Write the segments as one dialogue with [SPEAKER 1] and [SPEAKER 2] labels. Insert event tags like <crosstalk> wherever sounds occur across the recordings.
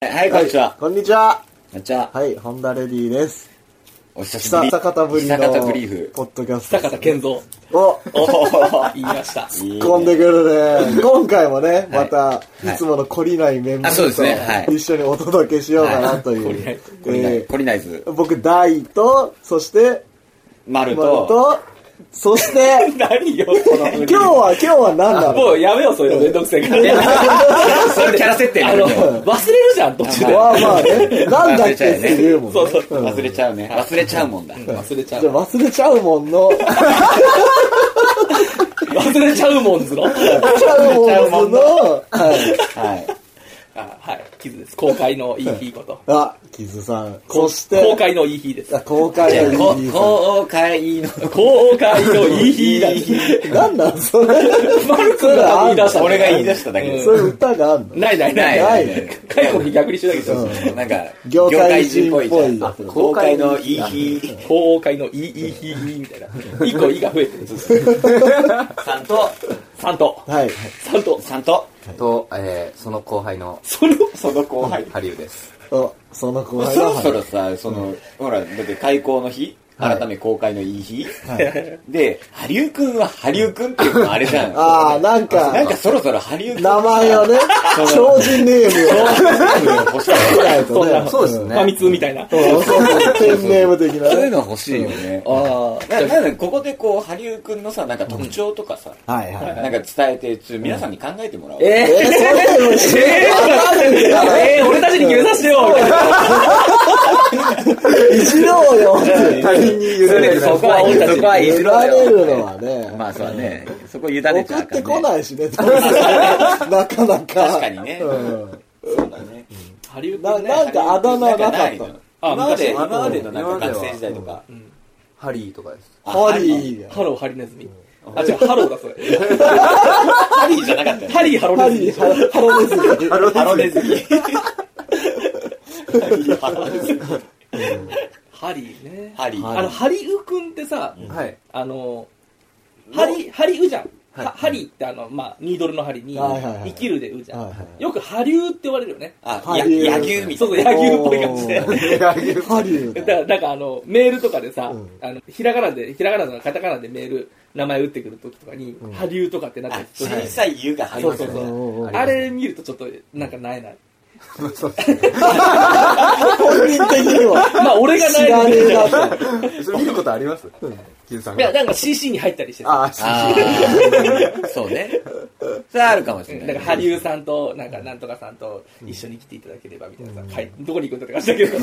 [SPEAKER 1] はい、こんにちは。
[SPEAKER 2] こんにちは。
[SPEAKER 1] こんにちは。
[SPEAKER 2] はい、ホンダレディです。
[SPEAKER 1] お久しぶり。
[SPEAKER 2] 久方ぶりの、
[SPEAKER 1] 久方ぶりふ。
[SPEAKER 2] ポッドキャスト
[SPEAKER 3] 久
[SPEAKER 2] です。
[SPEAKER 3] 方健三
[SPEAKER 2] お
[SPEAKER 1] おー
[SPEAKER 3] 言いました。
[SPEAKER 1] いい
[SPEAKER 2] 突っ込んでくるね。今回もね、
[SPEAKER 1] はい
[SPEAKER 2] また、
[SPEAKER 1] い
[SPEAKER 2] いつもの懲りないメンバ
[SPEAKER 1] あそうですね
[SPEAKER 2] ー
[SPEAKER 1] は
[SPEAKER 2] と
[SPEAKER 1] い
[SPEAKER 2] 一緒にお届けしようかなという。
[SPEAKER 3] はい懲り
[SPEAKER 1] コリナ
[SPEAKER 3] ない
[SPEAKER 1] イ
[SPEAKER 2] え
[SPEAKER 1] コリナイズ
[SPEAKER 2] ー、僕、大と、そして、
[SPEAKER 1] 丸
[SPEAKER 2] 丸
[SPEAKER 1] と、
[SPEAKER 2] と、そして、
[SPEAKER 3] <laughs> 何よ、この
[SPEAKER 2] 今日は、今日は何なの
[SPEAKER 3] もうやめよう、そういうのめんどくせえから。
[SPEAKER 1] それキャラ設定
[SPEAKER 3] あ
[SPEAKER 1] な
[SPEAKER 3] の、
[SPEAKER 1] のよ。
[SPEAKER 3] 忘れるじゃん、途中で。
[SPEAKER 2] まあまあね、なんだっけって言うもんね。
[SPEAKER 3] そうそう
[SPEAKER 2] うん
[SPEAKER 1] 忘れちゃうね。忘れちゃうもんだ。
[SPEAKER 3] 忘れちゃ
[SPEAKER 2] じゃ
[SPEAKER 3] う。
[SPEAKER 2] あ忘れちゃうもんの、
[SPEAKER 3] 忘れちゃうもんずの。あ
[SPEAKER 2] ちゃう
[SPEAKER 1] ちゃう
[SPEAKER 2] も
[SPEAKER 1] も
[SPEAKER 2] ん
[SPEAKER 1] んの、
[SPEAKER 2] のはい。
[SPEAKER 1] はい。
[SPEAKER 3] はい、傷です。公開のいい日こと。
[SPEAKER 2] あ、キズさん。そして、
[SPEAKER 3] 公開のいい日です
[SPEAKER 2] あ。公開
[SPEAKER 1] じゃあ
[SPEAKER 2] の
[SPEAKER 1] こ
[SPEAKER 2] リリーさ
[SPEAKER 1] 公開の、
[SPEAKER 3] 公開のいい日だ
[SPEAKER 2] <laughs>
[SPEAKER 3] し。
[SPEAKER 2] ん。なんなんそれ。
[SPEAKER 3] マルクが言い出した。
[SPEAKER 1] 俺が言い出しただけです
[SPEAKER 2] そ。れ歌があんの
[SPEAKER 3] ないないな。
[SPEAKER 1] ない
[SPEAKER 2] ない
[SPEAKER 1] い
[SPEAKER 3] 解雇に逆にしなきゃいけないです。
[SPEAKER 1] なんか、
[SPEAKER 2] 業界人っぽい
[SPEAKER 1] 業界人っぽいじゃん公開のいい日
[SPEAKER 3] 公開のいい日、いい日みたいな。一個いが増えてる。
[SPEAKER 1] さんと、
[SPEAKER 3] 三と。
[SPEAKER 2] はい。
[SPEAKER 3] 三と。
[SPEAKER 1] さんと、
[SPEAKER 4] と、えー、その後輩の
[SPEAKER 3] その、
[SPEAKER 1] その後輩。
[SPEAKER 4] ハリウです。
[SPEAKER 2] お、その後輩
[SPEAKER 1] そ
[SPEAKER 2] の
[SPEAKER 1] ろそ
[SPEAKER 2] 話。
[SPEAKER 1] ろさ、その、ほら、だって開校の日、
[SPEAKER 2] はい
[SPEAKER 1] 改め公開のいい日、で、ハリウくんはハリウくんっていうのあれじゃん。
[SPEAKER 2] ああ、なん
[SPEAKER 1] なんか
[SPEAKER 2] か、
[SPEAKER 1] そろそろハリウくん
[SPEAKER 2] 名前をね、超人ネームを
[SPEAKER 1] 欲しいよ
[SPEAKER 2] つけ
[SPEAKER 1] ね
[SPEAKER 2] ないとね。
[SPEAKER 4] そうですね
[SPEAKER 3] ファミ通みたいな。
[SPEAKER 2] うん。そうそうペンネーム的な
[SPEAKER 1] <laughs> そういう
[SPEAKER 2] ね。
[SPEAKER 1] の欲しいよね。
[SPEAKER 3] あ
[SPEAKER 1] ななんだここでこう、ハリウくんのさ、なんか特徴とかさ、
[SPEAKER 2] はいはい。
[SPEAKER 1] なんか伝えて、ちょ皆さんに考えてもらおう。
[SPEAKER 2] え
[SPEAKER 3] え
[SPEAKER 2] ー、それでも知ら
[SPEAKER 3] えー、えー、俺たちに決めさせてよみたいな。
[SPEAKER 2] ないいじろうよって。
[SPEAKER 4] 他人に譲
[SPEAKER 3] れるそこは俺たち
[SPEAKER 1] そこは譲
[SPEAKER 2] 言
[SPEAKER 1] ろ
[SPEAKER 2] わ
[SPEAKER 1] う
[SPEAKER 2] れ
[SPEAKER 1] よ
[SPEAKER 2] るのはね、
[SPEAKER 1] まあそうだね、そこ委ねちゃう
[SPEAKER 2] 送ってこ
[SPEAKER 1] い。
[SPEAKER 2] ないしね、ど <laughs> うせなかなか。
[SPEAKER 1] 確かにね
[SPEAKER 2] うん
[SPEAKER 1] そうだね。
[SPEAKER 3] ハリウッ
[SPEAKER 2] な
[SPEAKER 3] ド
[SPEAKER 2] なんかあだ名なかった
[SPEAKER 1] いの
[SPEAKER 3] あ
[SPEAKER 1] 今まで、
[SPEAKER 3] 昔
[SPEAKER 1] 今までのなんか学生時代とか。
[SPEAKER 4] ハリーとかです。
[SPEAKER 2] ハ
[SPEAKER 1] ー。
[SPEAKER 2] リーが。
[SPEAKER 3] ハローハリネズミ。あ、違う、ハローだ、それ。
[SPEAKER 1] ハリーじゃなかったよね。
[SPEAKER 3] ハリーハロ
[SPEAKER 2] ハ
[SPEAKER 3] ーネズ
[SPEAKER 2] リ
[SPEAKER 3] ミ
[SPEAKER 2] ー、。ハロですね。
[SPEAKER 1] ハロネズミ。ハロネズミ。
[SPEAKER 3] ハリーね。
[SPEAKER 1] ハリー。
[SPEAKER 3] あの、ハリウくんってさ、
[SPEAKER 4] はい。
[SPEAKER 3] あの、ハリ、ハリウじゃん。
[SPEAKER 4] はい
[SPEAKER 3] はハリーってあの、まあ、ニードルの針に、
[SPEAKER 2] はいはいはい
[SPEAKER 3] 生きるでウじゃ
[SPEAKER 2] はい
[SPEAKER 3] ん
[SPEAKER 2] は。
[SPEAKER 3] よくハリウって言われるよね。
[SPEAKER 1] あ、
[SPEAKER 2] ハ
[SPEAKER 1] や
[SPEAKER 2] リー
[SPEAKER 1] 野球みた
[SPEAKER 3] そ
[SPEAKER 1] いうな
[SPEAKER 3] そう、。野球っぽい感じで。
[SPEAKER 2] ハリウ
[SPEAKER 3] だ
[SPEAKER 2] ッ
[SPEAKER 3] か
[SPEAKER 2] ド。
[SPEAKER 3] らなんかあのメールとかでさ、
[SPEAKER 2] うん
[SPEAKER 3] あのひらがなでひらがなのカタカナでメール名前打ってくる時とかに、波竜とかってなって
[SPEAKER 1] あ
[SPEAKER 3] る、
[SPEAKER 1] 小さい湯が入
[SPEAKER 3] そう
[SPEAKER 1] る
[SPEAKER 3] そうそ
[SPEAKER 2] うんうんう
[SPEAKER 3] うんあれ見るとちょっとなんかなえない
[SPEAKER 2] 本人的には。
[SPEAKER 3] まあ俺が
[SPEAKER 2] 知ら
[SPEAKER 3] なえ
[SPEAKER 2] ね
[SPEAKER 3] る
[SPEAKER 2] え
[SPEAKER 3] い
[SPEAKER 2] な <laughs>
[SPEAKER 3] や
[SPEAKER 2] と。
[SPEAKER 4] それ見ることありますキズさんが。
[SPEAKER 3] なんか CC に入ったりしてさ
[SPEAKER 4] あー、
[SPEAKER 1] あー <laughs> そうね。それはあるかもしれ
[SPEAKER 3] うん
[SPEAKER 1] な。
[SPEAKER 3] ないんか波竜さんとなんかなんとかさんと一緒に来ていただければみたいなさ、はい、どこに行くんだって感じだけど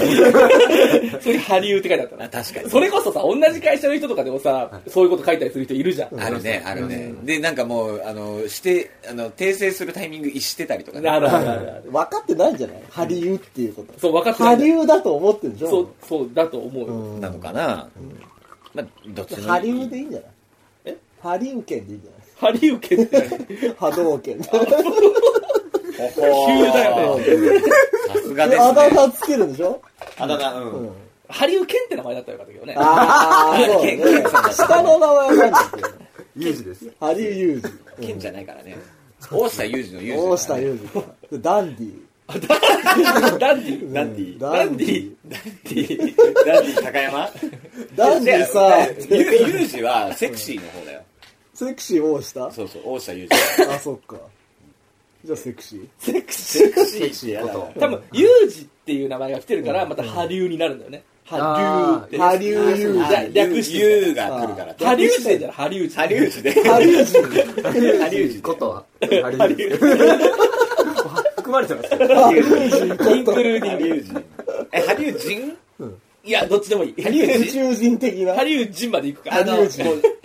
[SPEAKER 3] それに波竜って書いてあった
[SPEAKER 1] あ
[SPEAKER 3] な
[SPEAKER 1] 確かに。
[SPEAKER 3] それこそさ同じ会社の人とかでもさそういうこと書いたりする人いるじゃん、
[SPEAKER 1] あるね、あるね。で、なんかもう、あの、して、あの、訂正するタイミング一してたりとかね。
[SPEAKER 3] あるあるあるある
[SPEAKER 2] 分かってないんじゃないハリウっていうこと。
[SPEAKER 3] そう分かってな
[SPEAKER 2] ハ
[SPEAKER 3] いんだ
[SPEAKER 2] リ
[SPEAKER 3] よ
[SPEAKER 2] ウだと思ってるでしょ
[SPEAKER 3] そうそうだと思うよ、
[SPEAKER 2] うん
[SPEAKER 1] なのかな。まあ、どっちもいい
[SPEAKER 2] ハリウでいいんじゃない
[SPEAKER 3] え
[SPEAKER 2] ハリウ圏でいいんじゃない
[SPEAKER 3] ハリウケって何
[SPEAKER 2] 波動圏。
[SPEAKER 1] ほほー
[SPEAKER 3] 急だよ
[SPEAKER 1] さすがです
[SPEAKER 2] あだ
[SPEAKER 1] ね。
[SPEAKER 2] 名つけるんでしょ
[SPEAKER 1] あだ名、う。
[SPEAKER 2] うんん。
[SPEAKER 3] ハリウケンって名前だったらよかったけどね。
[SPEAKER 2] ああ、そう
[SPEAKER 1] ケ
[SPEAKER 2] ね
[SPEAKER 1] ン、ケンさんだった
[SPEAKER 2] 下
[SPEAKER 1] らね
[SPEAKER 2] の名前なんだけど。
[SPEAKER 4] ユージです。
[SPEAKER 2] ハリウユージ。
[SPEAKER 1] ケンじゃないからね。大下裕二の裕二だからね。
[SPEAKER 2] 大下ユージ。ダンディ。
[SPEAKER 3] ダンディ。
[SPEAKER 1] ダンディ
[SPEAKER 3] ダ
[SPEAKER 2] ダ
[SPEAKER 3] ン
[SPEAKER 2] ン
[SPEAKER 3] デ
[SPEAKER 2] デ
[SPEAKER 3] ィ
[SPEAKER 2] ィ。。
[SPEAKER 3] ダンデ
[SPEAKER 1] <laughs>
[SPEAKER 3] ィ。
[SPEAKER 1] ダンディ高 <laughs> 山
[SPEAKER 2] ダンディさ、
[SPEAKER 1] ゆゆうじはセクシーの方だよ。
[SPEAKER 2] セクシー大下
[SPEAKER 1] そうそう、大下ゆう
[SPEAKER 2] あ、そっか。じゃあセクシー。
[SPEAKER 3] セクシ
[SPEAKER 1] じ。セクシー
[SPEAKER 4] ーこと
[SPEAKER 3] ー。多分、ユージっていう名前が来てるから、また波竜になるんだよね。波竜っ
[SPEAKER 2] ハリウユージ。
[SPEAKER 3] て。略してる。
[SPEAKER 1] が来るから。
[SPEAKER 3] 波竜時代じゃない波竜時
[SPEAKER 1] ハリ
[SPEAKER 3] 代。
[SPEAKER 1] ウジで。
[SPEAKER 2] ハリウジ。
[SPEAKER 1] ハリウジ
[SPEAKER 4] こ
[SPEAKER 1] で。
[SPEAKER 4] とは、ハリウです。含まれてますよ。
[SPEAKER 1] ハリウジ。
[SPEAKER 3] インクルーディ
[SPEAKER 1] ハ
[SPEAKER 3] ング。
[SPEAKER 1] リウジ。え、ハリウジン
[SPEAKER 3] いや、どっちでもいい。波竜
[SPEAKER 2] 宇宙人的な。
[SPEAKER 3] 波竜人まで行くか。
[SPEAKER 1] あ
[SPEAKER 3] あ
[SPEAKER 1] の、
[SPEAKER 3] の
[SPEAKER 1] もう、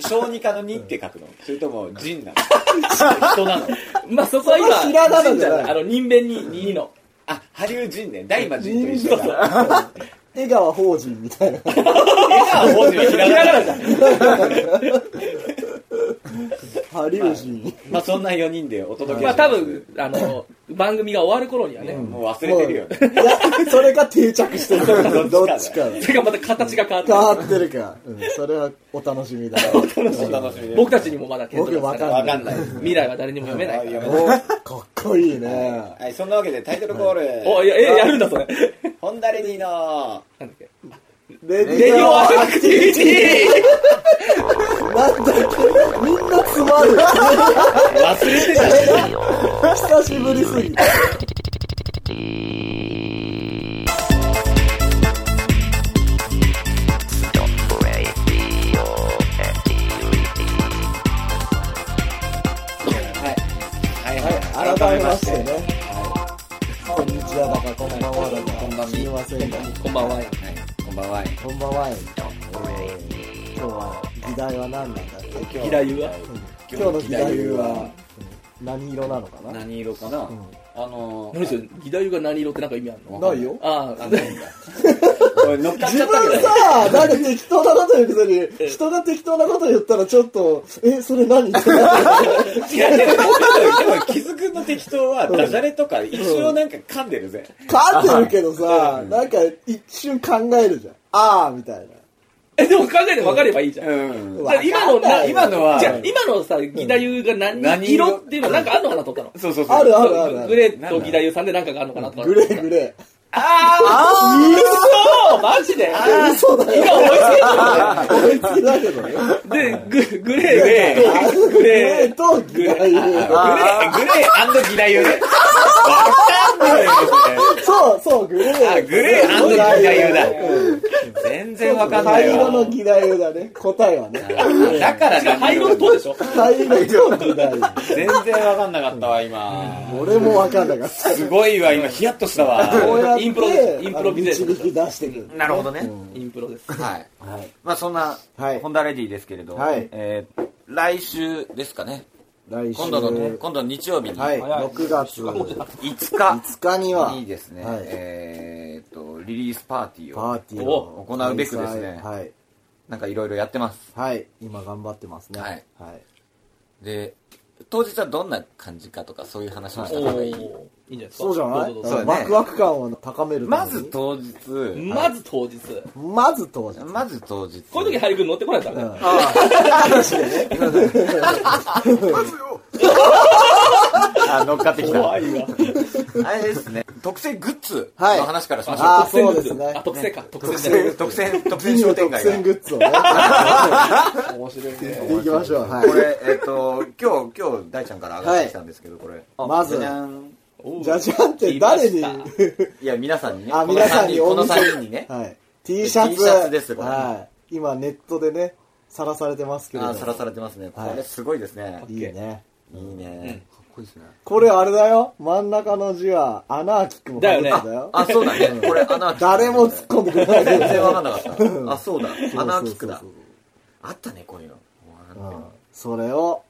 [SPEAKER 1] 小児科の2って書くのそれとも、人なの人なの
[SPEAKER 3] まあ、そこは
[SPEAKER 2] そ
[SPEAKER 3] 今、
[SPEAKER 2] こは白髪なんじゃない
[SPEAKER 3] あの、人弁に2の。
[SPEAKER 1] あ、ハリウジンね。大魔人と一緒だ。
[SPEAKER 2] 江川法人みたいな。
[SPEAKER 1] 笑顔文字はひらがな
[SPEAKER 3] だからじゃん。
[SPEAKER 2] ハリウジン。
[SPEAKER 1] まあそんな4人でお届けし
[SPEAKER 3] ま
[SPEAKER 1] ま
[SPEAKER 3] あ
[SPEAKER 1] す
[SPEAKER 3] 多分、あの、番組が終わる頃にはね、
[SPEAKER 1] もう忘れてるよね
[SPEAKER 2] いやそれが定着してるから、どっちかだ。
[SPEAKER 3] それがまた形が変わって
[SPEAKER 2] 変わってるか。うん、それはお楽しみだ。
[SPEAKER 1] お楽しみで
[SPEAKER 3] 僕たちにもまだ検討
[SPEAKER 2] 僕
[SPEAKER 3] が
[SPEAKER 2] わか
[SPEAKER 3] つか
[SPEAKER 2] ん
[SPEAKER 3] な
[SPEAKER 1] わか
[SPEAKER 2] ない。
[SPEAKER 3] い
[SPEAKER 1] んないです
[SPEAKER 3] 未来は誰にも読めない
[SPEAKER 1] あ
[SPEAKER 3] から
[SPEAKER 1] やめ
[SPEAKER 2] おかっこいいね。
[SPEAKER 1] はい、そんなわけでタイトルコール、
[SPEAKER 3] おいやえやるんだそれ
[SPEAKER 1] ホンダレディの
[SPEAKER 3] なんだっけ
[SPEAKER 2] レ
[SPEAKER 3] レディオアクティビテ
[SPEAKER 2] なんだっけみんなつまる。
[SPEAKER 1] 忘れてたね
[SPEAKER 2] 久しぶりすぎて。
[SPEAKER 1] はいは
[SPEAKER 2] は
[SPEAKER 1] い改
[SPEAKER 2] い、改
[SPEAKER 1] め
[SPEAKER 2] め
[SPEAKER 1] ま
[SPEAKER 2] ま
[SPEAKER 1] し
[SPEAKER 2] しててね。こんにちはだか、こんばんはだか。
[SPEAKER 1] こんばんは
[SPEAKER 2] すいませんが。
[SPEAKER 3] ィこんばんは
[SPEAKER 1] はいこんばんは
[SPEAKER 2] こんばんは。えー今日は議題は何なんだっけ
[SPEAKER 3] ひらゆは
[SPEAKER 2] 今日の議題は何色なのかな
[SPEAKER 1] 何色かな、
[SPEAKER 2] ん
[SPEAKER 1] あのー
[SPEAKER 3] 何それ義太夫が何色ってなんか意味あるの
[SPEAKER 1] わかん
[SPEAKER 2] ないよ
[SPEAKER 3] あ
[SPEAKER 1] あ
[SPEAKER 3] あ
[SPEAKER 1] ないんだこれ乗っかっちゃ
[SPEAKER 2] 自
[SPEAKER 1] ったけ
[SPEAKER 2] 分
[SPEAKER 1] ど
[SPEAKER 2] さ、なんか適当なこと言うくせに、人が適当なこと言ったらちょっと、え、それ <laughs> 何ってなる
[SPEAKER 1] いやでもでもでも気づくの適当はダジャレとか一応なんか噛んでるぜ、
[SPEAKER 2] 噛んでるけどさ、なんか一瞬考えるじゃん。あーみたいな。
[SPEAKER 3] えでも考えて分かればいいじゃん
[SPEAKER 1] うん
[SPEAKER 3] だから今の
[SPEAKER 2] わかんない
[SPEAKER 1] 今のは
[SPEAKER 3] じゃあ今のさ義太夫が何
[SPEAKER 1] 何
[SPEAKER 3] 色
[SPEAKER 1] 色
[SPEAKER 3] っていうのなんかあるのかなと思ったの
[SPEAKER 1] そうそうそう
[SPEAKER 2] あるあるあるあ
[SPEAKER 3] グ
[SPEAKER 2] る。
[SPEAKER 3] レーと義太夫さんでなんかがあるのかなと思
[SPEAKER 2] グ
[SPEAKER 3] った
[SPEAKER 2] レーグレ
[SPEAKER 3] 嘘マジで
[SPEAKER 2] ー。嘘だよ。
[SPEAKER 3] 今思い
[SPEAKER 2] 思いつきだけどね。
[SPEAKER 3] ついたでググレーとグ
[SPEAKER 2] グレ
[SPEAKER 3] レ
[SPEAKER 2] ー
[SPEAKER 3] ー
[SPEAKER 2] とギラ
[SPEAKER 1] グレーグレーギダユねわかんないよ
[SPEAKER 2] そうそう、グレー。
[SPEAKER 1] あグレーギダユだ全然わかんない
[SPEAKER 2] 灰色の
[SPEAKER 1] わ
[SPEAKER 2] ギラユだね。答えはね。
[SPEAKER 1] だから何
[SPEAKER 3] 灰色の塔でしょ
[SPEAKER 2] 灰色のギラユ。
[SPEAKER 1] 全然わかんなかったわ今
[SPEAKER 2] 俺もわかんなかった。
[SPEAKER 1] すごいわ今ヒヤッとした
[SPEAKER 2] <laughs>
[SPEAKER 1] わ
[SPEAKER 2] こうやって
[SPEAKER 3] インプロですインプロビゼーション
[SPEAKER 2] 導き出してくる。
[SPEAKER 4] なるほどね。
[SPEAKER 3] インプロです
[SPEAKER 1] はいまあそんな
[SPEAKER 2] はい
[SPEAKER 1] ホンダレディですけれど
[SPEAKER 2] はい
[SPEAKER 1] えー来週ですかね
[SPEAKER 2] 来週。
[SPEAKER 1] 今度の今度の日曜日に
[SPEAKER 2] はい、
[SPEAKER 1] 5
[SPEAKER 2] 6月
[SPEAKER 1] 日
[SPEAKER 2] 5日には、
[SPEAKER 1] いいですね、
[SPEAKER 2] はい
[SPEAKER 1] えーっとリリースパーティー
[SPEAKER 2] パー
[SPEAKER 1] を
[SPEAKER 2] ティーを
[SPEAKER 1] 行うべくですね
[SPEAKER 2] はい。
[SPEAKER 1] なんかいろいろやってます
[SPEAKER 2] はい。今頑張ってますね。
[SPEAKER 1] はい。
[SPEAKER 2] はい。
[SPEAKER 1] で当日はどんな感じかとかそういう話をした
[SPEAKER 3] お
[SPEAKER 1] 方
[SPEAKER 3] お
[SPEAKER 1] がい
[SPEAKER 3] い
[SPEAKER 1] い、
[SPEAKER 3] いんじゃないですか
[SPEAKER 2] そうじゃない
[SPEAKER 3] どうぞ
[SPEAKER 1] そ
[SPEAKER 3] どう
[SPEAKER 1] うだね
[SPEAKER 2] ワクワク感を高めるため
[SPEAKER 1] ま
[SPEAKER 2] に
[SPEAKER 1] ず、当日
[SPEAKER 3] ぞまず当日
[SPEAKER 2] まず当日。
[SPEAKER 1] まず当日
[SPEAKER 3] こういう時ハリ君乗ってこないからね
[SPEAKER 2] あ
[SPEAKER 1] あ乗っかってきた
[SPEAKER 3] 怖いわ
[SPEAKER 1] あれですね特製グッズ
[SPEAKER 2] はい
[SPEAKER 1] の話からしましょう、
[SPEAKER 2] あー、そうですね。
[SPEAKER 3] あ特製か特
[SPEAKER 1] 特
[SPEAKER 3] 製じゃない
[SPEAKER 1] 製特製特製
[SPEAKER 2] 企業
[SPEAKER 1] 商店
[SPEAKER 2] 特
[SPEAKER 1] 街
[SPEAKER 2] 選
[SPEAKER 1] が
[SPEAKER 2] グッズをね。
[SPEAKER 1] 面白い
[SPEAKER 2] <laughs> やっていきましょうはい
[SPEAKER 1] これえーっと今日今日大ちゃんから上がってきたんですけど、これあ
[SPEAKER 2] まず
[SPEAKER 1] じゃじゃん
[SPEAKER 3] おう
[SPEAKER 2] じゃじゃんって誰に
[SPEAKER 3] 来ま
[SPEAKER 1] いや皆さんにね
[SPEAKER 2] あ、
[SPEAKER 1] この
[SPEAKER 2] 皆さん
[SPEAKER 1] 三
[SPEAKER 2] に
[SPEAKER 1] 人こ
[SPEAKER 2] お
[SPEAKER 1] の
[SPEAKER 2] 見せ
[SPEAKER 1] 3人にね
[SPEAKER 2] はい。T シャツ。
[SPEAKER 1] T シャツですこれ
[SPEAKER 2] はい。今ネットでね、さらされてますけれ
[SPEAKER 1] あ
[SPEAKER 2] ど。
[SPEAKER 1] さらされてますねこ
[SPEAKER 2] はい
[SPEAKER 1] れすごいですね、
[SPEAKER 2] いいね。
[SPEAKER 1] い、いね、かっこいいですね
[SPEAKER 2] これあれだよ。真ん中の字は、アナーキックも書いてたんだよ。
[SPEAKER 1] あそうだねこれ穴開き
[SPEAKER 2] 誰も突っ込んでくれない
[SPEAKER 1] <laughs> 全然わかんなかったあそうだ穴開きくだ
[SPEAKER 2] そうそう
[SPEAKER 1] あったねこういうの
[SPEAKER 2] そうそううんそれを、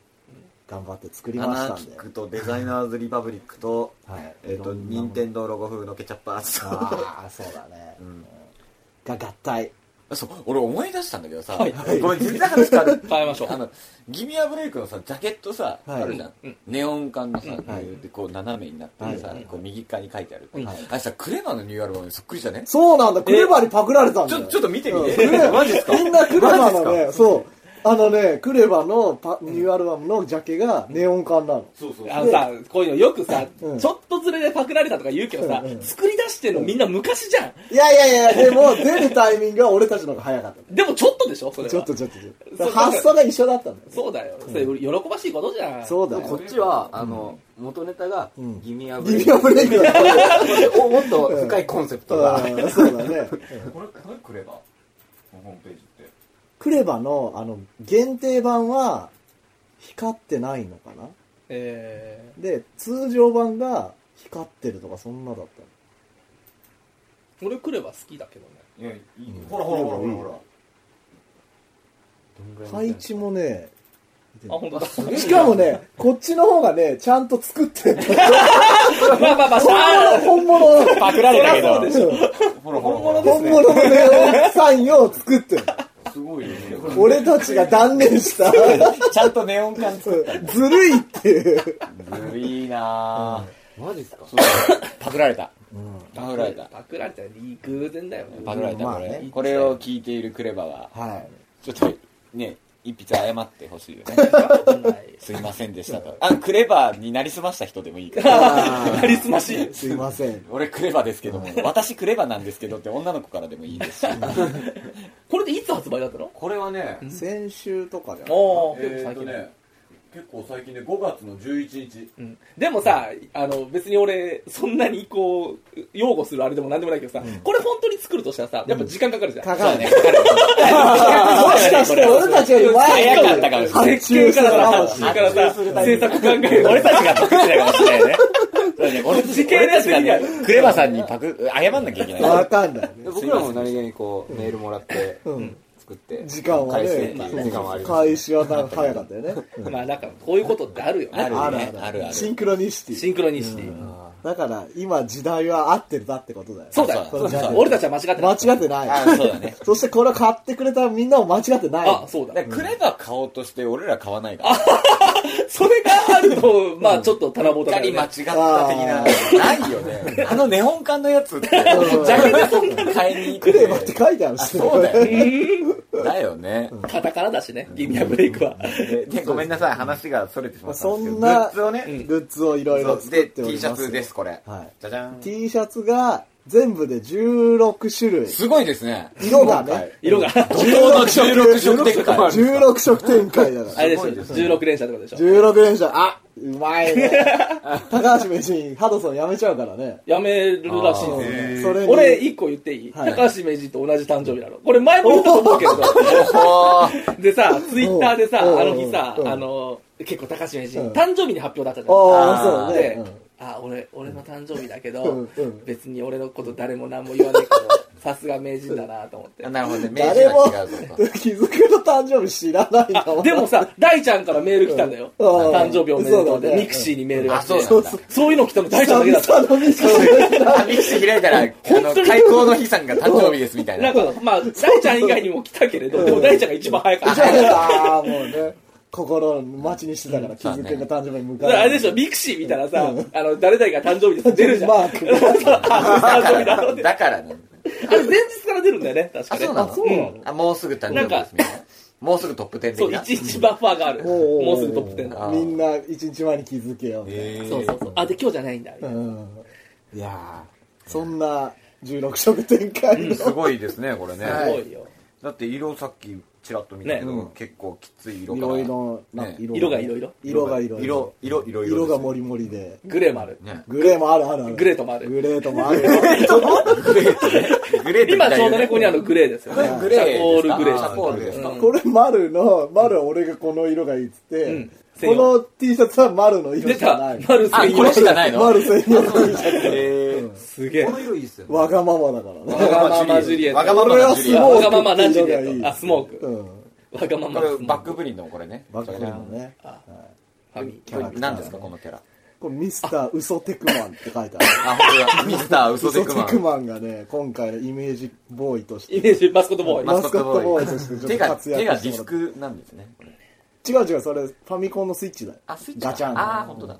[SPEAKER 2] 頑張って作りま
[SPEAKER 1] 穴
[SPEAKER 2] した
[SPEAKER 1] 開
[SPEAKER 2] ん
[SPEAKER 1] き
[SPEAKER 2] で。
[SPEAKER 1] くとデザイナーズリパブリックと
[SPEAKER 2] はい
[SPEAKER 1] えっと任天堂ロゴ風のケチャップアーチと
[SPEAKER 2] ああ、そうだね。が合体。
[SPEAKER 1] そう俺思い出したんだけどさ
[SPEAKER 3] はい
[SPEAKER 1] ごめん全然話変わ
[SPEAKER 2] <laughs>
[SPEAKER 1] る
[SPEAKER 3] 変えましょう
[SPEAKER 1] あのギミアブレイクのさジャケットさ
[SPEAKER 2] はい
[SPEAKER 1] あるじゃんネオン管のさ
[SPEAKER 2] はい
[SPEAKER 1] でこう斜めになってるさ
[SPEAKER 2] はい
[SPEAKER 1] こう右側に書いてある
[SPEAKER 3] ん
[SPEAKER 1] あれさクレマのニューアルバムにそっくりじゃね
[SPEAKER 2] そうなんだ、クレバにパクられたん
[SPEAKER 1] ち
[SPEAKER 2] だ
[SPEAKER 1] ょ
[SPEAKER 2] よ。
[SPEAKER 1] ちょっと見てみて
[SPEAKER 2] うんクレバ
[SPEAKER 1] マジっすか
[SPEAKER 2] みんなクレバの
[SPEAKER 1] マジっ
[SPEAKER 2] ね、そう。あのね、クレバのパニューアルバムのジャケがネオン管なの。
[SPEAKER 1] そうそう
[SPEAKER 3] あのさ、こういうのよくさ、
[SPEAKER 2] うん
[SPEAKER 3] ちょっとずれでパクられたとか言うけどさ、
[SPEAKER 2] うんうん
[SPEAKER 3] 作り出してるのみんな昔じゃん。
[SPEAKER 2] いやいやいや、でも出るタイミングは俺たちの方が早か <laughs> った。
[SPEAKER 3] でもちょっとでしょそれは。
[SPEAKER 2] ちょっとちょっとちょっと。
[SPEAKER 3] そう
[SPEAKER 2] 発想が一緒だったんだよ。
[SPEAKER 3] そうだよ。それ喜ばしいことじゃん。
[SPEAKER 2] そうだ
[SPEAKER 4] こ
[SPEAKER 2] よ
[SPEAKER 4] っ。ちは、あの、元ネタが
[SPEAKER 2] ん、
[SPEAKER 4] ギミアブレイ
[SPEAKER 2] ギ
[SPEAKER 4] ク
[SPEAKER 2] リアブレイクだった。
[SPEAKER 4] をもっと深いコンセプトが。
[SPEAKER 2] うん <laughs> そうだね。
[SPEAKER 1] これこれクレバホームページって
[SPEAKER 2] クレバの、あの、限定版は、光ってないのかな
[SPEAKER 3] え
[SPEAKER 2] で、通常版が光ってるとか、そんなだったの。
[SPEAKER 3] ー、俺来れば好きだけどね。
[SPEAKER 1] いやいいほらほらほらほらほら
[SPEAKER 2] 配置もね、
[SPEAKER 3] あ、本当だ。
[SPEAKER 2] <laughs> しかもね、こっちの方がね、ちゃんと作って <laughs> る。
[SPEAKER 3] まあまあまあ、しゃ
[SPEAKER 2] 本物、本物なの。
[SPEAKER 3] パクられたけど
[SPEAKER 2] そりゃそうでしょ
[SPEAKER 1] ほらほら
[SPEAKER 2] 本物のネオンサインを作ってる。
[SPEAKER 1] すごいよね
[SPEAKER 2] 俺たちが断念した。
[SPEAKER 4] ちゃんとネオン感作っ
[SPEAKER 2] ずるいっていう。
[SPEAKER 4] た。ずるいなぁ。
[SPEAKER 5] マジっすか
[SPEAKER 4] パクられた。
[SPEAKER 2] うん
[SPEAKER 4] パクられた。
[SPEAKER 3] パクられたらいい偶然だよね
[SPEAKER 4] パクられた、
[SPEAKER 2] まあ
[SPEAKER 4] こ
[SPEAKER 2] ね
[SPEAKER 4] れ。これを聞いているクレバは、
[SPEAKER 2] はい。
[SPEAKER 4] ちょっと、ね、一筆謝ってほしいよね。
[SPEAKER 3] はい
[SPEAKER 4] すいませんでしたと。あ、クレバになりすました人でもいいから。
[SPEAKER 2] あ
[SPEAKER 3] なりすまし
[SPEAKER 2] ーすいません。
[SPEAKER 4] 俺クレバですけども、私クレバなんですけどって女の子からでもいいですし。
[SPEAKER 3] これでいつ発売だったの
[SPEAKER 1] これはね、
[SPEAKER 2] 先週とかじゃない
[SPEAKER 3] おお
[SPEAKER 1] えーっとね、結構最近で5月の11日。
[SPEAKER 3] うんでもさあの別に俺そんなにこう擁護するあれでもなんでもないけどさ、これ本当に作るとしたらさやっぱ時間かかるじゃん、
[SPEAKER 2] か
[SPEAKER 4] そ
[SPEAKER 2] か
[SPEAKER 4] う
[SPEAKER 2] る
[SPEAKER 4] ね
[SPEAKER 2] ね。。も
[SPEAKER 3] <laughs>
[SPEAKER 2] しかして俺たちより前
[SPEAKER 4] 早かったかもしれない
[SPEAKER 2] 発注するかもし
[SPEAKER 3] そ
[SPEAKER 2] れない
[SPEAKER 3] れからさ制作考える
[SPEAKER 4] 俺たちがパクってたかもしれないね。そうね俺
[SPEAKER 3] 時系列的には
[SPEAKER 4] 俺たちがねクレバさんにパク、謝んなきゃいけない。
[SPEAKER 2] わかんないね。
[SPEAKER 5] 僕らも何気にこう、メールもらって、
[SPEAKER 2] うん。
[SPEAKER 5] 作って、
[SPEAKER 2] 時間は
[SPEAKER 5] 返
[SPEAKER 2] ね、
[SPEAKER 5] してって
[SPEAKER 2] そ
[SPEAKER 5] いうう
[SPEAKER 2] そ
[SPEAKER 5] 時
[SPEAKER 2] う
[SPEAKER 5] 間はあ
[SPEAKER 2] そう
[SPEAKER 5] ります
[SPEAKER 2] 開始はなんか早かったよね。
[SPEAKER 3] まあなんかこういうことってあるよね
[SPEAKER 4] ある
[SPEAKER 2] あ
[SPEAKER 4] ね
[SPEAKER 2] る
[SPEAKER 4] あ
[SPEAKER 2] あ
[SPEAKER 4] るあ
[SPEAKER 2] る。
[SPEAKER 4] る
[SPEAKER 2] シンクロニシテ
[SPEAKER 3] シ
[SPEAKER 2] ィ。
[SPEAKER 3] ンクロニシティ、
[SPEAKER 2] だから、今時代は合ってるだってことだよ。
[SPEAKER 3] そうだよ
[SPEAKER 2] このジャケット
[SPEAKER 3] 俺たちは間違ってない
[SPEAKER 2] 間違ってな
[SPEAKER 4] あ
[SPEAKER 2] い。
[SPEAKER 4] そうだね。
[SPEAKER 2] <laughs> そしてこれを買ってくれたみんなも間違ってない。
[SPEAKER 3] あそうだ
[SPEAKER 4] だからクレバ買おうとして俺ら買わないから。
[SPEAKER 3] <laughs> それがあるとまあちょっと棚ぼ
[SPEAKER 4] 二
[SPEAKER 3] ただ
[SPEAKER 4] 人
[SPEAKER 3] よね
[SPEAKER 4] 間違った的な。ないよね。あのネオン管のやつって、ジャケでそんな買いに行
[SPEAKER 2] ク
[SPEAKER 4] く
[SPEAKER 2] レバって書いてある
[SPEAKER 4] あ、
[SPEAKER 2] し。
[SPEAKER 4] そうだよね。だよね。
[SPEAKER 3] カタカナだしねギミアブレイクは
[SPEAKER 4] ででごめんなさい、話がそれてしまったんですけど、
[SPEAKER 2] そん
[SPEAKER 4] グ
[SPEAKER 2] な
[SPEAKER 4] ッズをね、
[SPEAKER 2] グッズをいろい
[SPEAKER 4] そ
[SPEAKER 2] ろ
[SPEAKER 4] う
[SPEAKER 2] 作
[SPEAKER 4] で、
[SPEAKER 2] ってお
[SPEAKER 4] T
[SPEAKER 2] り
[SPEAKER 4] シャ
[SPEAKER 2] ます。
[SPEAKER 4] ツです、これ。
[SPEAKER 2] はい
[SPEAKER 4] じゃじゃん。
[SPEAKER 2] T シャツが全部で16種類。
[SPEAKER 4] すごいですね。
[SPEAKER 2] 色がね。
[SPEAKER 3] 色が
[SPEAKER 4] 怒涛の16色展開。
[SPEAKER 2] 16色展開だか
[SPEAKER 3] あ
[SPEAKER 2] ら。
[SPEAKER 3] れでしょ16連射ってことでしょ
[SPEAKER 2] 16連射、あうまいね。高橋名人、ハドソンやめちゃうからね。
[SPEAKER 3] やめるらしい
[SPEAKER 2] そ
[SPEAKER 3] ね
[SPEAKER 2] れに
[SPEAKER 3] 俺、一個言っていい、
[SPEAKER 2] はい
[SPEAKER 3] 高橋名人と同じ誕生日なの。これ前も言ったと思うけど。でさ、ツイッターでさ、
[SPEAKER 2] おう
[SPEAKER 3] あの日さ
[SPEAKER 2] おうお、う
[SPEAKER 3] あの、結構高橋名人、
[SPEAKER 2] うん
[SPEAKER 3] 誕生日に発表だったじゃん。
[SPEAKER 2] ああ、そうだ
[SPEAKER 3] で、
[SPEAKER 2] ね。
[SPEAKER 3] あ俺俺の誕生日だけど、
[SPEAKER 2] うんうん
[SPEAKER 3] 別に俺のこと誰も何も言わないけどさすが名人だなと思って
[SPEAKER 4] あなるほどね、名刺
[SPEAKER 2] 誰も
[SPEAKER 4] が違うぞと。
[SPEAKER 2] 気づくの誕生日知らないんだもん。
[SPEAKER 3] でもさ大ちゃんからメール来たんだよ、
[SPEAKER 2] うんああ
[SPEAKER 3] 誕生日おめでとう
[SPEAKER 2] そうだ
[SPEAKER 3] で
[SPEAKER 2] ね
[SPEAKER 3] ミクシーにメールが
[SPEAKER 4] あ、
[SPEAKER 3] 来て
[SPEAKER 4] そう
[SPEAKER 2] そ
[SPEAKER 4] な
[SPEAKER 2] うん
[SPEAKER 4] だ
[SPEAKER 2] そう。
[SPEAKER 3] そういうの来たの大ちゃんだけだっ
[SPEAKER 2] 久
[SPEAKER 3] た
[SPEAKER 2] 々のミスだね
[SPEAKER 4] ミキシー開いたら、あの、開口の日さんが誕生日ですみたい
[SPEAKER 3] な
[SPEAKER 4] な。
[SPEAKER 3] んかまあ大ちゃん以外にも来たけれどでも大ちゃんが一番早かっただか
[SPEAKER 2] ああ、もうね。心待ちにしてたから気づくの誕生日に向かう。
[SPEAKER 3] らあれでしょミクシー見たらさ、あの誰々が誕生日ですって出るじゃん
[SPEAKER 2] マーク。
[SPEAKER 3] 誕生日だろって
[SPEAKER 4] だからね。
[SPEAKER 3] あれ前日から出るんだよね確か
[SPEAKER 4] あ、
[SPEAKER 3] ね
[SPEAKER 4] そうな
[SPEAKER 2] あ、
[SPEAKER 4] の
[SPEAKER 2] そうなの
[SPEAKER 4] あ、もうすぐ誕生日ですみたいな。もうすぐトップ10
[SPEAKER 3] そう
[SPEAKER 4] 的な。
[SPEAKER 3] 一日バッファーがある
[SPEAKER 2] おー
[SPEAKER 3] もうすぐトップ10だ
[SPEAKER 4] あー
[SPEAKER 2] みんな一日前に気づけよみたいな。
[SPEAKER 4] へー
[SPEAKER 3] そうそうそうあで今日じゃないんだみたいな
[SPEAKER 2] うん
[SPEAKER 4] いや
[SPEAKER 2] そんな16色展開の
[SPEAKER 1] すごいですね、こ
[SPEAKER 5] <laughs>
[SPEAKER 1] れね。
[SPEAKER 2] は
[SPEAKER 3] すごいよ
[SPEAKER 1] だって色さっきちらっと見たけど、
[SPEAKER 3] ね
[SPEAKER 1] 結構きつい色
[SPEAKER 2] い
[SPEAKER 1] から
[SPEAKER 2] ろいろな
[SPEAKER 4] ね
[SPEAKER 2] 色
[SPEAKER 3] 色がいろいろ
[SPEAKER 2] 色がいろいろ
[SPEAKER 1] 色色色色
[SPEAKER 2] 色がもりもりで
[SPEAKER 3] グレーもある。
[SPEAKER 1] ね
[SPEAKER 2] グレーもあるあるある
[SPEAKER 3] グレートもある
[SPEAKER 2] グレートもある
[SPEAKER 1] グレートみ
[SPEAKER 3] 今
[SPEAKER 1] たい
[SPEAKER 3] ちょうどね、ここにあ
[SPEAKER 1] る
[SPEAKER 3] のグレーですよね。
[SPEAKER 4] グレーですか
[SPEAKER 3] シャコールグレー。
[SPEAKER 4] あーシャコールです
[SPEAKER 3] <laughs>
[SPEAKER 4] か
[SPEAKER 3] うん
[SPEAKER 2] これ丸の丸は俺がこの色がいいっつって、
[SPEAKER 3] ん
[SPEAKER 2] この T シャツは丸の色
[SPEAKER 3] 出
[SPEAKER 2] じゃな
[SPEAKER 3] た
[SPEAKER 2] い、
[SPEAKER 3] 丸
[SPEAKER 4] あ、
[SPEAKER 3] 専
[SPEAKER 4] こ
[SPEAKER 3] 用
[SPEAKER 4] れ。しかないの
[SPEAKER 2] 丸専用の T シャ
[SPEAKER 3] <laughs>
[SPEAKER 2] ツ
[SPEAKER 3] すげえ
[SPEAKER 5] こ。の色いいっすよね。
[SPEAKER 2] わがままだからね
[SPEAKER 3] わがままジュリエット。
[SPEAKER 1] わがまま
[SPEAKER 2] 俺は
[SPEAKER 1] ジ
[SPEAKER 2] ス
[SPEAKER 1] ュリエッ
[SPEAKER 2] モー
[SPEAKER 1] ト
[SPEAKER 2] ク
[SPEAKER 3] わがまま
[SPEAKER 2] ってい
[SPEAKER 3] な
[SPEAKER 2] う
[SPEAKER 3] ジュ
[SPEAKER 2] 色
[SPEAKER 3] リエ
[SPEAKER 2] が
[SPEAKER 3] ッ
[SPEAKER 2] いい
[SPEAKER 3] ト。あ、スモーク。
[SPEAKER 2] うん
[SPEAKER 3] わがま
[SPEAKER 4] こ
[SPEAKER 3] ま。
[SPEAKER 4] れ、バックブリンのこれね。
[SPEAKER 2] バックのね
[SPEAKER 3] ファミ
[SPEAKER 4] これ何ですか、このキャラ。
[SPEAKER 2] これミスターウソテクマンって書いてある
[SPEAKER 4] あ、本当だ。ミスター
[SPEAKER 2] ウ
[SPEAKER 4] 嘘
[SPEAKER 2] ソテ
[SPEAKER 4] テクマ
[SPEAKER 2] ク
[SPEAKER 4] ン。
[SPEAKER 2] マンがね今回のイメージボーイとして
[SPEAKER 3] イメージ、マスコットボーイ。
[SPEAKER 2] マスコットボーイとしてちょっと
[SPEAKER 4] 手が、
[SPEAKER 2] 活躍
[SPEAKER 4] 手が
[SPEAKER 2] して
[SPEAKER 4] ディ
[SPEAKER 2] もら
[SPEAKER 4] ス
[SPEAKER 2] って
[SPEAKER 4] クなんですね。
[SPEAKER 2] 違う違うそれファミコンのスイッチだよ
[SPEAKER 4] あ、スイッチか
[SPEAKER 2] ガチャン
[SPEAKER 4] あー、本当だ。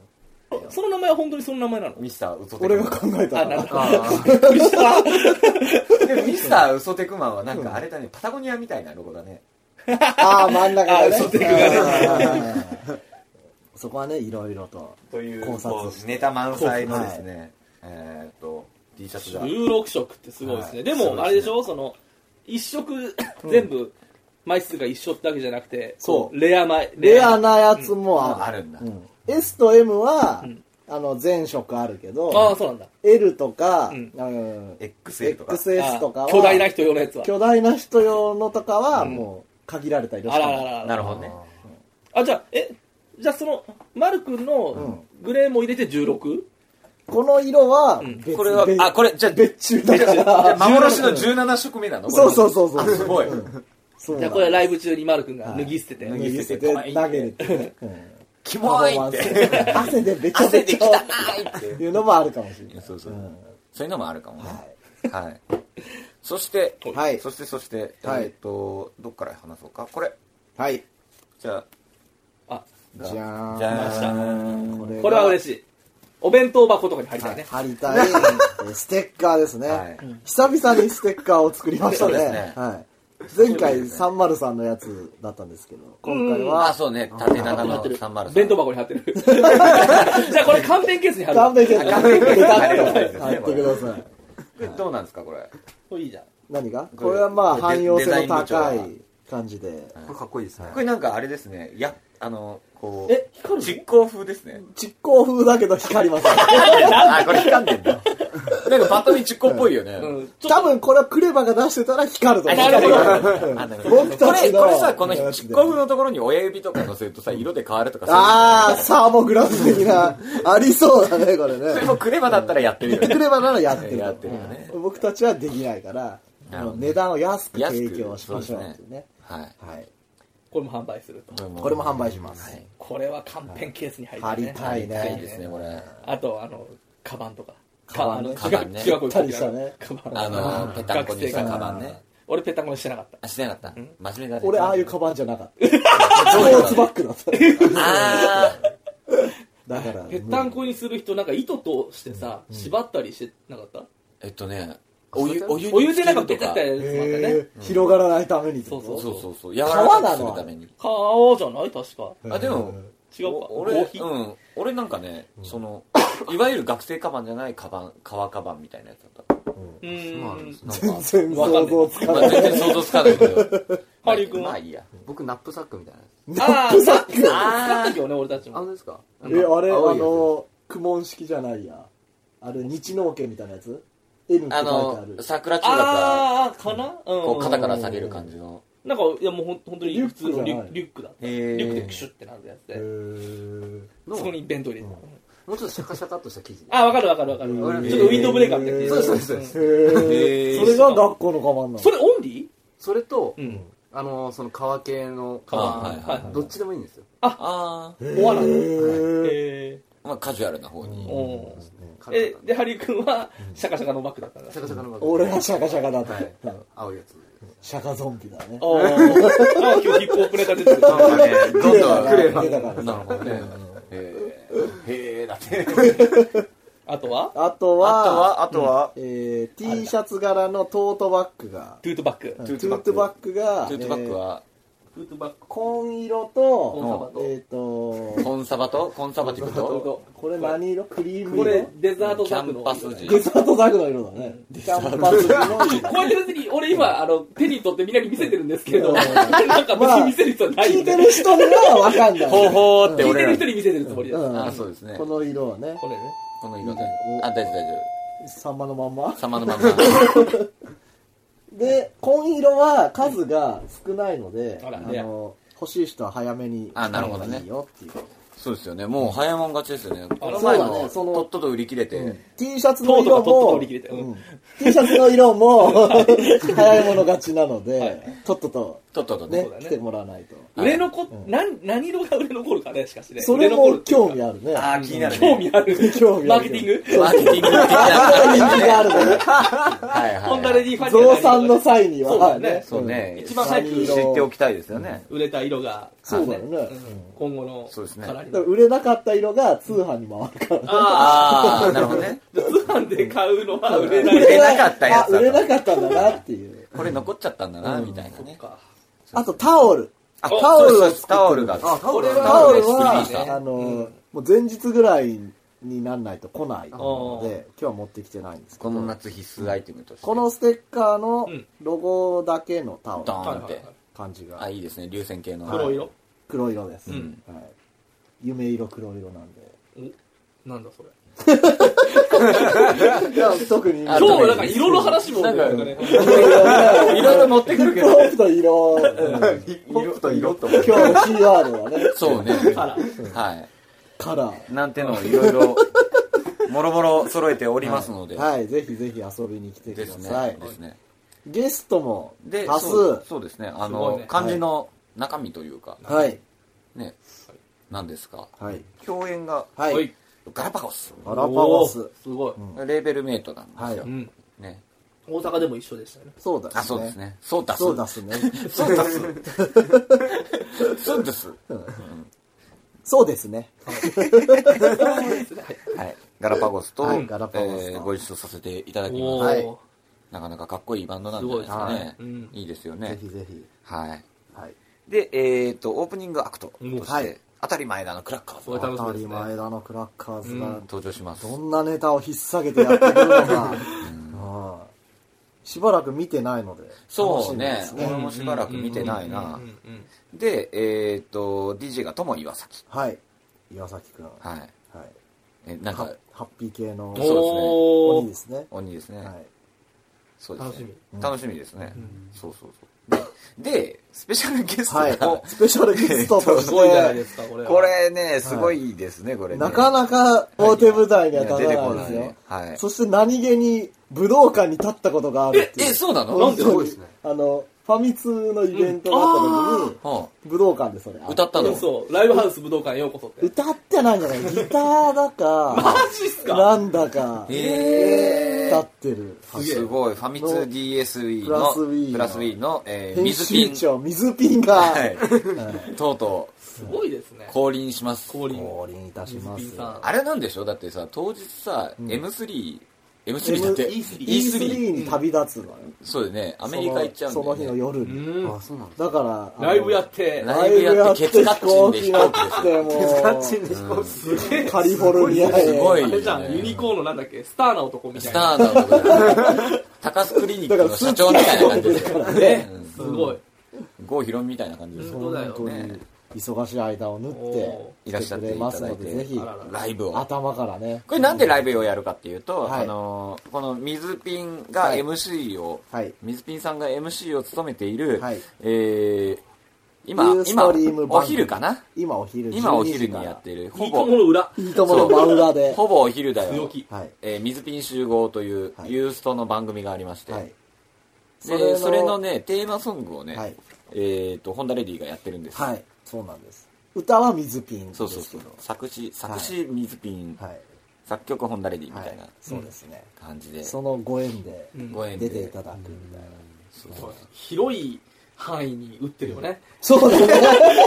[SPEAKER 3] その名前は本当にその名前なの
[SPEAKER 4] ミスター嘘テクマン。
[SPEAKER 2] 俺が考えた
[SPEAKER 3] あ、
[SPEAKER 2] の
[SPEAKER 3] なるほ
[SPEAKER 4] あ
[SPEAKER 3] ど。びっくりした。
[SPEAKER 4] ーでもミスター嘘テクマンはなんかあれだね、パタゴニアみたいなロゴだね。
[SPEAKER 2] ああ真ん中がね
[SPEAKER 3] あ嘘テクが
[SPEAKER 2] ねそこはねいろいろと
[SPEAKER 4] という
[SPEAKER 2] 考察
[SPEAKER 4] こうネタ満載のですね、えーっと、T シャツが。
[SPEAKER 3] 16色ってすごいですね。
[SPEAKER 4] はい
[SPEAKER 3] で
[SPEAKER 4] そうです
[SPEAKER 3] も、
[SPEAKER 4] ね
[SPEAKER 3] あれでしょその、一色全部、枚数が一緒ってわけじゃなくて、。
[SPEAKER 2] そう
[SPEAKER 3] レア枚。
[SPEAKER 2] レアなやつも
[SPEAKER 4] あ
[SPEAKER 2] ある
[SPEAKER 4] るんだ。
[SPEAKER 2] うん S と M は
[SPEAKER 3] ん
[SPEAKER 2] あの全色あるけ
[SPEAKER 3] ああ、
[SPEAKER 2] ど
[SPEAKER 3] そうなんだ。
[SPEAKER 2] L とか
[SPEAKER 3] うん
[SPEAKER 2] あの
[SPEAKER 4] XL とか。
[SPEAKER 2] XS とか
[SPEAKER 3] あ
[SPEAKER 2] は
[SPEAKER 3] 巨大な人用のやつは。
[SPEAKER 2] 巨大な人用のとかはもう限られた色
[SPEAKER 3] あ
[SPEAKER 2] しからな
[SPEAKER 3] らら
[SPEAKER 2] い
[SPEAKER 3] ら。
[SPEAKER 4] なるほどね。
[SPEAKER 3] あ、じゃあ、え、じゃあその、マル君のグレーも入れて 16?
[SPEAKER 2] この色は
[SPEAKER 3] ん
[SPEAKER 2] 別
[SPEAKER 4] これは
[SPEAKER 2] 別、
[SPEAKER 4] あ、これ、じゃあ、
[SPEAKER 2] 別注だから
[SPEAKER 4] 幻の17色目なの
[SPEAKER 2] そうそうそうそう
[SPEAKER 4] あすごい。
[SPEAKER 2] そう
[SPEAKER 3] じ
[SPEAKER 2] な
[SPEAKER 3] ゃあ
[SPEAKER 2] の
[SPEAKER 3] これライブ中にマル君が脱ぎ捨てて。
[SPEAKER 4] はい
[SPEAKER 2] 脱ぎ捨てて投げるっていうねうん
[SPEAKER 4] キ
[SPEAKER 2] パフ
[SPEAKER 4] モい
[SPEAKER 2] ォーマ
[SPEAKER 4] っ
[SPEAKER 2] ンス
[SPEAKER 4] て。
[SPEAKER 2] 汗でべちゃ
[SPEAKER 4] 汗
[SPEAKER 2] べ
[SPEAKER 4] で
[SPEAKER 2] ち
[SPEAKER 4] 汚
[SPEAKER 2] ゃ
[SPEAKER 4] いって。
[SPEAKER 2] いうのもあるかもしれない
[SPEAKER 4] そうそう
[SPEAKER 2] うん
[SPEAKER 4] そういうのもあるかもね。はい。そして、
[SPEAKER 2] はい
[SPEAKER 4] そしてそして、
[SPEAKER 2] はい
[SPEAKER 4] えーっとどっから話そうかこれ
[SPEAKER 2] はい。
[SPEAKER 4] じゃあ
[SPEAKER 3] あ
[SPEAKER 2] じゃーん。
[SPEAKER 4] じゃ
[SPEAKER 2] ーん。これ
[SPEAKER 3] これは嬉
[SPEAKER 2] しい。
[SPEAKER 3] しいお弁当箱とかに貼りた
[SPEAKER 2] はいい、
[SPEAKER 3] ね、
[SPEAKER 2] 貼りたいえステッカーですね、
[SPEAKER 4] はい
[SPEAKER 2] 久々にステッカーを作りました
[SPEAKER 4] そうで
[SPEAKER 2] ね
[SPEAKER 4] すね
[SPEAKER 2] はい、前回303のやつだったんですけど今回
[SPEAKER 4] あ
[SPEAKER 2] は
[SPEAKER 4] そうね縦長の303
[SPEAKER 3] 弁当箱に貼ってるじゃあこれ乾ペンケースに貼る
[SPEAKER 2] 勘弁して
[SPEAKER 4] あ勘弁して
[SPEAKER 2] 貼ってください
[SPEAKER 4] えどうなんですかこれ
[SPEAKER 3] これいいじゃん
[SPEAKER 2] 何が
[SPEAKER 4] これ
[SPEAKER 2] これはまあ
[SPEAKER 4] デ
[SPEAKER 2] 汎用性
[SPEAKER 4] デザイン
[SPEAKER 2] の
[SPEAKER 4] 部長が
[SPEAKER 2] 高い感じで
[SPEAKER 6] これかっこいいですね
[SPEAKER 4] これなんかあれですねやあのこう
[SPEAKER 3] え光るの
[SPEAKER 4] 実行風ですね
[SPEAKER 2] 実行風だけど光り
[SPEAKER 4] <laughs>
[SPEAKER 2] ます
[SPEAKER 4] あこれ光ってんだ <laughs> なんかバトンに実行っぽいよね、
[SPEAKER 3] うんちょっ
[SPEAKER 2] 多分これはクレバが出してたら光ると
[SPEAKER 4] あ
[SPEAKER 2] 思う
[SPEAKER 4] 光る
[SPEAKER 2] うん
[SPEAKER 4] あなるほど
[SPEAKER 2] 僕
[SPEAKER 4] こ
[SPEAKER 2] たち
[SPEAKER 4] れ
[SPEAKER 2] の
[SPEAKER 4] これさこの
[SPEAKER 2] やつ
[SPEAKER 4] 実
[SPEAKER 2] で
[SPEAKER 4] 行風のところに親指とか乗せるとさ色で変わるとか
[SPEAKER 2] ああサーモグラフ的なありそうだねこれね
[SPEAKER 4] それもクレバだったらやってるよね
[SPEAKER 2] クレバならやってる
[SPEAKER 4] やってるよね
[SPEAKER 2] <laughs> 僕たちはできないから
[SPEAKER 4] なるほど
[SPEAKER 2] 値段を安く提
[SPEAKER 4] 安
[SPEAKER 2] 供
[SPEAKER 4] く
[SPEAKER 2] しましょう
[SPEAKER 4] そうで
[SPEAKER 2] っ
[SPEAKER 4] す
[SPEAKER 2] て
[SPEAKER 4] ね
[SPEAKER 2] いうね
[SPEAKER 4] はい
[SPEAKER 2] はい、
[SPEAKER 3] これも販売すると
[SPEAKER 2] これも販売します、
[SPEAKER 4] はい
[SPEAKER 3] これは乾ペンケースに入
[SPEAKER 2] 貼
[SPEAKER 3] って
[SPEAKER 2] り
[SPEAKER 3] ね
[SPEAKER 2] たい
[SPEAKER 4] いい
[SPEAKER 2] ね
[SPEAKER 4] ですねこれ
[SPEAKER 3] あとあのカバンとか
[SPEAKER 2] カバンね
[SPEAKER 3] かあの
[SPEAKER 4] カバンね
[SPEAKER 3] 中学
[SPEAKER 2] た
[SPEAKER 3] 中
[SPEAKER 2] りしたね
[SPEAKER 3] 学校の時
[SPEAKER 4] あ
[SPEAKER 3] カバン
[SPEAKER 4] のペタンコにしたカバンね
[SPEAKER 3] 俺ペタンコにしてなかった
[SPEAKER 4] あしなかった真面目だね
[SPEAKER 2] 俺ああいうカバンじゃなかっ
[SPEAKER 4] <laughs>
[SPEAKER 2] たスポーツバッグだっ
[SPEAKER 4] あー
[SPEAKER 2] ただから
[SPEAKER 3] ぺったんこにする人なんか糸としてさ、縛ったりしてなかった、
[SPEAKER 4] えっとねお湯お湯
[SPEAKER 3] お湯でなんか
[SPEAKER 4] につけ
[SPEAKER 3] ペタ
[SPEAKER 4] るとか
[SPEAKER 3] ってや
[SPEAKER 2] へ
[SPEAKER 3] つもあったね
[SPEAKER 2] ー広がらないためにってこと
[SPEAKER 3] そう
[SPEAKER 4] そうそうそう柔ら
[SPEAKER 2] 革
[SPEAKER 4] か
[SPEAKER 2] な
[SPEAKER 4] くす
[SPEAKER 2] の
[SPEAKER 4] るために
[SPEAKER 3] 顔じゃない確か
[SPEAKER 4] あでも
[SPEAKER 3] 違うか
[SPEAKER 4] お俺
[SPEAKER 3] 合皮
[SPEAKER 4] うん俺なんかねそのいわゆる学生カバンじゃないカバン革カバンみたいなやつだっ
[SPEAKER 3] う
[SPEAKER 6] そうなん
[SPEAKER 3] ー
[SPEAKER 6] で
[SPEAKER 3] ん
[SPEAKER 6] すなん
[SPEAKER 2] 全
[SPEAKER 6] か
[SPEAKER 2] 然想像つ
[SPEAKER 4] た
[SPEAKER 2] か
[SPEAKER 4] ま
[SPEAKER 2] な
[SPEAKER 4] あ
[SPEAKER 2] い
[SPEAKER 4] 全然想像つかないけど
[SPEAKER 3] ハリー君は
[SPEAKER 4] まあいいや
[SPEAKER 6] 僕ナップサックみたいなやつ
[SPEAKER 3] あ
[SPEAKER 2] ッ
[SPEAKER 3] あ
[SPEAKER 2] プサック
[SPEAKER 3] 使ったよね俺たち
[SPEAKER 6] あ
[SPEAKER 3] も
[SPEAKER 6] のですか
[SPEAKER 2] えあれあ
[SPEAKER 6] 青いやつ
[SPEAKER 2] の苦問式じゃないやあれ日農家みたいなやつ N って書
[SPEAKER 4] あ
[SPEAKER 2] いてあ
[SPEAKER 4] の
[SPEAKER 2] る
[SPEAKER 4] 桜中学は
[SPEAKER 3] ああかなうん
[SPEAKER 4] こう肩から下げる感じの
[SPEAKER 3] なんかいやもうほん本当に
[SPEAKER 2] リュック
[SPEAKER 3] 普通の
[SPEAKER 2] じ
[SPEAKER 3] リ
[SPEAKER 2] ゃな
[SPEAKER 3] ュ
[SPEAKER 2] い
[SPEAKER 3] リュックだった
[SPEAKER 4] へ
[SPEAKER 3] リ
[SPEAKER 4] ー
[SPEAKER 3] ュックでクシュってなるやつ
[SPEAKER 2] へ
[SPEAKER 3] で
[SPEAKER 2] ー
[SPEAKER 6] の
[SPEAKER 3] そこに弁当入れてた
[SPEAKER 6] もうちょっとシャカシャカっとした生地
[SPEAKER 3] ああわかるわかるわかるちょっ
[SPEAKER 6] うん
[SPEAKER 3] とウィンドブレーカーみたいなやつ
[SPEAKER 6] そうですそうです
[SPEAKER 2] へ
[SPEAKER 6] そうです
[SPEAKER 2] ー
[SPEAKER 4] へー
[SPEAKER 2] それが学校のカバンなの
[SPEAKER 3] それオンリ
[SPEAKER 6] それと
[SPEAKER 3] ーうん
[SPEAKER 6] あのその革系の
[SPEAKER 4] あ
[SPEAKER 3] 革
[SPEAKER 4] はいはいはい
[SPEAKER 6] どっちでもいいんですよ
[SPEAKER 4] あ
[SPEAKER 3] 終わらないへ
[SPEAKER 2] へー
[SPEAKER 3] え
[SPEAKER 4] あまあカジュアルな方に
[SPEAKER 3] うん
[SPEAKER 6] 軽
[SPEAKER 3] え
[SPEAKER 6] かった
[SPEAKER 3] でハリー君はシャカシャカのバッグだったんだ
[SPEAKER 6] シャカシャカのバッグ
[SPEAKER 2] 俺はシャカシャカだと
[SPEAKER 6] はい
[SPEAKER 2] うん
[SPEAKER 6] 青いやつ
[SPEAKER 2] シャカゾンビだね
[SPEAKER 3] あーあー今日ヒップホップネタ出てる
[SPEAKER 4] なんかねどん
[SPEAKER 2] クレ
[SPEAKER 4] ど
[SPEAKER 2] バ
[SPEAKER 4] ん
[SPEAKER 2] が出た
[SPEAKER 6] クレ
[SPEAKER 2] から
[SPEAKER 4] なるほどねへえへえだって
[SPEAKER 3] あとは
[SPEAKER 2] あと
[SPEAKER 4] <laughs> あと
[SPEAKER 2] は
[SPEAKER 4] はあとは
[SPEAKER 2] えー T シャツ柄のトートバッグが
[SPEAKER 3] トゥートバッグ
[SPEAKER 2] ト
[SPEAKER 4] ト
[SPEAKER 2] ゥ
[SPEAKER 4] ゥ
[SPEAKER 2] ー
[SPEAKER 4] ー
[SPEAKER 2] ト
[SPEAKER 4] ト
[SPEAKER 2] バ
[SPEAKER 4] バ
[SPEAKER 2] ッ
[SPEAKER 4] ッグ
[SPEAKER 2] グが
[SPEAKER 4] トゥートバッグ
[SPEAKER 2] えー
[SPEAKER 4] は
[SPEAKER 3] トゥートバッグ
[SPEAKER 2] 紺色
[SPEAKER 3] 紺
[SPEAKER 2] と
[SPEAKER 3] 色と
[SPEAKER 2] えっと
[SPEAKER 4] コンサバとコンサバティブと
[SPEAKER 3] こ
[SPEAKER 2] これ何色クリーム
[SPEAKER 3] れ
[SPEAKER 2] 色
[SPEAKER 3] デザートバッグの
[SPEAKER 4] キャンパス地
[SPEAKER 2] デザートザクの色だねキャンパスの
[SPEAKER 3] こうやって別に
[SPEAKER 2] <laughs>
[SPEAKER 3] 俺今あの手に取ってみんなに見せてるんですけ
[SPEAKER 2] う
[SPEAKER 3] ど
[SPEAKER 2] ん
[SPEAKER 3] なんか別に見せる人はない
[SPEAKER 2] 聞
[SPEAKER 3] よ
[SPEAKER 2] いて
[SPEAKER 3] ね
[SPEAKER 2] る人にはわかんない
[SPEAKER 4] ほうほう
[SPEAKER 3] 聞い
[SPEAKER 4] って
[SPEAKER 3] て
[SPEAKER 4] 俺
[SPEAKER 3] る
[SPEAKER 4] ら
[SPEAKER 3] 人に見せてるつもりだ
[SPEAKER 2] うん
[SPEAKER 4] あそうですね
[SPEAKER 2] この色はね
[SPEAKER 3] これね
[SPEAKER 4] この色であ大丈夫大丈
[SPEAKER 2] サンマのまんま
[SPEAKER 4] 夫様のまんま <laughs>
[SPEAKER 2] で紺色は数が少ないので、
[SPEAKER 3] あら
[SPEAKER 2] あの欲しい人は早めに
[SPEAKER 4] あなるほどね
[SPEAKER 2] いいよっていう
[SPEAKER 4] そうですよねもう早いもん勝ちですよねこの
[SPEAKER 2] そう
[SPEAKER 4] 前
[SPEAKER 2] だ
[SPEAKER 4] の
[SPEAKER 2] ねその
[SPEAKER 4] とっとと売り切れて
[SPEAKER 2] T シャツの色
[SPEAKER 3] とうとうと
[SPEAKER 2] も
[SPEAKER 3] っとと売り切れたうん
[SPEAKER 2] うん T シャツの色も早いもの勝ちなので、とっとと
[SPEAKER 4] とっとと
[SPEAKER 2] ね
[SPEAKER 4] ね
[SPEAKER 3] そうだね
[SPEAKER 2] 来てもらわないと
[SPEAKER 3] 売れ残っ、なん、何色が売れ残るかねしかしね
[SPEAKER 2] それ
[SPEAKER 3] 売
[SPEAKER 2] も
[SPEAKER 3] 残る
[SPEAKER 2] 興味あるね
[SPEAKER 4] ああ気になるね
[SPEAKER 3] 興味ある
[SPEAKER 2] 興味ある
[SPEAKER 3] マーケティング
[SPEAKER 4] マーケティング的な
[SPEAKER 2] 人気があるのね
[SPEAKER 4] はいはい
[SPEAKER 3] ホンダレディファニア
[SPEAKER 2] 増産の際には
[SPEAKER 3] そうだね
[SPEAKER 2] はい
[SPEAKER 4] そうね
[SPEAKER 3] 一番早く
[SPEAKER 4] 知っておきたいですよね
[SPEAKER 3] 売れた色が
[SPEAKER 2] そうだよね、
[SPEAKER 3] うん今後の
[SPEAKER 4] そうですね
[SPEAKER 3] カラーに
[SPEAKER 2] だから売れなかった色が通販に回るから
[SPEAKER 3] あ
[SPEAKER 4] ああなるほどね
[SPEAKER 3] あ通販で買うのは売れな
[SPEAKER 4] 売
[SPEAKER 3] い
[SPEAKER 4] れなかったやつ
[SPEAKER 2] あ
[SPEAKER 4] だ
[SPEAKER 2] 売れなかったんだなっていう
[SPEAKER 4] <laughs> これ残っちゃったんだなみたいなね
[SPEAKER 3] か
[SPEAKER 2] あとタオル
[SPEAKER 4] あ
[SPEAKER 2] おタオルを作ってる
[SPEAKER 4] そうですタオルが
[SPEAKER 6] あタオル
[SPEAKER 3] これ
[SPEAKER 2] タオル
[SPEAKER 4] タオル
[SPEAKER 2] は
[SPEAKER 4] ですね
[SPEAKER 2] あの、もう前日ぐらいになんないと来ないの
[SPEAKER 3] うん
[SPEAKER 2] で今日は持ってきてないんですけど
[SPEAKER 4] この夏必須アイテムとして
[SPEAKER 2] このステッカーの
[SPEAKER 3] うん
[SPEAKER 2] ロゴだけのタオル
[SPEAKER 4] ドーンって
[SPEAKER 2] 感じ
[SPEAKER 4] あ
[SPEAKER 2] が
[SPEAKER 4] いいですね流線形の
[SPEAKER 3] 黒色
[SPEAKER 2] 黒色です、
[SPEAKER 3] ん
[SPEAKER 2] はい、夢色黒色なんで
[SPEAKER 3] おなんだそれ
[SPEAKER 2] 特に
[SPEAKER 4] あ
[SPEAKER 3] 今日
[SPEAKER 4] そう
[SPEAKER 3] はなんか色の
[SPEAKER 2] <laughs>
[SPEAKER 3] 話も
[SPEAKER 4] なんか
[SPEAKER 3] なんかね
[SPEAKER 4] いろいろ持ってくる <laughs>
[SPEAKER 2] ヒ
[SPEAKER 4] け
[SPEAKER 2] ップホ
[SPEAKER 4] ど
[SPEAKER 2] ップと色、
[SPEAKER 6] ヒップホップと色と
[SPEAKER 2] 今日のキーワードはね
[SPEAKER 4] そうね
[SPEAKER 3] から
[SPEAKER 4] は
[SPEAKER 2] カラ
[SPEAKER 4] いなんてのをいろいろもろもろ揃えておりますの
[SPEAKER 2] ー
[SPEAKER 4] で
[SPEAKER 2] はいぜひぜひ遊びに来てく
[SPEAKER 4] で
[SPEAKER 2] だ
[SPEAKER 4] す
[SPEAKER 2] さ
[SPEAKER 4] ね
[SPEAKER 2] い
[SPEAKER 4] ですね
[SPEAKER 2] ゲストも
[SPEAKER 4] で
[SPEAKER 2] 多
[SPEAKER 4] そ
[SPEAKER 2] 数
[SPEAKER 4] うそうですねあ
[SPEAKER 3] すごい
[SPEAKER 4] の
[SPEAKER 3] ね
[SPEAKER 4] 漢字の中身というか
[SPEAKER 2] はい
[SPEAKER 4] ねなんですか
[SPEAKER 2] はい
[SPEAKER 4] 共演が
[SPEAKER 2] はい、
[SPEAKER 3] はい
[SPEAKER 4] ガラパゴス
[SPEAKER 2] ガラパゴ
[SPEAKER 3] お
[SPEAKER 2] ス
[SPEAKER 3] ーすごい
[SPEAKER 4] レーベルメイトなんですよ
[SPEAKER 2] は
[SPEAKER 3] うん
[SPEAKER 4] ね
[SPEAKER 7] 大阪でも一緒でしたよね
[SPEAKER 2] そうだしね。
[SPEAKER 4] あ、そうです。ね。そうだす。
[SPEAKER 2] そうだ。すね。
[SPEAKER 4] そうだす。そうです。
[SPEAKER 2] そうですね。
[SPEAKER 4] はい。ガラパゴスと、
[SPEAKER 2] は
[SPEAKER 4] え
[SPEAKER 2] いガラパゴスと
[SPEAKER 4] ーご一緒させていただき
[SPEAKER 7] お
[SPEAKER 4] ま
[SPEAKER 7] ー
[SPEAKER 4] す。
[SPEAKER 2] はい
[SPEAKER 4] なかなかかっこいいバンドなんじゃないですか
[SPEAKER 2] すごい
[SPEAKER 4] ね
[SPEAKER 2] で。
[SPEAKER 7] すね
[SPEAKER 4] いいですよ
[SPEAKER 2] ぜ
[SPEAKER 4] ね
[SPEAKER 2] ひ。ぜひ。
[SPEAKER 4] はい。
[SPEAKER 2] はい。
[SPEAKER 4] で、えっ、と、オープニングアクトと
[SPEAKER 7] うん
[SPEAKER 4] し
[SPEAKER 2] は
[SPEAKER 4] て
[SPEAKER 2] い、
[SPEAKER 4] 当たり前だのクラッカーズ
[SPEAKER 7] これ
[SPEAKER 4] が
[SPEAKER 7] 楽しみ
[SPEAKER 2] 当た
[SPEAKER 7] です
[SPEAKER 2] り
[SPEAKER 7] ね
[SPEAKER 2] 前だのクラッカーズ
[SPEAKER 7] う
[SPEAKER 2] が
[SPEAKER 4] 登場します。
[SPEAKER 2] どんなネタを引っ提げてやってくるのか、うんしばらく見てないので
[SPEAKER 4] そう
[SPEAKER 2] 楽
[SPEAKER 4] ね
[SPEAKER 2] しみ
[SPEAKER 4] 俺もしばらく見てないな
[SPEAKER 7] うんうんうん
[SPEAKER 4] で、えっ、と、DJ が友岩崎。
[SPEAKER 2] はい岩崎くん、はい
[SPEAKER 4] はい。え、なんか
[SPEAKER 2] ハ、ハッピー系の
[SPEAKER 7] うん
[SPEAKER 4] そうですね
[SPEAKER 7] お
[SPEAKER 2] 鬼
[SPEAKER 7] ー
[SPEAKER 2] ですね
[SPEAKER 4] 鬼ですね。
[SPEAKER 2] はい
[SPEAKER 4] そうで
[SPEAKER 7] 楽
[SPEAKER 4] すね。
[SPEAKER 7] しみ
[SPEAKER 4] うん楽しみですね。そうそうそう。で、でスペシャルゲスト
[SPEAKER 2] は
[SPEAKER 4] が、
[SPEAKER 2] い、スペシャルゲストと
[SPEAKER 7] すごいじゃない
[SPEAKER 4] <laughs>
[SPEAKER 2] し
[SPEAKER 7] ですかこれは
[SPEAKER 4] これね、すごいですね、これ
[SPEAKER 2] て
[SPEAKER 4] ね。
[SPEAKER 2] なか
[SPEAKER 4] か
[SPEAKER 2] なか大手舞台には立
[SPEAKER 4] 出て
[SPEAKER 2] た
[SPEAKER 4] こ
[SPEAKER 2] ない
[SPEAKER 4] な
[SPEAKER 2] です
[SPEAKER 4] いね
[SPEAKER 2] よ。
[SPEAKER 4] はい。
[SPEAKER 2] そして何気に武道館に立ったことがあるっていう
[SPEAKER 4] え、そうなの
[SPEAKER 2] 本当に
[SPEAKER 6] すごいですね
[SPEAKER 2] あのファミ通のイベントがあった時に、
[SPEAKER 4] は
[SPEAKER 2] 武道館でそれ
[SPEAKER 4] あ歌ったの
[SPEAKER 7] そうライブハウス武道館へようこそって
[SPEAKER 2] 歌ってないんじゃないギターだ
[SPEAKER 7] マ
[SPEAKER 2] か、
[SPEAKER 7] ジっすか
[SPEAKER 2] なんだか、
[SPEAKER 4] え
[SPEAKER 2] 歌ってる。
[SPEAKER 4] ー、すごい。ファミ通 DSE
[SPEAKER 2] プラ
[SPEAKER 4] の、
[SPEAKER 2] スウィーの
[SPEAKER 4] プラスウィーの、えー、
[SPEAKER 2] 編
[SPEAKER 4] 水ピ
[SPEAKER 2] 集
[SPEAKER 4] ン。
[SPEAKER 2] 長、水ピンが、
[SPEAKER 4] は
[SPEAKER 2] <laughs>
[SPEAKER 4] い。とうと
[SPEAKER 7] すごいですね
[SPEAKER 4] う、降臨します。
[SPEAKER 7] 降臨
[SPEAKER 2] 降臨いたしま
[SPEAKER 7] 水
[SPEAKER 2] す
[SPEAKER 7] ピ。ンさん
[SPEAKER 4] あれなんでしょだってさ、当日さ、M3、M3 だって、
[SPEAKER 2] E3 に旅立つのよ。
[SPEAKER 4] そうだよね。アメリカ行っちゃうんだ
[SPEAKER 2] そのその
[SPEAKER 4] よ
[SPEAKER 2] 日
[SPEAKER 4] ね
[SPEAKER 2] の夜
[SPEAKER 7] う
[SPEAKER 2] に。
[SPEAKER 7] ん
[SPEAKER 6] あ、そうなんだ。
[SPEAKER 2] だから、
[SPEAKER 7] ライブや
[SPEAKER 2] て、
[SPEAKER 7] って
[SPEAKER 4] ラ
[SPEAKER 2] ライブやって
[SPEAKER 4] ライブやっ
[SPEAKER 2] 飛
[SPEAKER 4] て
[SPEAKER 2] 行機
[SPEAKER 4] ケツ
[SPEAKER 2] 乗
[SPEAKER 4] カ
[SPEAKER 2] っ
[SPEAKER 4] ッチン
[SPEAKER 2] て、
[SPEAKER 6] 手伝っち
[SPEAKER 2] も
[SPEAKER 6] んで飛行機。
[SPEAKER 7] すげえ
[SPEAKER 2] う、カリフォルニアへ。
[SPEAKER 4] すごい
[SPEAKER 7] あれじゃ
[SPEAKER 4] いい
[SPEAKER 7] ん
[SPEAKER 4] ね
[SPEAKER 7] ユニコーンのなんだっけスターな男みた
[SPEAKER 4] ス
[SPEAKER 7] いな
[SPEAKER 4] ターだと
[SPEAKER 2] <laughs>
[SPEAKER 4] か、高須クリニックの社長みたいな感じですよ。
[SPEAKER 7] ねすごい
[SPEAKER 4] 郷ひろみみたいな感じですよ。
[SPEAKER 7] そうだよね
[SPEAKER 2] 本当に、忙しい間を縫って
[SPEAKER 7] お、
[SPEAKER 4] いらっしゃっていただい
[SPEAKER 2] 来くれますのでぜ
[SPEAKER 4] て
[SPEAKER 2] ひ、
[SPEAKER 7] あらら
[SPEAKER 4] ライブを。
[SPEAKER 2] 頭からね。
[SPEAKER 4] これなんでライブをやるかっていうと、
[SPEAKER 2] はい
[SPEAKER 4] あのーこの水ピンが
[SPEAKER 2] はい
[SPEAKER 4] MC を、
[SPEAKER 2] はい。
[SPEAKER 4] 水ピンさんが MC を務めている、
[SPEAKER 2] はい
[SPEAKER 4] えー、今
[SPEAKER 2] ユー、ストリーム番
[SPEAKER 4] 今、
[SPEAKER 2] 組
[SPEAKER 4] お昼かな
[SPEAKER 2] 今お昼12時から
[SPEAKER 4] 今お昼にやってる。
[SPEAKER 7] い
[SPEAKER 4] ほ
[SPEAKER 7] いと
[SPEAKER 4] ぼ
[SPEAKER 7] こ、の裏
[SPEAKER 2] いいともの真裏で。
[SPEAKER 4] ほぼお昼だ
[SPEAKER 7] 強
[SPEAKER 4] よ。
[SPEAKER 7] 気
[SPEAKER 2] はい。
[SPEAKER 4] えー、水ピン集合という、
[SPEAKER 2] はい
[SPEAKER 4] ユーストの番組がありまして、
[SPEAKER 2] はい。
[SPEAKER 4] それそれの、ね、テーマソングをね、
[SPEAKER 2] はい。
[SPEAKER 4] えっ、と、ホンダレディがやってるんです。
[SPEAKER 2] はい。そうなんです。歌は水ピンですけ
[SPEAKER 4] そう
[SPEAKER 2] ど。
[SPEAKER 4] そうそう。作詞、作詞、水ピン、
[SPEAKER 2] はい。
[SPEAKER 4] 作曲、ホンダレディみ
[SPEAKER 2] は
[SPEAKER 4] たい
[SPEAKER 2] い
[SPEAKER 4] な。
[SPEAKER 2] そうですね。
[SPEAKER 4] 感じで、
[SPEAKER 2] そのご縁で
[SPEAKER 7] うん
[SPEAKER 4] ご縁で
[SPEAKER 2] 出ていただくみたいな。
[SPEAKER 7] そう広い範囲に打ってるよね
[SPEAKER 2] そうですね。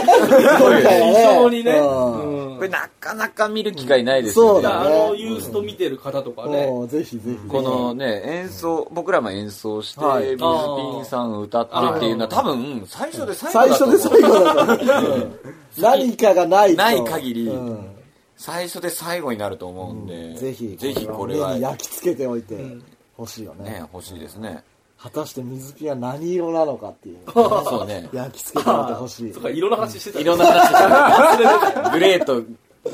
[SPEAKER 2] 今回
[SPEAKER 7] 非常にね
[SPEAKER 2] はね。
[SPEAKER 7] うん
[SPEAKER 4] これなかなか見る機会ないです
[SPEAKER 2] そ
[SPEAKER 4] よ
[SPEAKER 2] う
[SPEAKER 4] ね。
[SPEAKER 2] だ
[SPEAKER 7] あ
[SPEAKER 2] ね
[SPEAKER 7] のユースト見てる方とか
[SPEAKER 2] うん
[SPEAKER 7] ね
[SPEAKER 2] もうぜひぜひ。
[SPEAKER 4] このね、演奏、僕らも演奏して、
[SPEAKER 2] はい
[SPEAKER 4] 水ピンさん歌ってっていうのは多分最初で最後
[SPEAKER 2] 最
[SPEAKER 4] だと
[SPEAKER 2] 初
[SPEAKER 4] 思
[SPEAKER 2] で
[SPEAKER 4] う。
[SPEAKER 2] 最後だと思う。うん何かがないと
[SPEAKER 4] ない限り
[SPEAKER 2] うん
[SPEAKER 4] 最初で最後になると思うんで、
[SPEAKER 2] ぜひ、
[SPEAKER 4] ぜひこれは、
[SPEAKER 2] 目に
[SPEAKER 4] ね、
[SPEAKER 2] 焼き付けておいてほしいよね。
[SPEAKER 4] 欲しいですね。
[SPEAKER 2] 果たして水ピンは何色なのか
[SPEAKER 4] <laughs>
[SPEAKER 2] っていう。
[SPEAKER 4] そうね。
[SPEAKER 2] 焼き付けておいてほしい。
[SPEAKER 7] とかいろんな話してた
[SPEAKER 4] いろんな話、グレーと、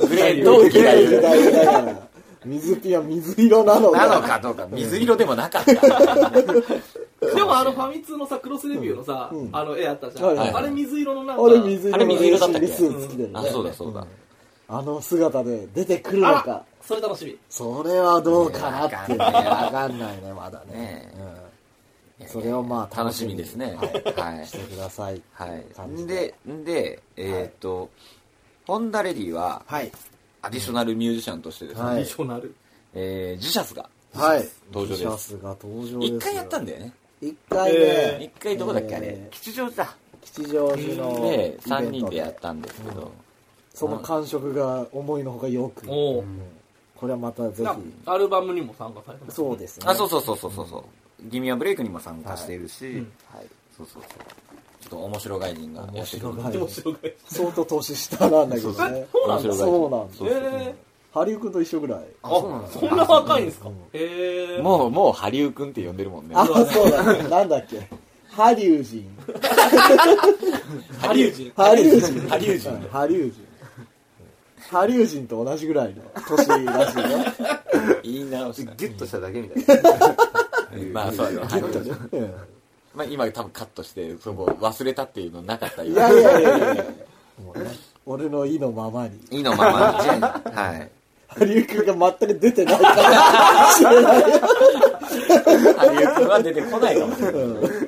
[SPEAKER 4] グレーと
[SPEAKER 2] 綺
[SPEAKER 4] 嫌い
[SPEAKER 2] 麗に大事だから。水ピンは水色なのか。
[SPEAKER 4] なのかどうか、水色でもなかった。
[SPEAKER 7] でもあのファミ通のさクロスレビューのさあの絵あったじゃ
[SPEAKER 2] はい
[SPEAKER 7] ん
[SPEAKER 2] はい
[SPEAKER 4] はい
[SPEAKER 7] あれ水色のなんか
[SPEAKER 2] 俺水
[SPEAKER 4] あ
[SPEAKER 2] 色
[SPEAKER 4] れ
[SPEAKER 2] の
[SPEAKER 4] 水色だったっけ
[SPEAKER 2] レーシングスーツ着てるね
[SPEAKER 4] あ、。そうだそうだ。
[SPEAKER 2] あの姿で出てくるの
[SPEAKER 7] あ。
[SPEAKER 2] から
[SPEAKER 7] それ楽しみ
[SPEAKER 2] それはどうかなっていうね。
[SPEAKER 4] わ
[SPEAKER 2] わ
[SPEAKER 4] かんない
[SPEAKER 2] かんないね、まだね
[SPEAKER 4] ね。
[SPEAKER 2] うんそれをまあ
[SPEAKER 4] 楽しみですね。
[SPEAKER 2] 楽しみに
[SPEAKER 4] は
[SPEAKER 2] してください。
[SPEAKER 4] い。は
[SPEAKER 2] 感
[SPEAKER 4] い。
[SPEAKER 2] じ
[SPEAKER 4] で、、で、えっと、ホンダレディは
[SPEAKER 2] はい。
[SPEAKER 4] アディショナルミュージシャンとしてです
[SPEAKER 2] は
[SPEAKER 4] ね
[SPEAKER 2] い、
[SPEAKER 7] 一緒なる
[SPEAKER 4] えージシャスが
[SPEAKER 2] はい。
[SPEAKER 4] 登場です
[SPEAKER 2] シャスが登場です
[SPEAKER 4] 一
[SPEAKER 2] よ。
[SPEAKER 4] 回やったんだよね。
[SPEAKER 2] 一回
[SPEAKER 7] え
[SPEAKER 2] ね
[SPEAKER 4] 一、回どこだっけあれ
[SPEAKER 2] え。ー
[SPEAKER 4] 吉祥寺だ。
[SPEAKER 2] 吉祥寺のイベン
[SPEAKER 4] で、
[SPEAKER 2] ト
[SPEAKER 4] 3人でやったんですけど。
[SPEAKER 2] その感触が思いのほかよく。
[SPEAKER 7] おお
[SPEAKER 2] これはまたぜ
[SPEAKER 7] な
[SPEAKER 2] ひ。
[SPEAKER 7] アルバムにも参加されてます
[SPEAKER 2] そうですね。
[SPEAKER 4] あ、そうそうそうそうそうそう。ギミアブレイクにも参加しているし、はい。そうそうそう。ちょっと面白外人がや
[SPEAKER 2] 面
[SPEAKER 4] って
[SPEAKER 2] 白
[SPEAKER 4] る。
[SPEAKER 2] がい
[SPEAKER 7] 面。白い
[SPEAKER 2] 相当年下なんだけどね。
[SPEAKER 4] 面白外人。
[SPEAKER 2] そうなんです
[SPEAKER 4] そ
[SPEAKER 7] え
[SPEAKER 4] うそう
[SPEAKER 7] ー
[SPEAKER 2] ハリウ君と一緒ぐらい。
[SPEAKER 7] あそんな若いんですかへえ
[SPEAKER 4] もう、もう、ハリウくんって呼んでるもんね。
[SPEAKER 2] あ、そうだね。なんだっけ。ハリュウジン。
[SPEAKER 7] ハリウジン
[SPEAKER 2] ハリュウジン。
[SPEAKER 4] ハリュウジン
[SPEAKER 2] うんハリュウジン。ハリュウジンと同じぐらいの年らしいね。
[SPEAKER 4] 言い直した。
[SPEAKER 6] ギュッとしただけみたいな。
[SPEAKER 4] まあ、そうだ
[SPEAKER 2] ギュッとねう
[SPEAKER 4] まあ、今多分カットして、そこ忘れたっていうのなかった
[SPEAKER 2] ん
[SPEAKER 4] よ
[SPEAKER 2] い。やいやいやいやいやもうね俺の意のままに。
[SPEAKER 4] いいのままにね。はい。
[SPEAKER 2] ハリュウ君が全く出てないから。
[SPEAKER 4] ハリウくんは出てこないかもしれない。
[SPEAKER 2] うん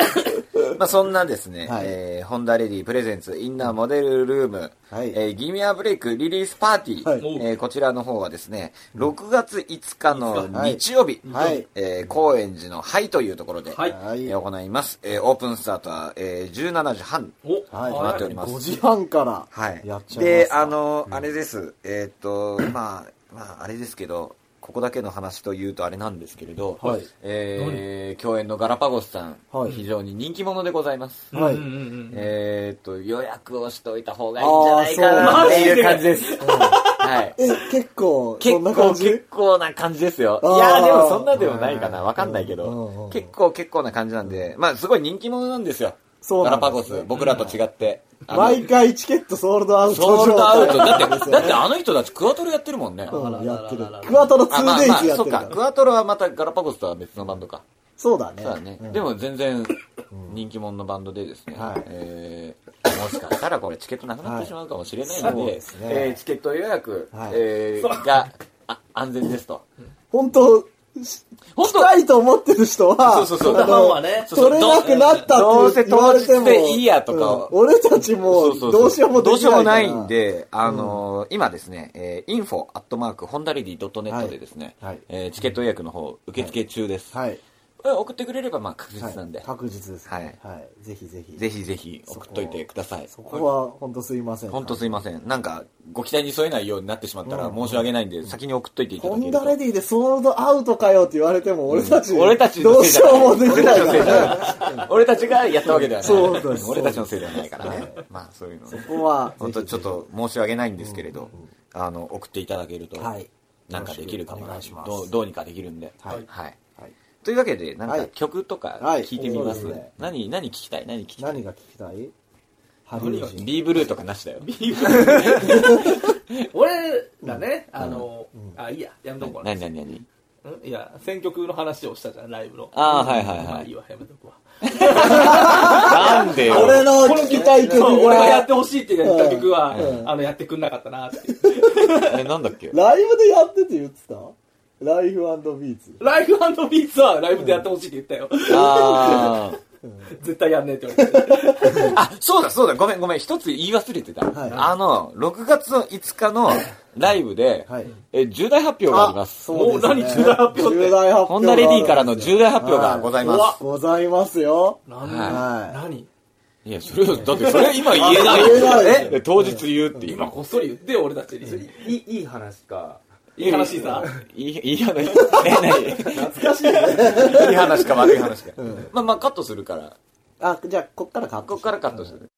[SPEAKER 4] まあそんなですね、
[SPEAKER 2] はい
[SPEAKER 4] えーホンダレディプレゼンツインナーモデルルーム、
[SPEAKER 2] はい
[SPEAKER 4] えーギミアブレイクリリースパーティー、
[SPEAKER 2] はい
[SPEAKER 4] えーこちらの方はですね、6月5日の日曜日、
[SPEAKER 2] はい
[SPEAKER 4] えー高円寺のハイというところで、
[SPEAKER 6] はい
[SPEAKER 2] はい
[SPEAKER 4] えー行います、えーオープンスタートは、えー17時半
[SPEAKER 6] お
[SPEAKER 2] はい
[SPEAKER 4] となっております。
[SPEAKER 2] 5時半から
[SPEAKER 4] は
[SPEAKER 2] やっ
[SPEAKER 4] い。
[SPEAKER 2] ちゃいますか
[SPEAKER 4] で、あの、あれです。えーっと、まあ、まあ、あれですけど、ここだけの話というとあれなんですけれど、
[SPEAKER 2] はい
[SPEAKER 4] えー、共演のガラパゴスさん、
[SPEAKER 2] はい
[SPEAKER 4] 非常に人気者でございます。
[SPEAKER 2] はい
[SPEAKER 6] うんうんうん
[SPEAKER 4] えーっと、予約をしておいた方がいいんじゃないかなっていう感じです。はい。
[SPEAKER 2] え結構 <laughs> そ
[SPEAKER 4] 結
[SPEAKER 2] んな感
[SPEAKER 4] 構、
[SPEAKER 2] じ
[SPEAKER 4] 結構な感じですよ。い
[SPEAKER 2] あー
[SPEAKER 4] や、でもそんなでもないかな。わかんないけ
[SPEAKER 2] うんうんう
[SPEAKER 4] ど
[SPEAKER 2] ん。
[SPEAKER 4] 結構、結構な感じなんで、まあ、すごい人気者なんですよ。
[SPEAKER 2] そう
[SPEAKER 4] ガ
[SPEAKER 2] な
[SPEAKER 4] ラ
[SPEAKER 2] んです
[SPEAKER 4] パ
[SPEAKER 2] ね
[SPEAKER 4] ゴス、僕らと違って。あの
[SPEAKER 2] 毎回チケットソールドアウト
[SPEAKER 4] ソールドアウト。だ
[SPEAKER 2] 状態
[SPEAKER 4] って、だってあの人たちクワトロやってるもんね。
[SPEAKER 2] う
[SPEAKER 4] あ、
[SPEAKER 2] んやってる
[SPEAKER 6] あららららら。
[SPEAKER 2] クワトロ 2days
[SPEAKER 4] まあまあ、
[SPEAKER 2] やっ
[SPEAKER 4] そ
[SPEAKER 2] て
[SPEAKER 4] っ
[SPEAKER 2] る
[SPEAKER 4] か。
[SPEAKER 2] か
[SPEAKER 4] ク
[SPEAKER 2] ら。
[SPEAKER 4] ワトロはまたガラパゴスとは別のバンドか。
[SPEAKER 2] そうだね。
[SPEAKER 4] そうだね
[SPEAKER 2] う。ん
[SPEAKER 4] でも全然人気者のバンドでですね
[SPEAKER 2] はい、
[SPEAKER 4] えーもしかしたらこれチケットなくなってしまうかもしれないの
[SPEAKER 2] はいそう
[SPEAKER 4] で
[SPEAKER 2] です、ね
[SPEAKER 4] えーチケット予約
[SPEAKER 2] はい
[SPEAKER 4] えーがあ安全ですと。
[SPEAKER 2] 本当し
[SPEAKER 4] 本
[SPEAKER 2] し
[SPEAKER 4] 当
[SPEAKER 2] たいと思ってる人は、
[SPEAKER 4] そうそうそう
[SPEAKER 2] あの
[SPEAKER 6] ファンはね
[SPEAKER 2] 取れなくなったって言われても、
[SPEAKER 4] どうせ友達でいいやとか
[SPEAKER 2] うん俺たちもどうしようもで
[SPEAKER 4] どう
[SPEAKER 2] き
[SPEAKER 4] しよう
[SPEAKER 2] な
[SPEAKER 4] も
[SPEAKER 2] いから
[SPEAKER 4] ないん、で、あのー今ですね、えー、info アットマーク、ホンダレディ .net でですね、
[SPEAKER 2] はいはい
[SPEAKER 4] えーチケット予約の方、受付中です。
[SPEAKER 2] はい。
[SPEAKER 4] え送ってくれれば、まあ、確実なんで、
[SPEAKER 2] はい確実です。
[SPEAKER 4] は
[SPEAKER 2] はいい。ぜひぜひ。
[SPEAKER 4] ぜひぜひ送っといてください。
[SPEAKER 2] そこは本当すいません。
[SPEAKER 4] 本当すいません。なんか、ご期待に沿えないようになってしまったら申し訳ないんで、先に送っといていただ
[SPEAKER 2] ホ
[SPEAKER 4] け
[SPEAKER 2] ン
[SPEAKER 4] ると。
[SPEAKER 2] ダレディでソールドアウトかよって言われても、俺たち、
[SPEAKER 4] 俺たち
[SPEAKER 2] ど
[SPEAKER 4] の
[SPEAKER 2] う
[SPEAKER 4] せい
[SPEAKER 2] し
[SPEAKER 4] じゃ
[SPEAKER 2] よ
[SPEAKER 4] な
[SPEAKER 2] う
[SPEAKER 4] い。
[SPEAKER 2] もできないから。
[SPEAKER 4] 俺たちがやったわけではない。
[SPEAKER 2] そうです
[SPEAKER 4] 俺たちのせいではないからね。まあ、そういうのね。
[SPEAKER 2] ここは、
[SPEAKER 4] 本当ちょっと申し訳ないんですけれど、あの送っていただけると、
[SPEAKER 2] はい
[SPEAKER 4] なんかできるかも
[SPEAKER 2] よろしくお願いします
[SPEAKER 4] どうどうにかできるんで、
[SPEAKER 2] はいはい
[SPEAKER 4] というわけでなん
[SPEAKER 2] は
[SPEAKER 4] か
[SPEAKER 2] い
[SPEAKER 4] 曲とか
[SPEAKER 2] はい
[SPEAKER 4] 聞いてみます,、
[SPEAKER 2] そうですね
[SPEAKER 4] 何何聞きたい何聞きたい
[SPEAKER 2] 何が聞きたいハリウジン。
[SPEAKER 4] B ブルーとかなしだよ
[SPEAKER 3] 俺らね、あの、あ、いいや、やめとこうな。
[SPEAKER 4] 何何
[SPEAKER 2] <laughs>
[SPEAKER 3] ん
[SPEAKER 4] 何
[SPEAKER 3] いや、選曲の話をしたじゃん、ライブの。
[SPEAKER 4] あーはいはいはい
[SPEAKER 3] まあいいわ、やめとこう。
[SPEAKER 4] なんでよ
[SPEAKER 2] 俺の聞きたい曲
[SPEAKER 3] そう俺がやっ
[SPEAKER 2] が
[SPEAKER 3] て、ほしいって言った曲は
[SPEAKER 2] う、ん
[SPEAKER 3] あの、やってくんなかったなって。
[SPEAKER 4] えなんだっけ
[SPEAKER 2] ライブでやってて言ってたライフビーツ。
[SPEAKER 3] ライフビーツはライブでやってほしいって言ったよ。
[SPEAKER 4] あー
[SPEAKER 3] 絶対やんねえって言われて。
[SPEAKER 4] <laughs> あそうだそうだごめんごめん一つ言い忘れてた、
[SPEAKER 2] はい
[SPEAKER 4] あの6月の5日のライブで、
[SPEAKER 2] はい
[SPEAKER 4] え重大発表があります
[SPEAKER 2] そうですね
[SPEAKER 3] もう何重大発表って
[SPEAKER 2] 重大発表があるんですよ
[SPEAKER 4] ホンダレディからの重大発表がございます、
[SPEAKER 2] はいございますよ。
[SPEAKER 3] なん
[SPEAKER 2] はい
[SPEAKER 3] 何
[SPEAKER 4] いや、それは、だってそれ今言えない
[SPEAKER 2] 言えないですよ
[SPEAKER 4] えで当日言うって
[SPEAKER 3] 今
[SPEAKER 4] 今。
[SPEAKER 3] こっそり言ってよ、俺たちに。
[SPEAKER 6] いいいい話か
[SPEAKER 3] いい話さ。
[SPEAKER 4] いい、いい話。
[SPEAKER 2] <laughs>
[SPEAKER 4] ねえ、懐かしい、いい話か悪い話か。まあまあ、カットするから。
[SPEAKER 2] あ、じゃあ、こっからカット
[SPEAKER 4] ここからカットする。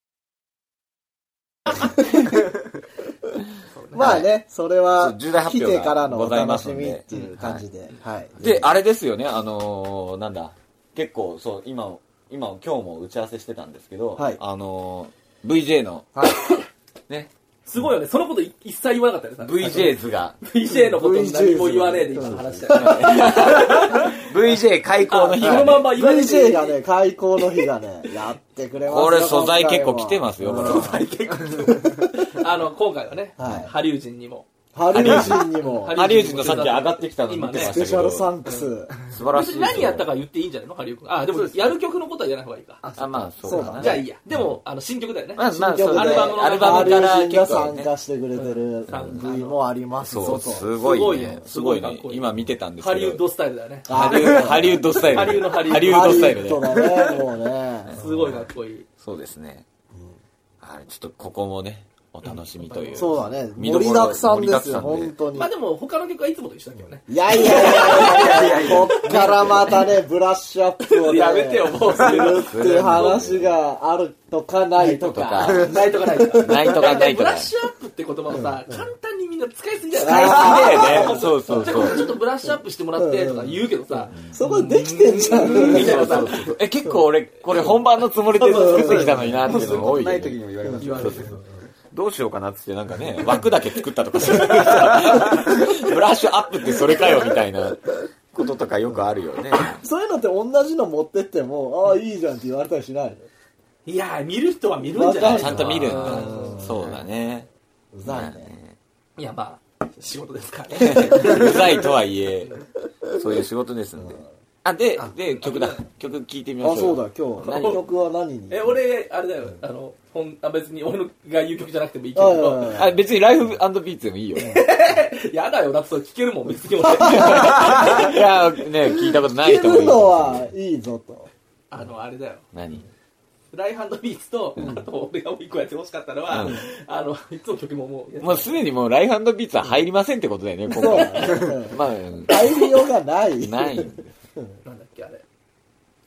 [SPEAKER 2] まあね、それ
[SPEAKER 4] そ
[SPEAKER 2] は、
[SPEAKER 4] う重大発
[SPEAKER 2] 来
[SPEAKER 4] 表が
[SPEAKER 2] てからのお
[SPEAKER 4] ございま
[SPEAKER 2] 楽
[SPEAKER 4] す
[SPEAKER 2] し
[SPEAKER 4] ので
[SPEAKER 2] みっていう感じで。はい。
[SPEAKER 4] で、あれですよね、あのー、なんだ。結構、そう、今、今、今日も打ち合わせしてたんですけど、
[SPEAKER 2] はい
[SPEAKER 4] あのー、VJ の、
[SPEAKER 2] はい
[SPEAKER 4] ね、
[SPEAKER 3] すごいよね、そのことい一切言わなかったよね。
[SPEAKER 4] VJ 図が、
[SPEAKER 3] VJ のこと何も言わねえで今話したよ。
[SPEAKER 4] VJ 開口の日
[SPEAKER 3] その
[SPEAKER 4] が
[SPEAKER 3] まん
[SPEAKER 4] ね、
[SPEAKER 3] ま言わねえ
[SPEAKER 2] VJ がね、開校の日がね、 <laughs> やってくれますよ。
[SPEAKER 4] これ素材結構来てますよ、
[SPEAKER 2] うん
[SPEAKER 4] これ
[SPEAKER 3] あの、今回はね、
[SPEAKER 2] はい
[SPEAKER 3] ハリウジンにも。
[SPEAKER 2] ハリウジンにも
[SPEAKER 3] ハ、リ
[SPEAKER 4] ハリウジンのさっき上がってきたの見
[SPEAKER 3] 今
[SPEAKER 4] て
[SPEAKER 3] ね
[SPEAKER 4] ま
[SPEAKER 2] ス
[SPEAKER 4] した
[SPEAKER 2] ペ
[SPEAKER 4] け
[SPEAKER 2] シャル
[SPEAKER 4] ど、
[SPEAKER 2] サ
[SPEAKER 4] 素
[SPEAKER 2] ンクス。
[SPEAKER 4] 晴らし
[SPEAKER 3] 別
[SPEAKER 4] い
[SPEAKER 3] に
[SPEAKER 4] ですよ。
[SPEAKER 3] 何やったか言っていいんじゃないのハリウ君。あ、でも、やる曲のことは言わない方がいいか。
[SPEAKER 4] あ、まあ、そう
[SPEAKER 2] そう
[SPEAKER 4] だ
[SPEAKER 2] だ
[SPEAKER 4] な。
[SPEAKER 2] ね
[SPEAKER 3] じゃあいいや。でも、あの、新曲だよね。
[SPEAKER 4] まあまあ、
[SPEAKER 2] 新
[SPEAKER 4] そう
[SPEAKER 2] 曲
[SPEAKER 4] だね
[SPEAKER 2] で
[SPEAKER 4] アルバムから
[SPEAKER 2] ハリウジンが
[SPEAKER 4] 結構
[SPEAKER 2] 参
[SPEAKER 4] ね。
[SPEAKER 2] 加してくれてる V もあります
[SPEAKER 4] そ
[SPEAKER 2] ぞ
[SPEAKER 4] う、
[SPEAKER 2] と。
[SPEAKER 4] すごい
[SPEAKER 3] すごい
[SPEAKER 4] ね
[SPEAKER 3] ね。
[SPEAKER 4] すごい
[SPEAKER 3] すごい
[SPEAKER 4] ね
[SPEAKER 3] かっこ。いい
[SPEAKER 4] 今見てたんですけ
[SPEAKER 3] ハ
[SPEAKER 4] ど。
[SPEAKER 3] リウッドスタイルだよね。
[SPEAKER 4] ハリウッド。ハリウッドスタイル。
[SPEAKER 3] ハリウのハリウッド
[SPEAKER 4] ハリウッドスタイル
[SPEAKER 2] ハ
[SPEAKER 4] ね
[SPEAKER 2] リウッ。ドだね、もうね。
[SPEAKER 3] すごいかっこいい。
[SPEAKER 4] そうですね。はいちょっとここもね、お楽しみという。
[SPEAKER 2] そうだね。
[SPEAKER 4] 見
[SPEAKER 2] 盛
[SPEAKER 4] どこ
[SPEAKER 2] り
[SPEAKER 4] ろ
[SPEAKER 2] だくさんですよ、
[SPEAKER 4] 盛
[SPEAKER 2] 本
[SPEAKER 4] りだく
[SPEAKER 2] 当に
[SPEAKER 3] まあ。でも、他の曲はいつもと一緒だけどね。
[SPEAKER 2] いやいやいやいやいや、こっからまたね、ブラッシュアップをね、
[SPEAKER 3] やめてよ、もう。
[SPEAKER 2] するっていう話があるとかないと
[SPEAKER 4] と
[SPEAKER 2] か。
[SPEAKER 4] か、
[SPEAKER 3] ないとかないとか。
[SPEAKER 4] ないとかないと
[SPEAKER 3] ブラ
[SPEAKER 4] か <laughs>
[SPEAKER 3] ッ。シュアップって言葉をさ、簡単にみんな使いすぎだよ
[SPEAKER 2] 使い
[SPEAKER 3] ね。
[SPEAKER 4] 綺麗ね。そうそう
[SPEAKER 3] じゃあ
[SPEAKER 4] そ
[SPEAKER 3] これ
[SPEAKER 4] う。
[SPEAKER 3] ちょっとブラッシュアップしてもらってとか言うけどさ、
[SPEAKER 2] そこでできてんじゃん。
[SPEAKER 3] みたいなさ、
[SPEAKER 4] え、結構俺、これ本番のつもりで作ってきたのになっていうのが多いよ
[SPEAKER 6] ない
[SPEAKER 4] ね。
[SPEAKER 6] 時にも言われます
[SPEAKER 3] 言われる。
[SPEAKER 4] どうしようかなっつってなんかね、枠だけ作ったとかする <laughs> ブラッシュアップってそれかよみたいなこととかよくあるよね。
[SPEAKER 2] そういうのって同じの持ってっても、ああ、いいじゃんって言われたりしない
[SPEAKER 3] いやー、見る人は見るんじゃ
[SPEAKER 2] わか
[SPEAKER 3] な
[SPEAKER 2] る
[SPEAKER 4] ち
[SPEAKER 3] い
[SPEAKER 4] ゃんと見るんだ。そうだね。
[SPEAKER 2] うざいね。
[SPEAKER 3] いや、まあ、仕事ですからね。
[SPEAKER 4] うざいとはいえ、そういう仕事ですんで。あ、で
[SPEAKER 6] あ、
[SPEAKER 4] <laughs> で、曲だ。曲聞いてみましょ
[SPEAKER 2] あ、
[SPEAKER 4] う。
[SPEAKER 2] そうだ、今日。
[SPEAKER 4] 何
[SPEAKER 2] 曲は何に
[SPEAKER 3] え、俺、あれだよ、あの、ほん、あ別に俺のが言う曲じゃなくてもいいけ
[SPEAKER 2] あいやいやい
[SPEAKER 3] ど、
[SPEAKER 2] や
[SPEAKER 4] あ、別にライフビーツでも <laughs> いいよ。
[SPEAKER 3] やだよ、だってそれ聞けるもん、別に
[SPEAKER 4] <laughs>
[SPEAKER 3] 俺。
[SPEAKER 4] いや、ね、聞いたことない
[SPEAKER 2] 聞け
[SPEAKER 4] 人もい
[SPEAKER 2] る
[SPEAKER 4] る。
[SPEAKER 2] のはいいぞと。
[SPEAKER 3] あの、あれだよ。
[SPEAKER 4] 何
[SPEAKER 3] ライハンドビーツと、あと俺がもう一個やってほしかったのは、
[SPEAKER 4] うん
[SPEAKER 3] あの、いつも曲ももうやって
[SPEAKER 4] もうすでにもうライフビーツは入りませんってことだよね、今
[SPEAKER 2] そう
[SPEAKER 4] 回。
[SPEAKER 2] だね。
[SPEAKER 4] まあ、うん
[SPEAKER 2] 入りようがない。
[SPEAKER 4] ない。
[SPEAKER 3] なんだっけ、あれ。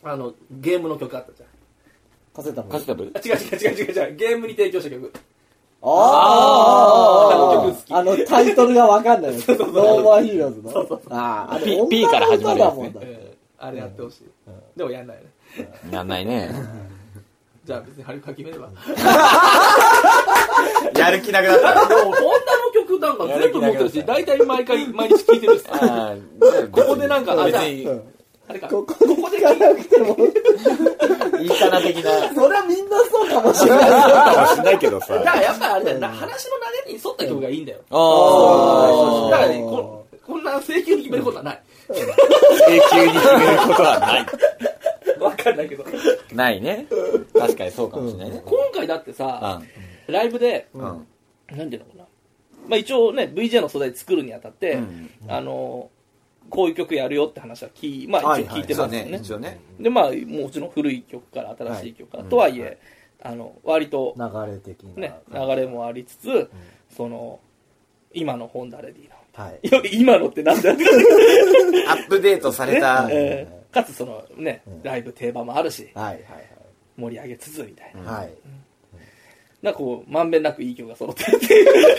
[SPEAKER 3] あの、ゲームの曲あったじゃん。
[SPEAKER 2] カセタも
[SPEAKER 4] カスタブ
[SPEAKER 3] あ、違う違う違う違う違う、ゲームに提供した曲。
[SPEAKER 2] あ
[SPEAKER 3] あの
[SPEAKER 2] ー
[SPEAKER 3] 曲好き
[SPEAKER 2] あのタイトルがわかんないやつ。ノーマーヒーローズの。あーあれ
[SPEAKER 4] P- P から始まる
[SPEAKER 2] 女の歌だ
[SPEAKER 4] やつね
[SPEAKER 2] もんだって
[SPEAKER 3] うんあれやってほしい。でもやんないよね。
[SPEAKER 4] やんないね。
[SPEAKER 3] じゃあ別にハリカ決めれば。もう
[SPEAKER 4] やる気なくなった。
[SPEAKER 3] 女の曲なんか全部持ってるし、大体毎回、毎日聴いてるし。
[SPEAKER 4] あ
[SPEAKER 3] ここでなんか、あ、
[SPEAKER 4] 別
[SPEAKER 3] じゃあ、
[SPEAKER 4] に、
[SPEAKER 3] あれか。
[SPEAKER 2] こ
[SPEAKER 3] こ
[SPEAKER 2] こで
[SPEAKER 3] こで
[SPEAKER 2] 聞かなくても、
[SPEAKER 4] いいかな的な。
[SPEAKER 2] それはみんなそうかもし
[SPEAKER 4] <laughs>
[SPEAKER 2] れない。
[SPEAKER 4] かもしんないけどさ。
[SPEAKER 3] だからやっぱりあれだよな、話の流れに沿った曲がいいんだよ。
[SPEAKER 4] あ
[SPEAKER 3] だ
[SPEAKER 4] あ
[SPEAKER 3] からね、ここんな請求に決めることはない。
[SPEAKER 4] 永久に決めることはない。
[SPEAKER 3] わかんないけど。
[SPEAKER 4] ないね。確かにそうかもしれないね。
[SPEAKER 3] 今回だってさ、
[SPEAKER 4] う
[SPEAKER 3] ライブで、
[SPEAKER 4] ん。うん。
[SPEAKER 3] なんていうのかな。まあ一応ね、VJ の素材作るにあたって、
[SPEAKER 4] うん
[SPEAKER 3] あの、こういう曲やるよって話は聞い、まあ一応聞いて
[SPEAKER 4] そう
[SPEAKER 3] ますよ
[SPEAKER 4] ね
[SPEAKER 3] ね。。
[SPEAKER 4] 一応ね。
[SPEAKER 3] で、まあもちろん古い曲から新しい曲から、とはいえ、あの、割と、
[SPEAKER 2] 流れ的な。
[SPEAKER 3] ね、流れもありつつ、その、今の本誰でいいの
[SPEAKER 2] はい。
[SPEAKER 3] いや今のってなんだよ
[SPEAKER 2] <laughs>
[SPEAKER 4] アップデートされた。
[SPEAKER 3] えーかつそのね、ライブ定番もあるし、
[SPEAKER 2] はい。はい。
[SPEAKER 3] 盛り上げつつみたいな。
[SPEAKER 2] はい。
[SPEAKER 3] なんかこう、まんべんなくいい曲が揃ってる <laughs> っていう。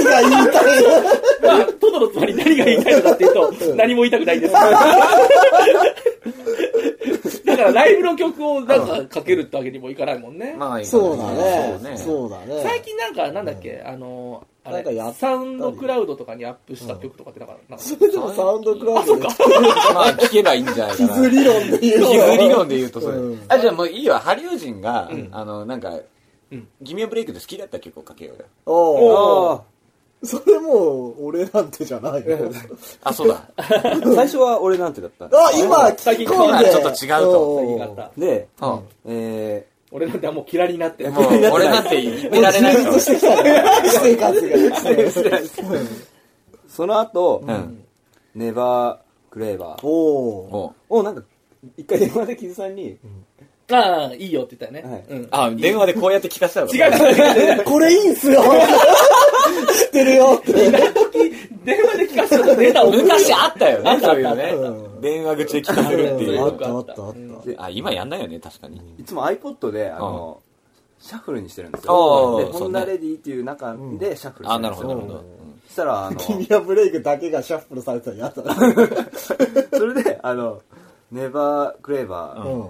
[SPEAKER 2] 何が言いたいの
[SPEAKER 3] まあ、トドのつまり何が言いたいのかっていうと、何も言いたくない
[SPEAKER 2] <laughs>
[SPEAKER 3] んです。だからライブの曲をなんかかけるってわけにもいかないもんね。
[SPEAKER 4] まあいいかな
[SPEAKER 2] そうだね。
[SPEAKER 4] そうね。
[SPEAKER 2] そうだね。
[SPEAKER 3] 最近なんか、なんだっけ、あの、あ
[SPEAKER 2] なんかや
[SPEAKER 3] れ、
[SPEAKER 2] ったり
[SPEAKER 3] サウンドクラウドとかにアップした曲とかってなんか、なんか
[SPEAKER 2] それでもサウンドクラウドで
[SPEAKER 4] まあ聞けばいいんじゃないか
[SPEAKER 2] 地
[SPEAKER 4] な。
[SPEAKER 2] 図理論で言うの
[SPEAKER 4] 地図理論で言うとそれ
[SPEAKER 2] うん。
[SPEAKER 4] あ、じゃあもういいよ。ハリウジンが
[SPEAKER 3] ん、
[SPEAKER 4] あの、なんか
[SPEAKER 3] うん、
[SPEAKER 4] ギミアブレイクで好きだった曲をかけようよ。
[SPEAKER 2] お
[SPEAKER 6] お
[SPEAKER 2] お。それもう、俺なんてじゃない
[SPEAKER 4] <laughs>
[SPEAKER 2] よ。
[SPEAKER 4] あ、そうだ。
[SPEAKER 6] ー最初は俺なんてだった
[SPEAKER 2] あ、今、聞き込んで。
[SPEAKER 4] 最近ちょっと違うと
[SPEAKER 3] 最近あ
[SPEAKER 2] お
[SPEAKER 3] っ
[SPEAKER 2] ー
[SPEAKER 3] た。
[SPEAKER 6] で、
[SPEAKER 4] うん。
[SPEAKER 6] え
[SPEAKER 3] 俺なんてもう嫌いにな
[SPEAKER 4] <laughs>
[SPEAKER 3] って。
[SPEAKER 4] もう、俺なんて言ってられない
[SPEAKER 2] 充
[SPEAKER 4] よ。
[SPEAKER 2] 実してきたね。私生活が。
[SPEAKER 6] ーその後、
[SPEAKER 4] うん。
[SPEAKER 6] ネバークレーバー
[SPEAKER 2] おお。
[SPEAKER 4] も
[SPEAKER 6] をなんか、一回電話でキズさんに、
[SPEAKER 3] ああ、いいよって言ったよね。
[SPEAKER 6] はい
[SPEAKER 3] うん
[SPEAKER 4] う、。あ、電話でこうやって聞かせたのか
[SPEAKER 3] 違う
[SPEAKER 4] な
[SPEAKER 3] 違う違う
[SPEAKER 2] これいいんすよ。知ってるよって。
[SPEAKER 3] 電話で聞かせたらデータを送る
[SPEAKER 4] 昔あったよね、そういうの
[SPEAKER 2] う
[SPEAKER 4] ね。電話口で聞かせるっていう
[SPEAKER 2] あ
[SPEAKER 4] の
[SPEAKER 2] ったあったあった。
[SPEAKER 4] であ、今やんないよね、確かに。
[SPEAKER 6] いつも iPod で、あの、シャッフルにしてるんです
[SPEAKER 4] あ
[SPEAKER 6] よ。
[SPEAKER 4] ー
[SPEAKER 6] で、ホンダレディっていう中でシャッフルして
[SPEAKER 4] あ、
[SPEAKER 6] るん
[SPEAKER 4] な
[SPEAKER 6] で
[SPEAKER 4] る
[SPEAKER 6] す
[SPEAKER 4] ほ
[SPEAKER 6] よ。
[SPEAKER 4] ど、なるほど。
[SPEAKER 6] そしたら、あの、
[SPEAKER 2] 君はブレイクだけがシャッフルされたら嫌だな。
[SPEAKER 6] それで、あの、ネバークレーバー
[SPEAKER 2] うん。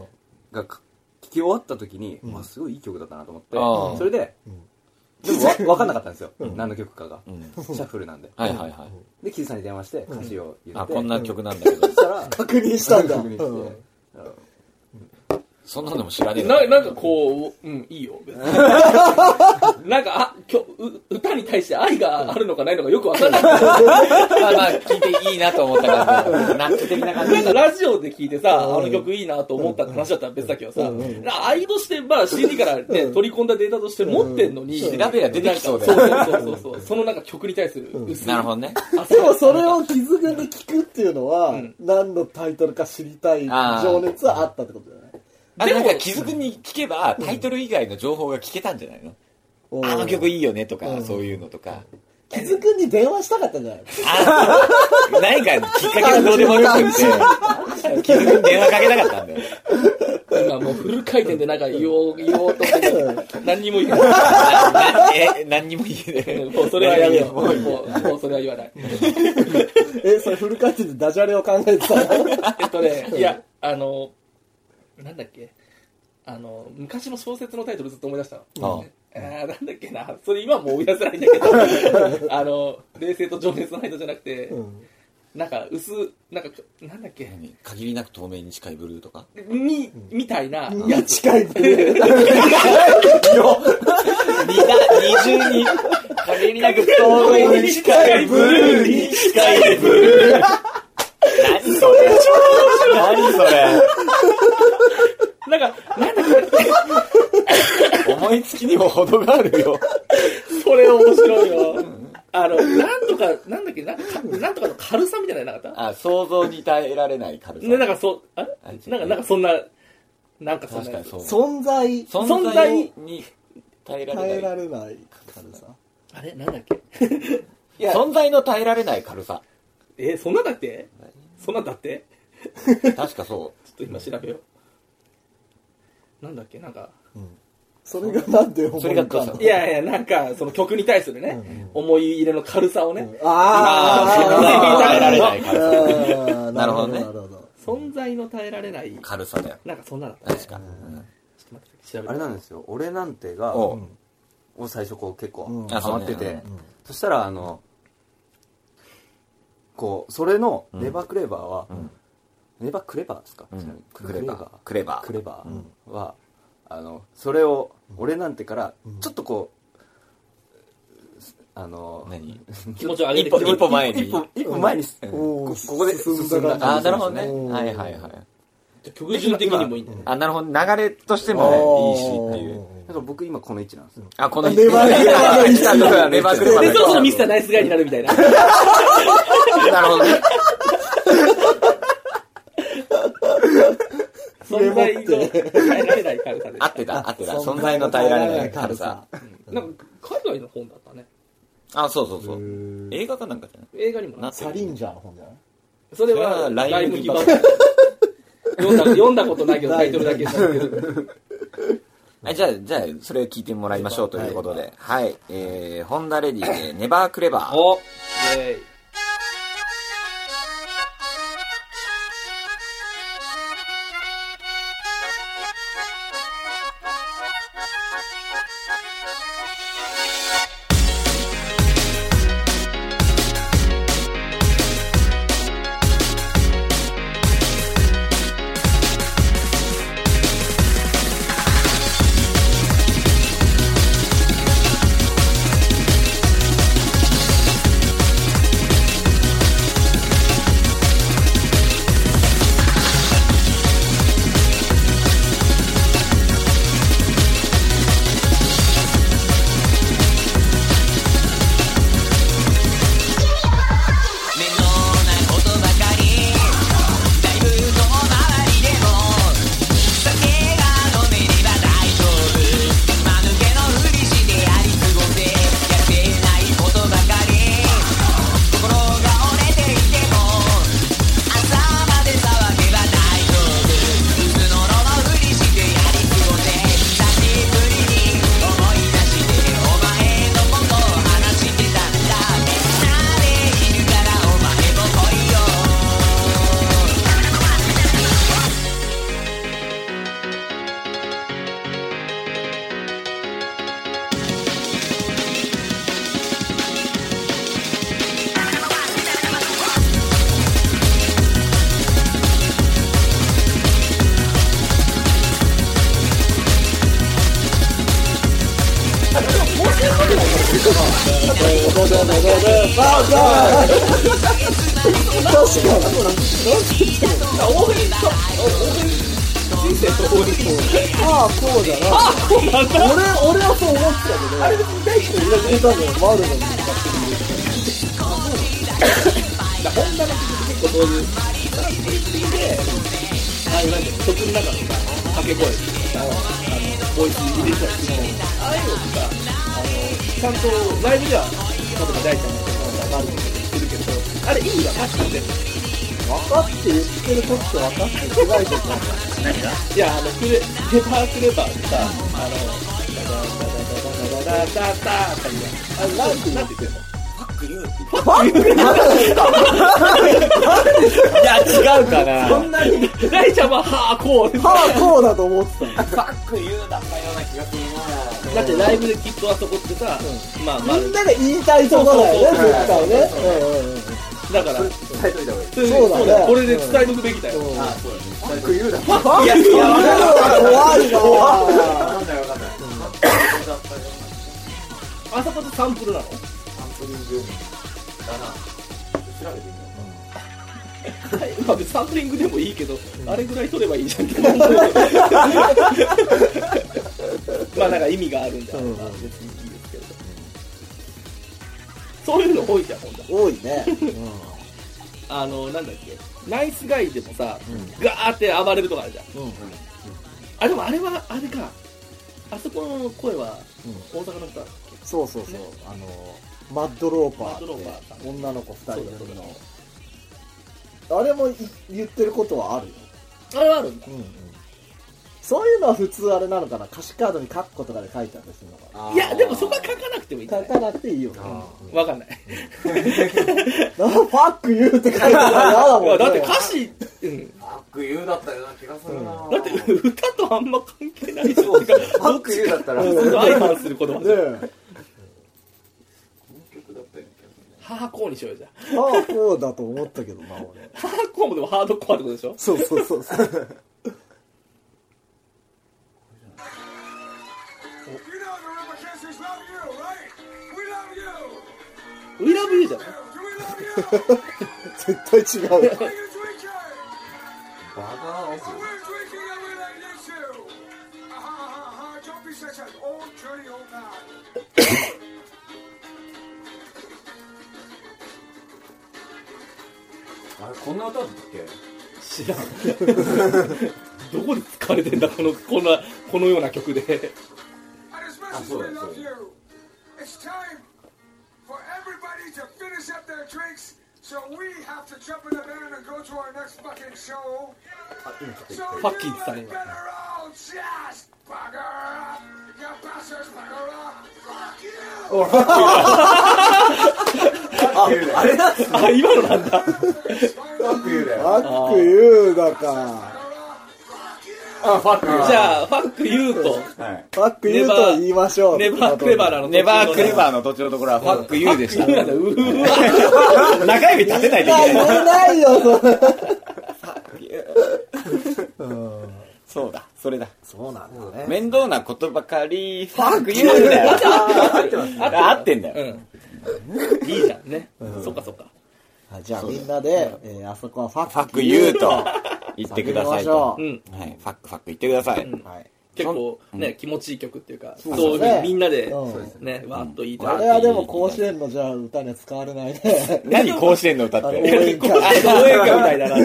[SPEAKER 6] がか聞き終わった時に、まあすごいいい曲だったなと思って、
[SPEAKER 4] あー
[SPEAKER 6] それで、でもわ分かんなかったんですよ。何の曲かが。
[SPEAKER 4] うん
[SPEAKER 6] シャッフルなんで。
[SPEAKER 4] はいはいはい。
[SPEAKER 6] で、キズさんに電話して、歌詞を言
[SPEAKER 4] あ、
[SPEAKER 6] って、
[SPEAKER 4] こんな曲なんだけど。
[SPEAKER 6] そしたら、
[SPEAKER 2] 確認したんだ。
[SPEAKER 6] 確認して
[SPEAKER 2] うん
[SPEAKER 4] そんなのも知らねえ
[SPEAKER 3] な
[SPEAKER 4] よ
[SPEAKER 3] なんかこう、うん、いいよ、別に。なんか、あ、今日、う歌に対して愛があるのかないのかよくわかんない。
[SPEAKER 4] まあまあ、聞いていいなと思った感じ。ナッツ <laughs> 的な感
[SPEAKER 3] なん
[SPEAKER 4] じ。
[SPEAKER 3] かラジオで聞いてさ、あの曲いいなと思ったって話だったら別だけどさ、なんか愛として、まあ CD からね、取り込んだデータとして持ってんのに、
[SPEAKER 4] 調べりゃ出てきそうだ
[SPEAKER 3] そう
[SPEAKER 4] よ。
[SPEAKER 3] そうそうそう、そのなんか曲に対する薄い
[SPEAKER 4] なるほどね。
[SPEAKER 2] でもそれを気づくに聞くっていうのは、
[SPEAKER 3] うん
[SPEAKER 2] 何のタイトルか知りたい情熱はあったってことだよね。
[SPEAKER 4] あ、なんか気づくに聞けば、タイトル以外の情報が聞けたんじゃないの
[SPEAKER 2] おー
[SPEAKER 4] あの曲いいよねと
[SPEAKER 2] う
[SPEAKER 4] か、
[SPEAKER 2] ん
[SPEAKER 4] そういうのとか。
[SPEAKER 2] 気づくに電話したかったんじゃない
[SPEAKER 4] あ、何かきっかけがどうでもよくて、気づくに電話かけなかったんだよ。
[SPEAKER 3] 今もうフル回転でなんか言おう、言おうと思って
[SPEAKER 2] うん
[SPEAKER 3] 何にも言えない。
[SPEAKER 4] なえ、何にも言えない。
[SPEAKER 3] もうそれはやめよう。
[SPEAKER 4] も
[SPEAKER 3] も
[SPEAKER 4] う
[SPEAKER 3] う、
[SPEAKER 4] いい
[SPEAKER 3] もうもうそれは言わない。
[SPEAKER 2] え、それフル回転でダジャレを考えてたの
[SPEAKER 3] えっとね、いや、あの、なんだっけ、あの、昔の小説のタイトルずっと思い出した
[SPEAKER 4] あ
[SPEAKER 3] の。あーなんだっけな、それ今もう思い出せないんだけど、あの、冷静と情熱の間じゃなくて、
[SPEAKER 2] うん
[SPEAKER 3] なんか薄、なんか、なんだっけ、
[SPEAKER 4] 何限りなく透明に近いブルーとか。
[SPEAKER 3] に、みたいな、
[SPEAKER 2] いや、近いって。
[SPEAKER 4] 二だ、二重に、限りなく透明に近いブルーに近いブルー。何それ程があるよ。
[SPEAKER 3] それ面白いよ。あの、なんとか、なんだっけ、なんか、なんとかの軽さみたいなのなかった
[SPEAKER 4] あ、想像に耐えられない軽さ。
[SPEAKER 3] ねなんかそう、あれ
[SPEAKER 4] あ違う
[SPEAKER 3] なんか、なんかそんな、なんかそん
[SPEAKER 4] 確
[SPEAKER 3] なや
[SPEAKER 4] かに
[SPEAKER 3] つ。
[SPEAKER 4] そう。
[SPEAKER 2] 存在
[SPEAKER 4] 存在に耐えら
[SPEAKER 2] 耐え
[SPEAKER 4] れな
[SPEAKER 2] ら
[SPEAKER 4] い。
[SPEAKER 2] れない軽さ
[SPEAKER 3] あれなんだっけいや、
[SPEAKER 4] 存在の耐えられない軽さ。
[SPEAKER 3] え、そんなだってそんなだって
[SPEAKER 4] 確かそ
[SPEAKER 3] ちょっと今調べよう。なんだっけなんか、
[SPEAKER 2] それがなんで思い
[SPEAKER 4] それが
[SPEAKER 2] 浮かんだ
[SPEAKER 4] どう
[SPEAKER 3] いやいや、なんか、その曲に対するね、思い入れの軽さをね、
[SPEAKER 2] あ
[SPEAKER 4] う。耐えられない
[SPEAKER 2] ー
[SPEAKER 4] 軽さ。
[SPEAKER 2] あー
[SPEAKER 4] なるほどね
[SPEAKER 2] なるほど
[SPEAKER 3] 存在の耐えられない、
[SPEAKER 4] 軽さだよ。
[SPEAKER 3] なんかそんなだったね。
[SPEAKER 4] 確か。うん
[SPEAKER 3] ちょっと待って、調べ
[SPEAKER 6] あれなんですよ「俺なんて」が
[SPEAKER 4] お
[SPEAKER 6] を
[SPEAKER 4] う
[SPEAKER 6] 最初こう結構
[SPEAKER 2] ん
[SPEAKER 4] あ
[SPEAKER 6] ハ
[SPEAKER 4] そう
[SPEAKER 6] マ
[SPEAKER 4] ね
[SPEAKER 6] ってて
[SPEAKER 4] うん
[SPEAKER 6] そしたらあのこうそれのネバークレバーは
[SPEAKER 4] ん
[SPEAKER 6] ネバークレバーですか
[SPEAKER 4] うん
[SPEAKER 6] ちなみに
[SPEAKER 4] クレバークレバー
[SPEAKER 6] クレバーはあのそれを「俺なんて」からちょっとこうあの
[SPEAKER 4] 何
[SPEAKER 3] 気持ちを上げ
[SPEAKER 4] 一
[SPEAKER 3] て
[SPEAKER 4] 歩、一歩前に
[SPEAKER 6] 一。歩一歩前にす
[SPEAKER 2] お
[SPEAKER 6] こ
[SPEAKER 2] ー
[SPEAKER 6] ここで進んだ
[SPEAKER 4] あ
[SPEAKER 6] 感
[SPEAKER 4] ー、なるほどね。
[SPEAKER 2] うん
[SPEAKER 4] はいはいはい。
[SPEAKER 3] 曲順的にもいいんだよね。
[SPEAKER 4] あ、なるほど。流れとしてもいいしっていう。
[SPEAKER 6] じなんか僕今この位置なんですよ
[SPEAKER 4] あ、この
[SPEAKER 2] ネバークレバーの一
[SPEAKER 4] 来たとこだネバークレバーの
[SPEAKER 3] で、
[SPEAKER 4] 一
[SPEAKER 3] <laughs> そろそろミスターナイスガイになるみたいな。
[SPEAKER 4] なるほどね。
[SPEAKER 3] 存在の耐えられない軽さで
[SPEAKER 4] 合ってた、合ってた。
[SPEAKER 2] 存
[SPEAKER 4] 存
[SPEAKER 2] 在
[SPEAKER 4] 在
[SPEAKER 2] の
[SPEAKER 4] の
[SPEAKER 2] 耐えら
[SPEAKER 4] 耐えら
[SPEAKER 2] れ
[SPEAKER 4] れ
[SPEAKER 2] な
[SPEAKER 4] ないい
[SPEAKER 2] 軽
[SPEAKER 4] 軽
[SPEAKER 2] さ
[SPEAKER 4] さ。
[SPEAKER 3] なんか、海外の本だったね。
[SPEAKER 4] あ、そうそうそうう。
[SPEAKER 2] ーん
[SPEAKER 4] 映画かなんかじゃない
[SPEAKER 3] 映画にもな
[SPEAKER 4] な
[SPEAKER 3] って
[SPEAKER 2] サリンジャーの本じゃない
[SPEAKER 3] それは、
[SPEAKER 4] それは
[SPEAKER 3] ラ
[SPEAKER 4] ラ
[SPEAKER 3] イ
[SPEAKER 4] イ
[SPEAKER 3] ム
[SPEAKER 4] ム
[SPEAKER 3] ギ
[SPEAKER 4] ギ
[SPEAKER 3] バ
[SPEAKER 4] バ
[SPEAKER 3] <laughs> 読んだ、読んだことないけど、タイトルだけ知って <laughs> る。
[SPEAKER 4] あじゃあ、じゃあ、それを聞いてもらいましょうということで。はい。えー、ホンダレディで、ネバークレバー。
[SPEAKER 3] おイェイ。
[SPEAKER 8] 面倒なことばかりだいぶ遠回りでも酒が飲めれば大丈夫間抜けのふりしてやり過ごせやってないことばかり心が折れていても朝まで騒げば大丈夫うつのろのふりしてやり過ごせ久しぶりに思い出してお前のことを話してたんだ慣れいるからお前も来いよ
[SPEAKER 2] ああこうだな俺俺はそう思ってたけどあれで大好きなのマルの
[SPEAKER 3] ああいうなんていうの曲の中のさ掛け声あのボイス入れてたりするのああいうのってさあのちゃんとライブでは例えば大ちゃんの曲があるとかするけどあれ意味は確かに
[SPEAKER 2] 分かって言ってる時と分かって言ってない時なんだ
[SPEAKER 3] いやあのクレレバークレバーでさあのダダダダダダダダダダっていうあれなんてなんて言ってんの
[SPEAKER 1] いや、違うかな。
[SPEAKER 3] 大ちゃんははあこう
[SPEAKER 2] はあこうだと思ってたの
[SPEAKER 3] だってライブできっとあそこってさまあまあ
[SPEAKER 2] みんなが言いたいとこだよね絶対ねうんうんうん
[SPEAKER 3] だから
[SPEAKER 6] タイトルだこれ
[SPEAKER 3] そう
[SPEAKER 2] そうだね
[SPEAKER 3] これで伝えとくべきだよ
[SPEAKER 2] いや、いや、怖いな
[SPEAKER 3] あそこってサンプルなのまあ別にサンプリングで <laughs> もいいけど、あれぐらい取ればいいじゃんって思うまあなんか意味があるんだ、
[SPEAKER 2] うん
[SPEAKER 3] まあ別にいいですけれど、そういうの多いじゃんほんと
[SPEAKER 2] 多いね。
[SPEAKER 3] あのなんだっけナイスガイでもさ、ガーって暴れるとかあるじゃん、
[SPEAKER 2] うん
[SPEAKER 3] あでもあれはあれかあそこの声は大阪の人だっけ
[SPEAKER 2] そうそうそう。あの、マッドローパー
[SPEAKER 3] マッドローパ
[SPEAKER 2] っ
[SPEAKER 3] ー
[SPEAKER 2] て、女の子二
[SPEAKER 3] そうだ
[SPEAKER 2] 人
[SPEAKER 3] そう
[SPEAKER 2] 組
[SPEAKER 3] だ
[SPEAKER 2] の。あれもい言ってることはあるよ。
[SPEAKER 3] あれはあるんだ
[SPEAKER 2] うんうん。そういうのは普通あれなのかな歌詞カードに書くことかで書いてあったりするのか
[SPEAKER 3] いやでもそこは書かなくてもいいんじゃ
[SPEAKER 2] な
[SPEAKER 3] な
[SPEAKER 2] 書かなくていいよね。
[SPEAKER 3] いわかんない
[SPEAKER 2] なんかファック言うって書いてあるから嫌だ
[SPEAKER 3] い
[SPEAKER 2] もん
[SPEAKER 3] や
[SPEAKER 2] ね。
[SPEAKER 3] だって歌詞、うん、
[SPEAKER 9] 言うだったような気がするな
[SPEAKER 3] だって歌とあんま関係ないじゃんどっ
[SPEAKER 6] ック言うだったら
[SPEAKER 3] ちか相反する言葉じゃん
[SPEAKER 2] ね
[SPEAKER 3] ハーコーにしようよじゃん
[SPEAKER 2] え。まあ、こうだと思ったけどな、俺。
[SPEAKER 3] ハーコーもでもハードコアってことでしょ
[SPEAKER 2] そうそうそうそう。
[SPEAKER 3] 「We love you」じゃない
[SPEAKER 2] 絶対違う。
[SPEAKER 9] あれこんな歌だったっけ
[SPEAKER 3] 知らんどこで使われてんだこのこんなこのような曲 <laughs> で
[SPEAKER 9] あそうだそうだ
[SPEAKER 8] It's time for everybody to finish up their drinks, so we have to jump in the van and go to our next fucking show. So
[SPEAKER 3] Fucking
[SPEAKER 8] you
[SPEAKER 3] Simon.
[SPEAKER 8] had better all just bugger up. You bastards bugger up. Fuck you!
[SPEAKER 3] あ今のなんだ
[SPEAKER 2] ファック言うだか。
[SPEAKER 3] じゃあ「ファックユー」と
[SPEAKER 2] ファック言うとは言いましょ
[SPEAKER 3] 「
[SPEAKER 2] う。
[SPEAKER 3] ネバークレバー」なの
[SPEAKER 4] ネバークレバーの途中のところはファックユーでした。
[SPEAKER 3] なんだ <laughs> うーわ中指立てないといけない
[SPEAKER 2] 言えないよ、それ。
[SPEAKER 4] そうだ、それだ。
[SPEAKER 2] そうなんだね。
[SPEAKER 4] 面倒なことばかり、ファックユーだよ。
[SPEAKER 2] <laughs>
[SPEAKER 4] あ合ってんだよ。
[SPEAKER 3] うんいいじゃんねそっかそっか
[SPEAKER 2] はいじゃあみんなで、えーあそこはファ
[SPEAKER 4] フ
[SPEAKER 2] ッ
[SPEAKER 4] ァッ
[SPEAKER 2] ク
[SPEAKER 4] ク
[SPEAKER 2] 言
[SPEAKER 4] ユ
[SPEAKER 2] う
[SPEAKER 4] ー
[SPEAKER 2] <laughs>
[SPEAKER 4] と言ってくださいと。
[SPEAKER 2] う
[SPEAKER 3] うん
[SPEAKER 4] はい、ファックファック言ってください。
[SPEAKER 2] はい。
[SPEAKER 3] 結構ね気持ちいい曲っていうか
[SPEAKER 2] うそ
[SPEAKER 3] そうういうみんなで
[SPEAKER 2] う
[SPEAKER 3] ねわーっと言い
[SPEAKER 2] あ
[SPEAKER 3] た
[SPEAKER 2] れ
[SPEAKER 3] い
[SPEAKER 2] はでも甲子園のじゃあ歌には使われないね。
[SPEAKER 4] 何甲子園の歌
[SPEAKER 2] あの
[SPEAKER 4] っ
[SPEAKER 2] 応
[SPEAKER 4] て。
[SPEAKER 2] 援
[SPEAKER 3] <laughs>
[SPEAKER 2] 歌。
[SPEAKER 3] 応援歌みたいだな
[SPEAKER 4] ああ、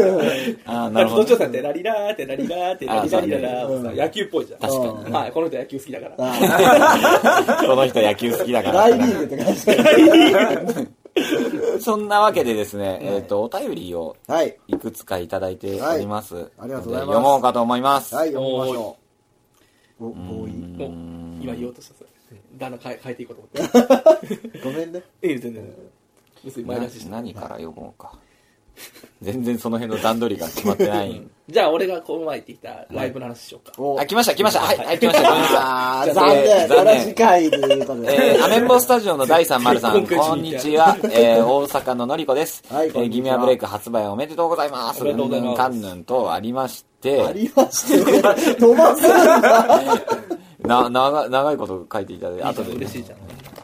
[SPEAKER 3] な
[SPEAKER 4] な
[SPEAKER 3] る
[SPEAKER 4] る
[SPEAKER 3] ほ
[SPEAKER 4] ほ
[SPEAKER 3] ど。
[SPEAKER 4] ど
[SPEAKER 3] さんってラリラーってラリラーってラリラリララーをさ野球っぽいじゃん。
[SPEAKER 4] 確
[SPEAKER 2] か
[SPEAKER 3] に。はい、この人野球好きだから。
[SPEAKER 2] あ
[SPEAKER 4] この人野球好きだか
[SPEAKER 2] ー
[SPEAKER 4] ら
[SPEAKER 2] 大。リーグって感じだ
[SPEAKER 4] そんなわけでですね、えっと、お便りを
[SPEAKER 2] はい。
[SPEAKER 4] いくつかいただいております。はい
[SPEAKER 2] ありがとうございます
[SPEAKER 4] 読もうかと思います。
[SPEAKER 2] はい、読みましょう。お、ボーイ。
[SPEAKER 3] お今言おうとしたそれ。だんだん変え変えていこうと思
[SPEAKER 2] ごめんね。
[SPEAKER 3] って。いい全然。別に前出しして。
[SPEAKER 4] 何から読もうか。全然その辺の段取りが決まっ
[SPEAKER 2] <laughs>
[SPEAKER 4] てない。
[SPEAKER 3] じゃあ俺がこの前行ってきたライブの話しようか。
[SPEAKER 2] お
[SPEAKER 4] あ、、来ました、来ました。はい、はい、来ました、ごめんなさ
[SPEAKER 2] あ
[SPEAKER 4] い
[SPEAKER 2] ー残
[SPEAKER 4] えー
[SPEAKER 2] 念。
[SPEAKER 4] 残
[SPEAKER 2] まだ
[SPEAKER 4] 念
[SPEAKER 2] 次。回でいうこと
[SPEAKER 4] え
[SPEAKER 2] で。
[SPEAKER 3] <laughs>
[SPEAKER 4] ー、アメンボスタジオの第3丸さん、
[SPEAKER 3] 結婚
[SPEAKER 4] こん
[SPEAKER 3] くじみ
[SPEAKER 4] に
[SPEAKER 3] たい <laughs>
[SPEAKER 4] ちは。えー、大阪ののりこです。
[SPEAKER 2] はい
[SPEAKER 4] え
[SPEAKER 2] こんにちは
[SPEAKER 4] ー、ギミアブレイク発売おめでとうございます。
[SPEAKER 3] おめでとうございます
[SPEAKER 4] んぬんかんぬんとありまし
[SPEAKER 3] <laughs>
[SPEAKER 4] て。
[SPEAKER 2] ありましたね。飛ばすんだ。
[SPEAKER 4] な、長い、長いこと書いていただいて、
[SPEAKER 3] いいじ
[SPEAKER 4] 後
[SPEAKER 3] ゃん
[SPEAKER 4] で。
[SPEAKER 3] 嬉しいじゃん。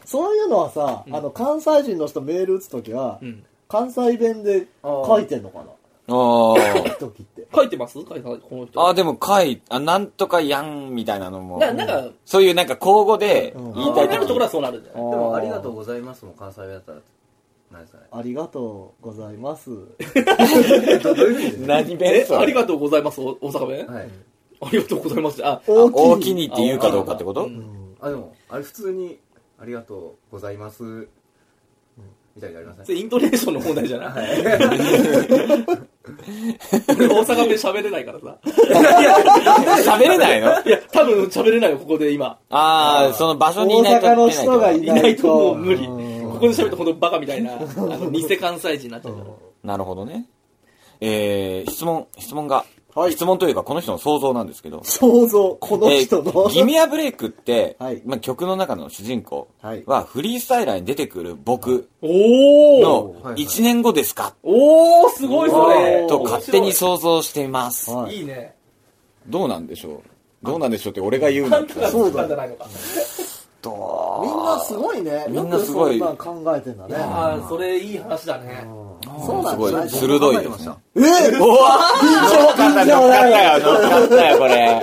[SPEAKER 2] そういうのはさ、あの、関西人の人メール打つときは、
[SPEAKER 3] ん
[SPEAKER 2] 関西弁で書いてんのかな
[SPEAKER 4] おー。
[SPEAKER 2] 時って。
[SPEAKER 3] 書いてます書いてないこの <laughs> 人。
[SPEAKER 4] あ、でも、かい、あ、なんとかやん、みたいなのも。
[SPEAKER 3] ななんか、
[SPEAKER 4] そういう、なんか、口語で
[SPEAKER 2] うん
[SPEAKER 4] 言い
[SPEAKER 3] こ
[SPEAKER 4] た
[SPEAKER 3] う
[SPEAKER 4] い
[SPEAKER 3] なるとこ
[SPEAKER 4] とき
[SPEAKER 3] ろはそうなるんじゃない
[SPEAKER 6] でもありがとうございますも関西弁だったら何ですかね
[SPEAKER 2] ありがとうございます。
[SPEAKER 4] 何弁
[SPEAKER 3] え
[SPEAKER 4] そ
[SPEAKER 3] あり
[SPEAKER 4] れ
[SPEAKER 3] がとうございます、お大阪弁
[SPEAKER 6] はい
[SPEAKER 3] ありがとうございます。あ、
[SPEAKER 4] あ大きにって言うかどうかってこと
[SPEAKER 6] あでもあれ普通にありがとうございますみたいになりません
[SPEAKER 3] それイントネーションの問題じゃない俺大阪弁喋れないからさ。
[SPEAKER 4] 喋れないの
[SPEAKER 3] いや、多分喋れないよ、ここで今。
[SPEAKER 4] ああ、その場所にいな
[SPEAKER 2] 大
[SPEAKER 4] いと。
[SPEAKER 2] 阪の人がい
[SPEAKER 3] いな
[SPEAKER 2] ない
[SPEAKER 3] いとも
[SPEAKER 2] と
[SPEAKER 3] う無理。
[SPEAKER 2] うん
[SPEAKER 3] ここで喋るとほんとバカみたいな、あの、偽関西人になっちゃうから。
[SPEAKER 4] なるほどね。えー、質問、質問が。
[SPEAKER 2] はい
[SPEAKER 4] 質問というか、この人の想像なんですけど。
[SPEAKER 2] 想像、この
[SPEAKER 4] え
[SPEAKER 2] 人の。
[SPEAKER 4] ーギミアブレイクって、
[SPEAKER 2] はい
[SPEAKER 4] まあ、曲の中の主人公
[SPEAKER 2] はい
[SPEAKER 4] はフリースタイラーに出てくる僕
[SPEAKER 3] おー
[SPEAKER 4] の1年後ですか
[SPEAKER 3] おーすごいそれ
[SPEAKER 4] と勝手に想像しています。
[SPEAKER 2] はい
[SPEAKER 3] いいね。
[SPEAKER 4] どうなんでしょうどうなんでしょうって俺が言うのって。
[SPEAKER 3] そうだ。じゃないのか。
[SPEAKER 2] みんなすごいね。
[SPEAKER 4] みんなすごい
[SPEAKER 2] よくそんなん考えてんだね。
[SPEAKER 3] あーそれいい話だね。
[SPEAKER 2] そうなん
[SPEAKER 4] す
[SPEAKER 2] だ
[SPEAKER 4] ごい、鋭いですね。
[SPEAKER 2] え
[SPEAKER 4] おわ乗っかったよ、乗っかったよ、これ。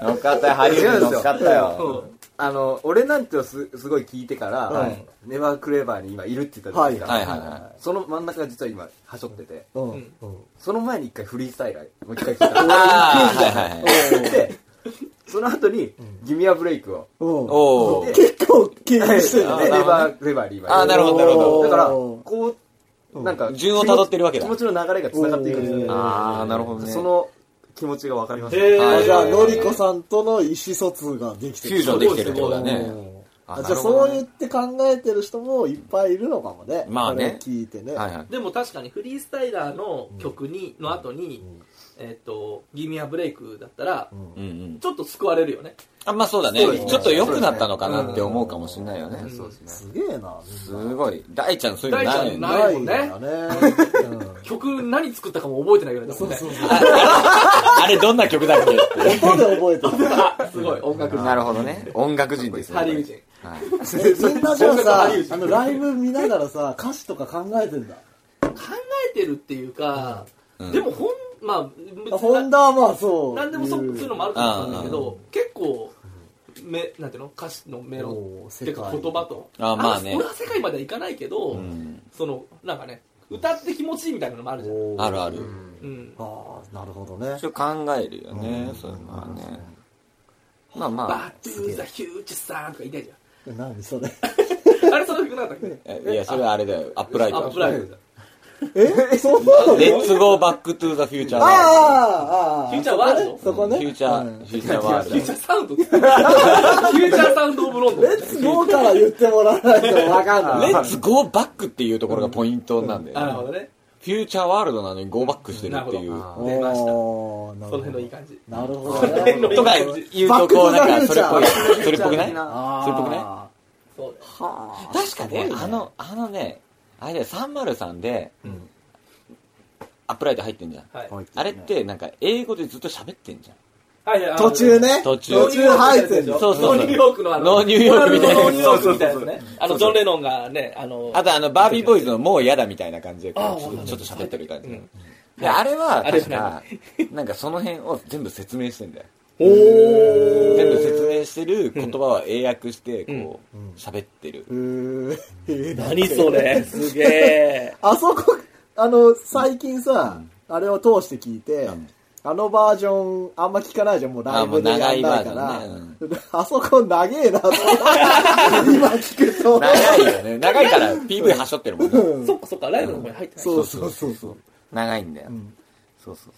[SPEAKER 4] 乗っかったよ、ハリウッドに乗っかったよ。
[SPEAKER 6] あの俺なんてをすすごい聞いてから、ネバークレーバーに今いるって言ったじゃないですか、
[SPEAKER 4] はいはいはいは
[SPEAKER 6] その真ん中が実は今はしょってて
[SPEAKER 2] うんうんうん
[SPEAKER 6] その前に一回フリースタイラーもう一回聞い
[SPEAKER 4] <laughs>
[SPEAKER 6] た
[SPEAKER 4] ああ、はいはいはい。
[SPEAKER 6] でその後に「ギミアブレイクを
[SPEAKER 2] うん
[SPEAKER 4] おお。
[SPEAKER 2] 結構経由して
[SPEAKER 6] で
[SPEAKER 2] るね
[SPEAKER 6] レバーレバーリーバー
[SPEAKER 4] あーなるほどなるほ
[SPEAKER 2] ど
[SPEAKER 6] だから
[SPEAKER 2] おー
[SPEAKER 6] こうなんか
[SPEAKER 4] 順を辿ってるわけだ
[SPEAKER 6] 気持ちの流れがつながっていくんですよね
[SPEAKER 2] おー
[SPEAKER 4] ああ、なるほどね。
[SPEAKER 6] その気持ちが分かります
[SPEAKER 1] へー
[SPEAKER 2] あじゃあ、のりこ
[SPEAKER 4] ん。
[SPEAKER 2] さんとの意思疎通ができて
[SPEAKER 4] フュージョンできてるってことだ
[SPEAKER 2] う
[SPEAKER 4] ね。
[SPEAKER 2] ん
[SPEAKER 4] あ
[SPEAKER 2] あ
[SPEAKER 4] な
[SPEAKER 2] じゃ
[SPEAKER 4] る
[SPEAKER 2] あ、
[SPEAKER 4] ほど
[SPEAKER 2] そう
[SPEAKER 4] ね
[SPEAKER 2] 言って考えてる人もいっぱいいるのかもね。
[SPEAKER 4] まあね
[SPEAKER 2] これ聞いてね。
[SPEAKER 4] はいはい。
[SPEAKER 3] でも確かにフリースタイラーの曲に、の後に、えっ、と、ギミアブレイクだったら、
[SPEAKER 4] うんうん。
[SPEAKER 3] ちょっと救われるよね。
[SPEAKER 4] あ、まあそうだね。ちょっと良くなったのかなって思うかもしれないよね。
[SPEAKER 3] そうです
[SPEAKER 2] げえな。
[SPEAKER 4] すごい。大ちゃんそういうのないよね。
[SPEAKER 3] ないもんね
[SPEAKER 2] ないんだよね。
[SPEAKER 3] 曲何作ったかも覚えてないぐらいだも
[SPEAKER 2] そ
[SPEAKER 3] ん
[SPEAKER 2] う
[SPEAKER 3] ね。
[SPEAKER 2] そう
[SPEAKER 4] あれどんな曲だっけ
[SPEAKER 2] そう。音で覚えてる。
[SPEAKER 3] <laughs> すごい、音楽
[SPEAKER 4] なるほどね。音楽人ですよ
[SPEAKER 3] ハリウッド人。
[SPEAKER 2] みんなじゃあさ、あの、ライブ見ながらさ、歌詞とか考えてんだ。
[SPEAKER 3] 考えてるっていうか、
[SPEAKER 4] うん
[SPEAKER 3] でもほん、まあ、別
[SPEAKER 2] あホンダはまあそう。
[SPEAKER 3] なんでもそそういうのもあると思うんだけ
[SPEAKER 4] うん
[SPEAKER 3] ど、結構、め、なんていうの歌詞のメロ
[SPEAKER 2] おー
[SPEAKER 3] っていうか
[SPEAKER 2] 世界
[SPEAKER 3] 言葉と。
[SPEAKER 4] あまあね
[SPEAKER 3] 俺は世界まではいかないけど、
[SPEAKER 4] うん
[SPEAKER 3] その、なんかね、歌って気持ちいいみたいなのもあるじゃん。
[SPEAKER 2] おー
[SPEAKER 4] あるある。
[SPEAKER 3] うん。
[SPEAKER 2] ああ、なるほどね
[SPEAKER 4] 一。応考えるよね。そういうのはね。まあ
[SPEAKER 3] バ
[SPEAKER 4] ま
[SPEAKER 3] ッツーザヒューチさんとか言いたいじ
[SPEAKER 2] 何それ。
[SPEAKER 3] ゃん。あれ、その曲なんだっけ
[SPEAKER 4] あ。いや、それはあれだよ。アップ
[SPEAKER 3] ア
[SPEAKER 4] ライト。
[SPEAKER 3] ップライブだ。
[SPEAKER 2] えそんなの
[SPEAKER 4] レッツゴーバックトゥーザフューチャー
[SPEAKER 2] あ
[SPEAKER 4] ワ
[SPEAKER 2] あ、ああ。
[SPEAKER 3] フューチャーワールド
[SPEAKER 2] そこね。
[SPEAKER 4] ールド。フューチャー、フューチ <laughs> ャーワー
[SPEAKER 3] フュー
[SPEAKER 4] ル
[SPEAKER 3] チ
[SPEAKER 4] ド
[SPEAKER 3] ャーサウンドって言ってたフューチャーサウンドオブロンド
[SPEAKER 4] <laughs>
[SPEAKER 3] ン。
[SPEAKER 2] レッツゴーから言ってもらわないとわかんな
[SPEAKER 4] レ
[SPEAKER 2] い。
[SPEAKER 4] ッツゴーバックっていうところがポイントなんだ
[SPEAKER 3] あなるほ
[SPEAKER 4] よね。
[SPEAKER 3] どね。
[SPEAKER 4] フューチャーワールドなのにゴーバックしてるっていう。
[SPEAKER 3] ゴー出ました
[SPEAKER 2] おーな
[SPEAKER 3] そ
[SPEAKER 2] る
[SPEAKER 3] の
[SPEAKER 2] ほ
[SPEAKER 3] 辺のいい
[SPEAKER 2] ど。
[SPEAKER 3] 感じ。
[SPEAKER 2] なるほどね。
[SPEAKER 4] とか言うとこう、なんかそれっぽい。それっぽくない
[SPEAKER 2] あー
[SPEAKER 4] それっぽくない
[SPEAKER 3] そうだよ
[SPEAKER 4] 確かね、あの、あのね、あれだよ、303で、アップライト入ってんじゃん。
[SPEAKER 3] はい
[SPEAKER 4] あれって、なんか、英語でずっと喋ってんじゃん。
[SPEAKER 3] はいはい。
[SPEAKER 2] 途中ね。
[SPEAKER 4] 途中
[SPEAKER 2] 途中入ってん
[SPEAKER 3] そ
[SPEAKER 2] の
[SPEAKER 3] う
[SPEAKER 4] そうそう
[SPEAKER 3] ノーニューヨークのあの、
[SPEAKER 4] ノーニューヨークみたいな
[SPEAKER 3] ノーニューヨークみたいなやつね。あの、ジョン・レノンがね、あの、
[SPEAKER 4] あと、あの、バービーボーイズのもう嫌だみたいな感じで、
[SPEAKER 3] あー
[SPEAKER 4] こう
[SPEAKER 3] わ
[SPEAKER 4] ちょっ
[SPEAKER 3] か
[SPEAKER 4] と
[SPEAKER 3] る
[SPEAKER 4] ちょっと喋ってる感じ
[SPEAKER 3] う
[SPEAKER 4] で
[SPEAKER 3] ん。
[SPEAKER 4] で、あれは、
[SPEAKER 3] あれ
[SPEAKER 4] 確か、なんかその辺を全部説明してんだよ。
[SPEAKER 3] おー
[SPEAKER 4] 全部説明してる言葉を英訳して、こう、喋ってる。
[SPEAKER 3] 何それすげえ。
[SPEAKER 2] あそこ、あの、最近さ、あれを通して聞いて、あのバージョン、あんま聞かないじゃん、もうライブでやんないか
[SPEAKER 4] あ
[SPEAKER 2] ら
[SPEAKER 4] もう長いバージョンね。
[SPEAKER 2] あそこ長えなと思って、今聞くと。
[SPEAKER 4] 長いよね。長いから <laughs> PV はしょってるもんね。
[SPEAKER 3] そっかそっか、ライブの方に入ってない。
[SPEAKER 2] そうそうそうそう。
[SPEAKER 4] 長いんだよ。そうそうそう。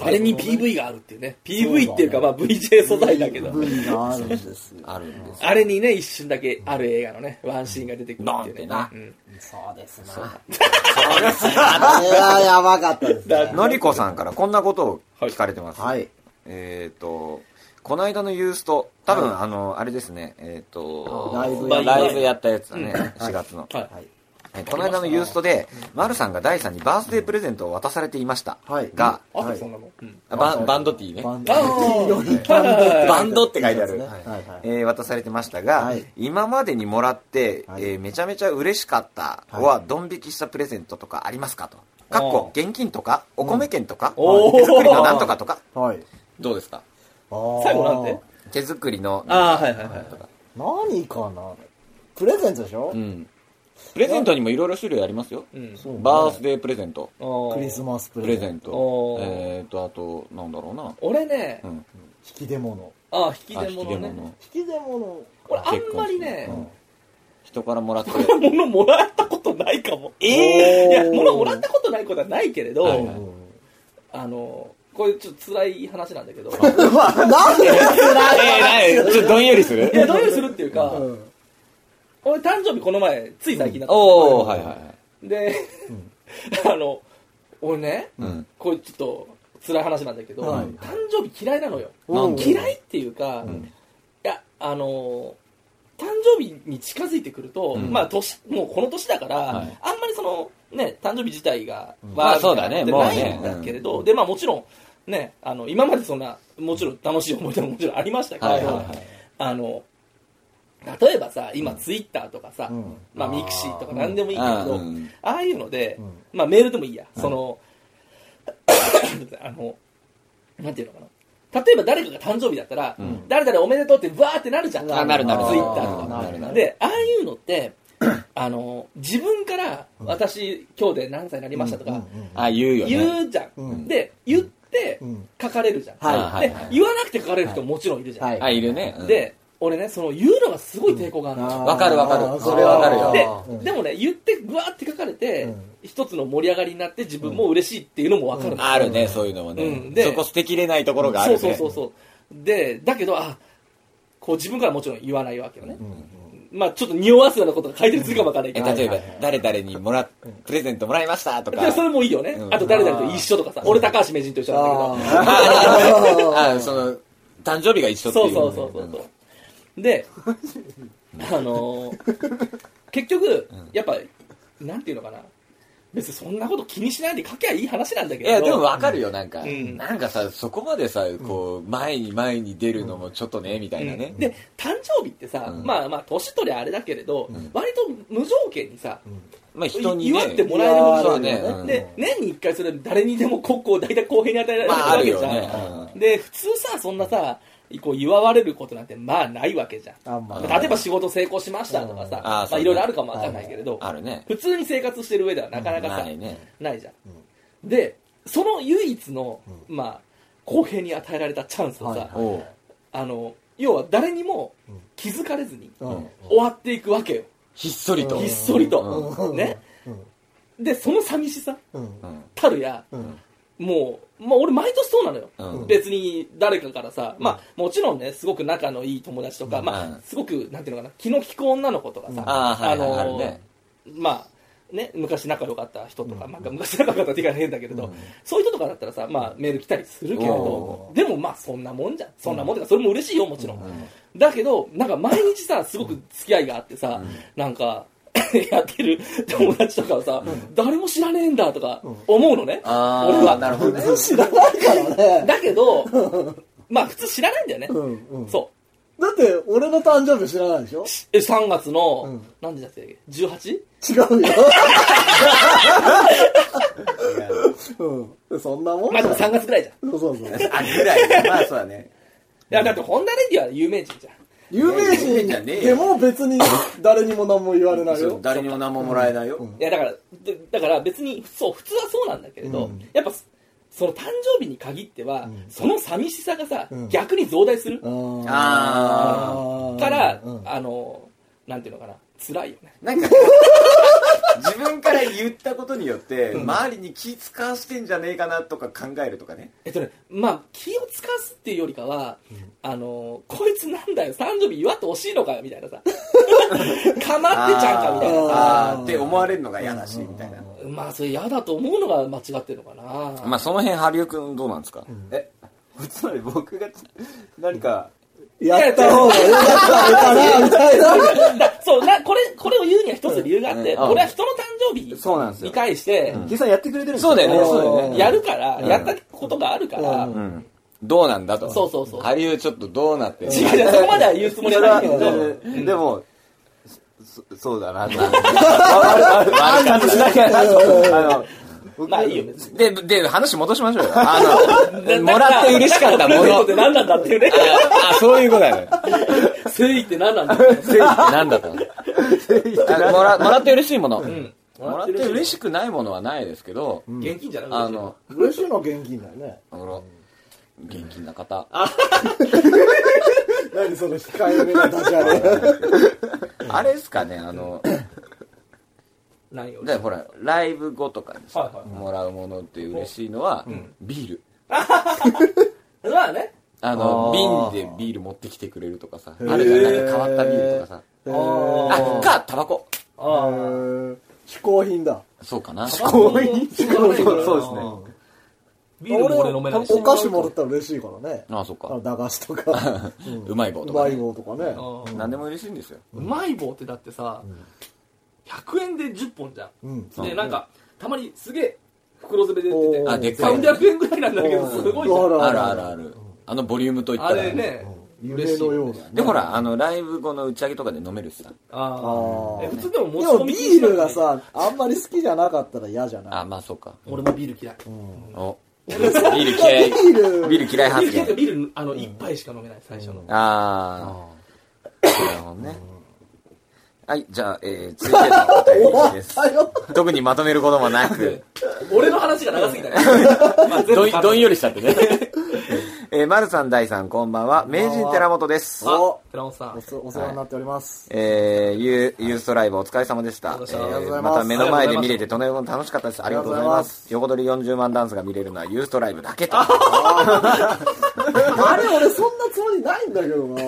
[SPEAKER 3] あれに PV があるっていうね。PV っていうか、まあ VJ 素材だけど。
[SPEAKER 2] V があるんですよ。
[SPEAKER 4] あるんですよ
[SPEAKER 3] あれにね、一瞬だけある映画のね、ワンシーンが出てくるっていうね。
[SPEAKER 4] なんて
[SPEAKER 3] うん
[SPEAKER 2] そうですな。あれはやばかったですね。
[SPEAKER 4] のりこさんからこんなことを聞かれてます。
[SPEAKER 2] はい。
[SPEAKER 4] えっ、と、この間のユースト、多分、あの、あれですね、えっ、と、
[SPEAKER 2] ライブ
[SPEAKER 4] まあ
[SPEAKER 3] やった
[SPEAKER 4] ライブやったやつだね、4月の。
[SPEAKER 3] はい
[SPEAKER 2] はい。
[SPEAKER 4] えこの間のユーストで、まるさんが大さんにバースデープレゼントを渡されていました。
[SPEAKER 2] はい
[SPEAKER 4] が、
[SPEAKER 3] あ
[SPEAKER 2] はい
[SPEAKER 3] そんなのうん
[SPEAKER 4] あバンバンドティーね。
[SPEAKER 2] バ
[SPEAKER 4] バ
[SPEAKER 2] ンド。よりバンドって
[SPEAKER 4] ンドって書いてあ
[SPEAKER 2] やつ
[SPEAKER 4] る。
[SPEAKER 2] ね。はいはい。
[SPEAKER 4] えー渡されてましたが、
[SPEAKER 2] はい
[SPEAKER 4] 今までにもらって、
[SPEAKER 2] はい
[SPEAKER 4] えーめちゃめちゃ嬉しかったはドン引きしたプレゼントとかありますかと。かっこ現金とかお米券とか、
[SPEAKER 3] おー
[SPEAKER 4] 手作りのなんとかとか
[SPEAKER 2] はい。
[SPEAKER 4] どうですか
[SPEAKER 2] 最
[SPEAKER 3] 最後なんで
[SPEAKER 4] 手作りの
[SPEAKER 3] ああ、はいはいはい。
[SPEAKER 2] 何かなプレゼントでしょ
[SPEAKER 4] うんプレゼントにもいろいろ種類ありますよ、
[SPEAKER 3] うん
[SPEAKER 2] そうね
[SPEAKER 4] バースデープレゼント
[SPEAKER 3] ク
[SPEAKER 2] クリスマスプ
[SPEAKER 4] プ
[SPEAKER 2] レ
[SPEAKER 4] レ
[SPEAKER 2] ゼ
[SPEAKER 4] ゼ
[SPEAKER 2] ント。
[SPEAKER 4] ント
[SPEAKER 3] おー
[SPEAKER 4] えっ、とあとなんだろうな
[SPEAKER 3] 俺ね
[SPEAKER 4] う、ん
[SPEAKER 2] 引き出物。
[SPEAKER 3] ああ、引き
[SPEAKER 4] あ
[SPEAKER 3] 出
[SPEAKER 4] 引き
[SPEAKER 3] 物
[SPEAKER 4] 出
[SPEAKER 3] ね。
[SPEAKER 4] 物
[SPEAKER 2] 引き出物。
[SPEAKER 3] 俺あんまりね、
[SPEAKER 4] 人からもらって
[SPEAKER 3] 物もらったことないかも。
[SPEAKER 2] えー
[SPEAKER 3] いや、物もらったことないことはないけれど、
[SPEAKER 4] はいは
[SPEAKER 3] あの、これちょっと辛い話なんだけど、
[SPEAKER 2] まあ、なんで
[SPEAKER 4] え <laughs> ー、なにちょっとどんよりする
[SPEAKER 3] い <laughs> や、どういうするっていうか、
[SPEAKER 2] うん
[SPEAKER 3] 俺誕生日この前、つい最近だった。
[SPEAKER 4] おおはいはいはい
[SPEAKER 3] で、 <laughs> あの、俺ね、
[SPEAKER 4] うん
[SPEAKER 3] これちょっと辛い話なんだけど、
[SPEAKER 2] はい
[SPEAKER 3] 誕生日嫌いなのよ。
[SPEAKER 2] なんで
[SPEAKER 3] 嫌いっていうか、いや、あの、誕生日に近づいてくると、
[SPEAKER 4] うん
[SPEAKER 3] まあ年、もうこの年だから、
[SPEAKER 4] はい
[SPEAKER 3] あんまりその、ね、誕生日自体が、
[SPEAKER 4] まあ
[SPEAKER 3] わーみたいな
[SPEAKER 4] そうだね
[SPEAKER 3] って
[SPEAKER 4] もうね
[SPEAKER 3] ないんだけれど、で、まあもちろん、ね、あの、今までそんな、もちろん楽しい思い出ももちろんありましたけど、
[SPEAKER 4] はいはいはい
[SPEAKER 3] あの、例えばさ、今ツイッターとかさ、
[SPEAKER 2] うん
[SPEAKER 3] まあミクシーとか何でもいいけ
[SPEAKER 4] あ
[SPEAKER 3] ど、
[SPEAKER 4] ーうん
[SPEAKER 3] ああいうので、
[SPEAKER 2] うん
[SPEAKER 3] <coughs> まあメールでもいいや、その、あの、なんていうのかな、例えば誰かが誕生日だったら、誰々おめでとうってわーってなるじゃん。
[SPEAKER 4] あなるなる
[SPEAKER 3] ツイッターと
[SPEAKER 4] なるなるな
[SPEAKER 3] か。
[SPEAKER 4] る
[SPEAKER 3] で、ああいうのって、あの、自分から、私、今日で何歳になりましたとか、
[SPEAKER 4] あ、言うよね。
[SPEAKER 3] 言うじゃん。
[SPEAKER 2] うん
[SPEAKER 3] で、言って
[SPEAKER 2] うん、
[SPEAKER 3] 書かれるじゃん。
[SPEAKER 4] はい
[SPEAKER 3] で
[SPEAKER 4] はいはい
[SPEAKER 3] 言わなくて書かれる人ももちろんいるじゃん。
[SPEAKER 2] はい
[SPEAKER 4] あ、いるね。うん、
[SPEAKER 3] で、俺ね、その言うのがすごい抵抗があるの
[SPEAKER 4] わかるわか
[SPEAKER 2] あー
[SPEAKER 4] る。それわかるよ。
[SPEAKER 3] で
[SPEAKER 2] うん
[SPEAKER 3] でもね、言って、ぐわーって書かれて、
[SPEAKER 2] うん
[SPEAKER 3] 一つの盛り上がりになって、自分も嬉しいっていうのもわかる、
[SPEAKER 4] あるね、そういうのもね。
[SPEAKER 3] うんで
[SPEAKER 4] そこ捨てきれないところがあるね。
[SPEAKER 3] そうそうそうそうでだけどあこう自分からもちろん言わないわけよね、まあちょっと匂わすようなことが書いてるするかもわからないけ
[SPEAKER 4] え
[SPEAKER 3] ど
[SPEAKER 4] 例えば、誰々にもら、プレゼントもらいましたとか。
[SPEAKER 3] でそれもいいよね、
[SPEAKER 4] うん
[SPEAKER 3] あと誰々と一緒とかさ俺高橋名人と一緒なんだ
[SPEAKER 2] あ
[SPEAKER 4] あ、その、誕生日が一緒
[SPEAKER 3] け
[SPEAKER 4] っ
[SPEAKER 3] どそう
[SPEAKER 4] ていう。
[SPEAKER 3] そうそうそうそうであのー結局やっぱなんていうのかな別にそんなこと気にしないで書きゃいい話なんだけ
[SPEAKER 4] い
[SPEAKER 3] ど
[SPEAKER 4] や、でもわかるよ、なんか。
[SPEAKER 3] ん
[SPEAKER 4] なんかさ、そこまでさ、こう、前に前に出るのもちょっとね、みたいなね。
[SPEAKER 3] で誕生日ってさ、
[SPEAKER 4] うん
[SPEAKER 3] まあまあ年取りゃあれだけれど、割と無条件にさ、
[SPEAKER 4] まあ人にね。
[SPEAKER 3] 祝ってもらえるものだよ
[SPEAKER 4] いやーそう
[SPEAKER 3] ね
[SPEAKER 4] だねうん
[SPEAKER 3] で年に1回それ誰にでも国交を大体公平に与えられる
[SPEAKER 4] まあ、あ
[SPEAKER 3] わ
[SPEAKER 4] る
[SPEAKER 3] けじゃ
[SPEAKER 4] よ
[SPEAKER 3] ん、
[SPEAKER 4] ね。
[SPEAKER 3] で普通さそんなさこう祝われることなんてまあないわけじゃん
[SPEAKER 2] あんまり
[SPEAKER 3] 例えば仕事成功しましたとかさ、
[SPEAKER 4] んあー
[SPEAKER 3] ま
[SPEAKER 4] そ
[SPEAKER 3] あ、
[SPEAKER 4] うね
[SPEAKER 3] いろいろあるかもわかんないけれど、
[SPEAKER 4] あるね。
[SPEAKER 3] 普通に生活してる上ではなかなかさ、
[SPEAKER 4] ないね。
[SPEAKER 3] ないじゃん、でその唯一の、まあ公平に与えられたチャンスをさ、
[SPEAKER 2] はい
[SPEAKER 4] おう
[SPEAKER 3] あの要は誰にも気づかれずに
[SPEAKER 2] うん
[SPEAKER 3] 終わっていくわけよ、
[SPEAKER 4] ひっそりと。
[SPEAKER 3] ひっそりと、
[SPEAKER 2] うん
[SPEAKER 3] ね、でその寂しさ
[SPEAKER 2] うん
[SPEAKER 3] たるや、
[SPEAKER 2] うん
[SPEAKER 3] もう、まあ、俺毎年そうなのよ、
[SPEAKER 4] うん
[SPEAKER 3] 別に誰かからさ、まあ、もちろんねすごく仲のいい友達とか、ま
[SPEAKER 4] う
[SPEAKER 3] あ
[SPEAKER 4] ん、
[SPEAKER 3] すごくなんていうのかな気の利く女の子とかさ、
[SPEAKER 4] あーはいはいあるね
[SPEAKER 3] まあね昔仲良かった人とか、まあ、昔仲良かったって言い方変だけれど、そういう人とかだったらさ、まあ、メール来たりするけれど
[SPEAKER 4] お
[SPEAKER 3] でもまあそんなもんじゃんそんなもんだからそれも嬉しいよもちろん、だけどなんか毎日さすごく付き合いがあってさ、なんか <laughs> やってる友達とかをさ、誰も知らねえんだとか思うのね、
[SPEAKER 4] あ
[SPEAKER 3] 俺は
[SPEAKER 4] あ、なるほどね。
[SPEAKER 2] 知らないからね。
[SPEAKER 3] だけど、まあ普通知らないんだよね。
[SPEAKER 2] うんうん
[SPEAKER 3] そ
[SPEAKER 2] だって、俺の誕生日知らないでしょ
[SPEAKER 3] う。え、3月の、
[SPEAKER 2] うん
[SPEAKER 3] 何時だったっけ ?18?
[SPEAKER 2] 違うよ。うん。そんなもん
[SPEAKER 3] まあでも3月ぐらいじゃん。い
[SPEAKER 2] そうそうそう。
[SPEAKER 6] あぐらいまあそうだね
[SPEAKER 3] や、だってホンダレディは有名人じゃん。
[SPEAKER 2] 有名人でも別に誰にも何も言われない
[SPEAKER 6] そう
[SPEAKER 2] よ。
[SPEAKER 6] 誰にも何ももらえないよ、
[SPEAKER 3] いや、だから、でだから別に、そう、普通はそうなんだけれど、
[SPEAKER 2] うん
[SPEAKER 3] やっぱ、その誕生日に限っては、その寂しさがさ、
[SPEAKER 2] うん
[SPEAKER 3] 逆に増大する。
[SPEAKER 6] あ
[SPEAKER 2] あ
[SPEAKER 3] から、
[SPEAKER 2] うん
[SPEAKER 3] あの、なんていうのかな、辛いよね。
[SPEAKER 6] ーなんか自分から言ったことによって周りに気使わしてんじゃねえかなとか考えるとかね
[SPEAKER 3] えっとね、まあ、気を使わすっていうよりかは、あの、こいつなんだよ、誕生日祝ってほしいのかよ、みたい
[SPEAKER 2] <laughs>
[SPEAKER 3] なさ。かまってちゃんか、みたいなさ。
[SPEAKER 6] あーって思われるのが嫌だしみたいな
[SPEAKER 3] まあそれ嫌だと思うのが間違ってるのかな、
[SPEAKER 4] まあ、その辺、ハリウ君どうなんですか
[SPEAKER 6] えつまり僕が何か
[SPEAKER 2] やった方がよかったのかなみたいな。
[SPEAKER 3] だそうなこれこれを言うには一つ理由があって、
[SPEAKER 4] うんうん
[SPEAKER 3] 俺は人の誕
[SPEAKER 6] そうなん
[SPEAKER 3] 生
[SPEAKER 6] です
[SPEAKER 3] 日
[SPEAKER 6] よ
[SPEAKER 3] に対して
[SPEAKER 6] 計算やってくれてるんです
[SPEAKER 4] そうだよね、
[SPEAKER 2] うん
[SPEAKER 4] そうだよね。
[SPEAKER 3] やるから、やったことがあるから、
[SPEAKER 2] うん
[SPEAKER 4] うん。どうなんだと。
[SPEAKER 3] そうそうそう
[SPEAKER 4] ハリウちょっとどうなってる
[SPEAKER 3] 違う違うそこまでは言うつもりはないけ
[SPEAKER 6] それ
[SPEAKER 3] ど
[SPEAKER 6] はででもそそうだなとあの僕
[SPEAKER 3] まあいいよ別に
[SPEAKER 4] で、で、話戻しまし <laughs> ょうよ。あの、もらって嬉しかったも
[SPEAKER 3] プレゼン
[SPEAKER 4] の
[SPEAKER 3] トっ。て何なんだってい
[SPEAKER 2] <laughs>
[SPEAKER 3] うね
[SPEAKER 4] あ、そういうことだよね。
[SPEAKER 3] 誠意って何なんだって
[SPEAKER 4] 誠意ってなんだと。あもら、もらって嬉しいもの。もらって嬉しくないものはないですけど、
[SPEAKER 3] 現金じゃなくて
[SPEAKER 4] あの、
[SPEAKER 2] 嬉しいのは現金だよね。
[SPEAKER 4] あの現金な方。
[SPEAKER 2] 何その控えめなダジャレ。
[SPEAKER 4] あれですかね、あの、
[SPEAKER 3] 何を
[SPEAKER 4] でほらライブ後とかにさ、
[SPEAKER 3] はいはいはい
[SPEAKER 4] もらうものって嬉しいのは、ビール
[SPEAKER 3] まあね
[SPEAKER 4] あの瓶でビール持ってきてくれるとかさあるじゃんなんか変わったビールとかさ
[SPEAKER 2] え
[SPEAKER 3] あ
[SPEAKER 2] ー
[SPEAKER 4] あかタバコ
[SPEAKER 2] え
[SPEAKER 3] ああ
[SPEAKER 2] ー嗜好品だ。
[SPEAKER 4] そうかな
[SPEAKER 3] そうですね
[SPEAKER 6] そうですね
[SPEAKER 3] ビールも俺飲めないし
[SPEAKER 2] お菓子もらったら嬉しいからね。
[SPEAKER 4] あそう
[SPEAKER 2] あの
[SPEAKER 4] か
[SPEAKER 2] 駄菓子とか、
[SPEAKER 4] うまい棒
[SPEAKER 2] う
[SPEAKER 4] と
[SPEAKER 2] ま
[SPEAKER 4] か、
[SPEAKER 2] い
[SPEAKER 4] ね、
[SPEAKER 2] 棒とかね。
[SPEAKER 3] うん
[SPEAKER 4] 何でも嬉しいんですよ
[SPEAKER 3] うまい棒ってだってさ、100円で10本じゃん
[SPEAKER 2] うん。
[SPEAKER 3] でなんかたまにすげえ袋詰めで出てて
[SPEAKER 2] おー
[SPEAKER 4] あでっかい
[SPEAKER 3] 300円ぐらいなんだけどすごいじゃん
[SPEAKER 4] あるあるあるあのボリュームといった
[SPEAKER 3] あ
[SPEAKER 4] ら
[SPEAKER 3] れね
[SPEAKER 2] 夢のようだね。
[SPEAKER 4] でほらあのライブ後の打ち上げとかで飲めるしさ
[SPEAKER 2] あ
[SPEAKER 3] ああ
[SPEAKER 2] ー
[SPEAKER 3] え普通でも持
[SPEAKER 2] で
[SPEAKER 3] ち
[SPEAKER 2] も
[SPEAKER 3] 込み
[SPEAKER 2] ビ
[SPEAKER 3] 禁止
[SPEAKER 2] ールが
[SPEAKER 3] なんだよね
[SPEAKER 2] さ、あんまり好きじゃなかったら嫌じゃない
[SPEAKER 4] あまあそうか
[SPEAKER 3] 俺もビール嫌い
[SPEAKER 4] おビール嫌い。
[SPEAKER 2] ビール
[SPEAKER 4] ビール嫌い発
[SPEAKER 3] 結構
[SPEAKER 4] 言。
[SPEAKER 3] ビール、あの、一杯しか飲めない、最初の。
[SPEAKER 4] ああ。そうだもんね。はい、じゃあ、えー、続いてのお便りです。特にまとめることもなく、
[SPEAKER 3] 俺の話が長すぎたね。まあ全部
[SPEAKER 4] どん
[SPEAKER 3] カット
[SPEAKER 4] どんよりしちゃってね。 <laughs> えー、まるさん、大さん、こんばんは。名人寺本です。
[SPEAKER 3] あ、寺本さ
[SPEAKER 2] お
[SPEAKER 3] ん。
[SPEAKER 2] 世お世話になっております。
[SPEAKER 4] えー、ユーユーストライブお疲れ様でした。
[SPEAKER 3] ありがとうございます
[SPEAKER 4] えーまた目の前で見れて、とねも楽しかったです。ありがとうございま
[SPEAKER 2] あ
[SPEAKER 4] す。横取り40万ダンスが見れるのはユーストライブだけと。
[SPEAKER 2] あれ、俺そんなつもりないんだけどな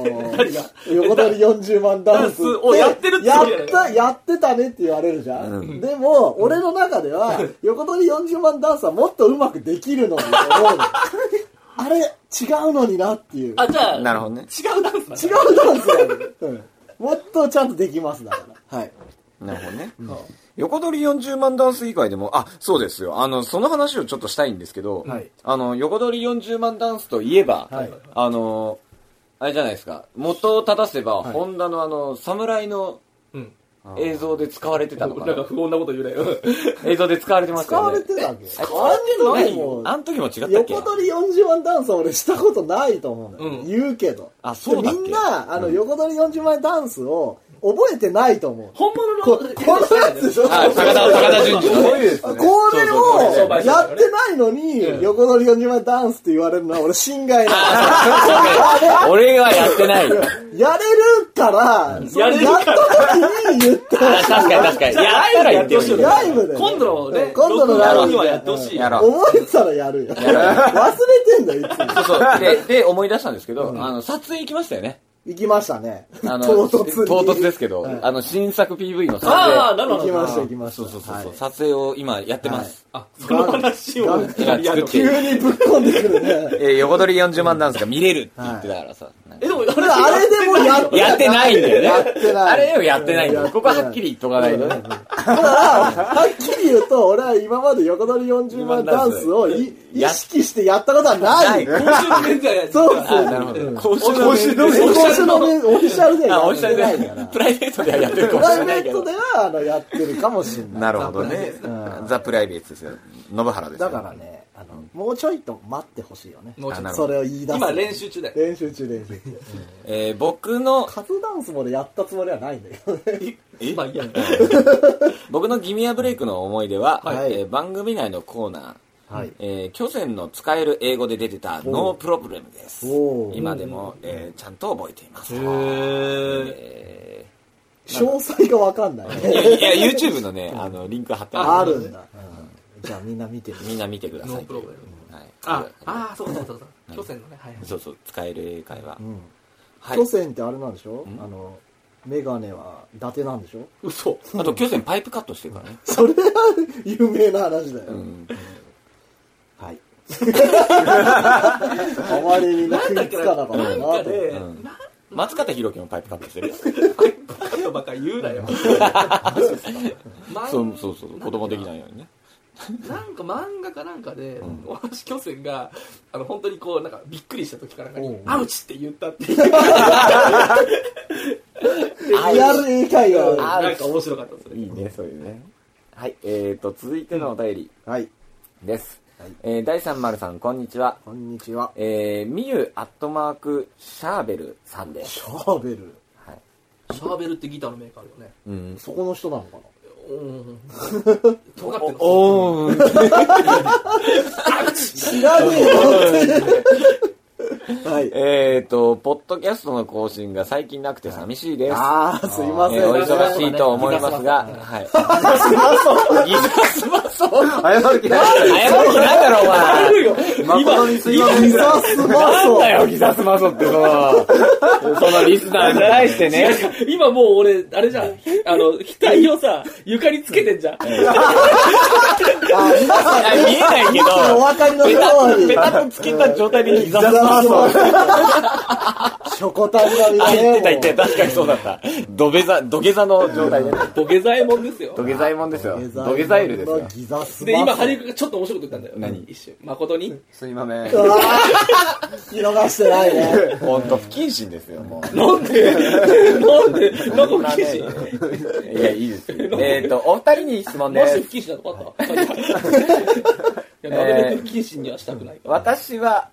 [SPEAKER 2] 横取り40万ダンス。
[SPEAKER 3] ダンスをやってるつもり
[SPEAKER 2] や
[SPEAKER 3] や
[SPEAKER 2] っ
[SPEAKER 3] ね
[SPEAKER 2] た、やってたねって言われるじゃん。でも、俺の中では、横取り40万ダンスはもっとうまくできるのにと思うのあれ、違うのになっていう。違う
[SPEAKER 3] あ、じゃあ、
[SPEAKER 4] なるほどね。
[SPEAKER 3] 違うダンスなんだ
[SPEAKER 2] ダンスだよね、うんもっとちゃんとできますだから。はい。
[SPEAKER 4] なるほどね。横取り40万ダンス以外でも、あ、そうですよ。あの、その話をちょっとしたいんですけど、
[SPEAKER 2] はい
[SPEAKER 4] あの、横取り40万ダンスといえば、
[SPEAKER 2] はい
[SPEAKER 4] あの、あれじゃないですか、元を正せば、ホンダのあの、侍の
[SPEAKER 3] うん
[SPEAKER 4] 映像で使われてたのか
[SPEAKER 3] なんか。
[SPEAKER 4] な
[SPEAKER 3] 不穏なこと言うね。うん
[SPEAKER 4] 映像で使われてました
[SPEAKER 2] 使
[SPEAKER 4] よ
[SPEAKER 2] わ
[SPEAKER 4] ね。
[SPEAKER 2] れてたわけ
[SPEAKER 4] 使われてない
[SPEAKER 2] も
[SPEAKER 4] よ
[SPEAKER 2] う。
[SPEAKER 4] あの時も違ったっけ
[SPEAKER 2] 横取り40万ダンスは俺したことないと思うのよ、
[SPEAKER 3] うん
[SPEAKER 2] 言うけど
[SPEAKER 4] あそうだっけ
[SPEAKER 2] でみんなあの横取り40万ダンスを覚えてないと思う、
[SPEAKER 3] 本物の、
[SPEAKER 2] ここのやつでしょ
[SPEAKER 4] あ、高田、高田純次のね。
[SPEAKER 2] これ
[SPEAKER 3] そうそう
[SPEAKER 2] を
[SPEAKER 3] そう
[SPEAKER 2] やってないのに、横取り40万ダンスって言われるのは俺心外な
[SPEAKER 4] <laughs>
[SPEAKER 2] の
[SPEAKER 4] 俺はやってないよ。
[SPEAKER 2] やれるから、それやった時に言ってほし
[SPEAKER 4] 確かに確かに。やったら言ってほしいよ
[SPEAKER 2] い。
[SPEAKER 4] ね。
[SPEAKER 2] ライブでね、
[SPEAKER 3] 今度のね、
[SPEAKER 2] 今度のライブ
[SPEAKER 3] 録音にはやってほしい。
[SPEAKER 4] やろう。
[SPEAKER 2] 思えてたらやるよ。忘れてんだよ、いつも。
[SPEAKER 4] そうそう。で、で、思い出したんですけど、あの、撮影行きましたよね。
[SPEAKER 2] 行きましたね。
[SPEAKER 4] あの、
[SPEAKER 2] 唐突に。
[SPEAKER 4] 唐突ですけど、
[SPEAKER 2] はい
[SPEAKER 4] あの、新作 PV の撮
[SPEAKER 3] ああ、
[SPEAKER 4] 影。
[SPEAKER 3] なる
[SPEAKER 2] 行
[SPEAKER 3] ほ
[SPEAKER 2] き
[SPEAKER 3] ど。
[SPEAKER 2] ました、行きました。
[SPEAKER 4] そうそうそうそう、
[SPEAKER 2] はい
[SPEAKER 4] 撮影を今やってます。
[SPEAKER 3] あ、その話を
[SPEAKER 2] ガン。
[SPEAKER 4] 今作って
[SPEAKER 2] 急
[SPEAKER 4] る。
[SPEAKER 2] にぶっ込んでくるね。
[SPEAKER 4] えー、横取り40万ダンスが見れるって言ってたからさ。なんか
[SPEAKER 3] え、でも、あれ
[SPEAKER 2] あれでもやって
[SPEAKER 4] やってないんだ
[SPEAKER 2] や
[SPEAKER 4] よ
[SPEAKER 2] っ
[SPEAKER 4] ね。
[SPEAKER 2] てない。
[SPEAKER 4] あれよ、やってないんだ
[SPEAKER 2] や
[SPEAKER 4] よ。ここははっきり言っとかないとね。
[SPEAKER 2] だから、はっきり言うと、俺は今まで横取り40万ダンスをい意
[SPEAKER 4] や
[SPEAKER 2] 識してやったことはない。
[SPEAKER 4] な
[SPEAKER 3] 今
[SPEAKER 4] い
[SPEAKER 3] 週のメンズはやって
[SPEAKER 2] そう
[SPEAKER 4] あ
[SPEAKER 2] そう。
[SPEAKER 4] なるほど。公衆
[SPEAKER 2] 今週のメンオフィシャルで
[SPEAKER 4] あ、
[SPEAKER 2] や
[SPEAKER 4] おっ
[SPEAKER 2] っ
[SPEAKER 4] しゃ
[SPEAKER 2] て
[SPEAKER 4] る
[SPEAKER 2] ない
[SPEAKER 4] で
[SPEAKER 2] から。
[SPEAKER 4] プライベートではやってる
[SPEAKER 2] プ
[SPEAKER 4] か
[SPEAKER 2] ラ
[SPEAKER 4] もしれない
[SPEAKER 2] イベ
[SPEAKER 4] け
[SPEAKER 2] ート
[SPEAKER 4] ど
[SPEAKER 2] で。は、あの、やってるかもしれない。
[SPEAKER 4] なるほどね。ザ・プライベートですよ。信原ですよ。
[SPEAKER 2] だからね、あの、もうちょいと待ってほしいよね。
[SPEAKER 3] もうちょっ
[SPEAKER 4] なるほ
[SPEAKER 2] そ
[SPEAKER 4] ど
[SPEAKER 2] れを言い出
[SPEAKER 3] と
[SPEAKER 2] す。
[SPEAKER 3] 今練習中だよ。
[SPEAKER 2] 練習中、練習中。
[SPEAKER 4] えー僕の、
[SPEAKER 2] カズダンスまでやったつもりはないんだけどね。
[SPEAKER 3] まあいいや。
[SPEAKER 4] 僕のギミアブレイクの思い出は、
[SPEAKER 2] はい
[SPEAKER 4] えー番組内のコーナー、
[SPEAKER 2] はい
[SPEAKER 4] えー巨船の使える英語で出てたノープロブレムです
[SPEAKER 2] おー
[SPEAKER 4] 今でも、えーちゃんと覚えています、え
[SPEAKER 2] 詳細がわかんない。
[SPEAKER 4] ーいやいや YouTube のねあのリンク貼って
[SPEAKER 2] あ
[SPEAKER 4] あ
[SPEAKER 2] るんだ。じゃあみんな見てみよ
[SPEAKER 4] みんな見てください
[SPEAKER 3] ノープロブレ
[SPEAKER 4] ム、はい、
[SPEAKER 3] あ、ああ、そうかそうかそうか。巨船のね、はいはい。
[SPEAKER 4] そうそう使える英会話、
[SPEAKER 2] う。うん。
[SPEAKER 4] はい
[SPEAKER 2] 巨船ってあれなんでしょあの、メガネは伊達なんでしょ
[SPEAKER 3] 嘘。
[SPEAKER 4] あと巨船パイプカットしてるからね、
[SPEAKER 2] それは有名な話だよ。
[SPEAKER 4] うん
[SPEAKER 2] はい。あまりみんな
[SPEAKER 3] な
[SPEAKER 2] 食
[SPEAKER 3] んだっ
[SPEAKER 2] いつ
[SPEAKER 3] け
[SPEAKER 2] か
[SPEAKER 3] な、
[SPEAKER 2] なか
[SPEAKER 3] な
[SPEAKER 2] った
[SPEAKER 3] ん
[SPEAKER 2] な
[SPEAKER 3] か
[SPEAKER 2] と。
[SPEAKER 3] で、
[SPEAKER 4] う
[SPEAKER 3] なん
[SPEAKER 4] 松方弘樹もパイプカットしてるよ
[SPEAKER 3] んかばっか言うなよ。
[SPEAKER 4] そうそうそう子供できないようにね
[SPEAKER 3] なんか漫画かなんかで、私巨船が、あの、本当にこう、なんかびっくりした時かなんかに、アウチって言ったっていう。
[SPEAKER 2] リアル英会話。
[SPEAKER 3] なんか面白かったですね。
[SPEAKER 4] いいねそういうねはいえー、と続いてのお便り
[SPEAKER 2] はい。
[SPEAKER 4] です、えー、第三丸さんこんにちは
[SPEAKER 2] こんにちは。
[SPEAKER 4] えー、みゆアットマークシャーベルさんです
[SPEAKER 2] シャーベル。
[SPEAKER 3] シャーベルってギターのメーカーあるよね。
[SPEAKER 4] うん
[SPEAKER 2] そこの人なのか
[SPEAKER 3] うん。尖ってる
[SPEAKER 4] おー
[SPEAKER 2] な知らねえよ。はい。
[SPEAKER 4] えっ、ー、とポッドキャストの更新が最近なくて寂しいです
[SPEAKER 2] ああ、すいません。
[SPEAKER 4] えーお忙しいと思いますが、はい。ギザスマソ
[SPEAKER 6] 謝る気ない
[SPEAKER 4] 謝る気ないだろ、お <laughs> 前。
[SPEAKER 6] 誠にすいません
[SPEAKER 2] ギザスマ
[SPEAKER 4] なんだよ、ギザスマソってそう。そのリスナーに対してね。
[SPEAKER 3] <laughs> 今もう俺、あれじゃん、あの、額をさ、床につけてんじゃん。
[SPEAKER 2] あ、皆さん、
[SPEAKER 4] あ見えないけ
[SPEAKER 2] お
[SPEAKER 4] ど、
[SPEAKER 2] 分かりの通り。
[SPEAKER 4] ペタッとつけた状態でギザス
[SPEAKER 2] ザ
[SPEAKER 4] マ
[SPEAKER 2] マ
[SPEAKER 4] ソ。
[SPEAKER 2] ソ。ショコタンが見
[SPEAKER 4] あ、
[SPEAKER 2] え
[SPEAKER 4] 言ってた言ってた。確かにそうだった。土下座、土下座の状 <laughs> 態でね。
[SPEAKER 3] 土下座えもんですよ
[SPEAKER 4] 土。下座いもんですよ。
[SPEAKER 2] ザ
[SPEAKER 4] 土下座エルですよ。
[SPEAKER 2] ギザスマソ。
[SPEAKER 3] で、今、ハリウがちょっと面白いこと言ったんだよ。何一瞬。誠に。
[SPEAKER 6] すいません
[SPEAKER 2] うわー <laughs> 見逃してないね。
[SPEAKER 4] ほんと不謹慎ですよ、も
[SPEAKER 3] なんでなんでなんか不謹慎
[SPEAKER 4] う。いや、いいですよ。えっと、お二人に質問
[SPEAKER 3] マ
[SPEAKER 4] で
[SPEAKER 3] ジです不。謹慎なとこあったや、なるべく不謹慎にはしたくないから。
[SPEAKER 4] 私は、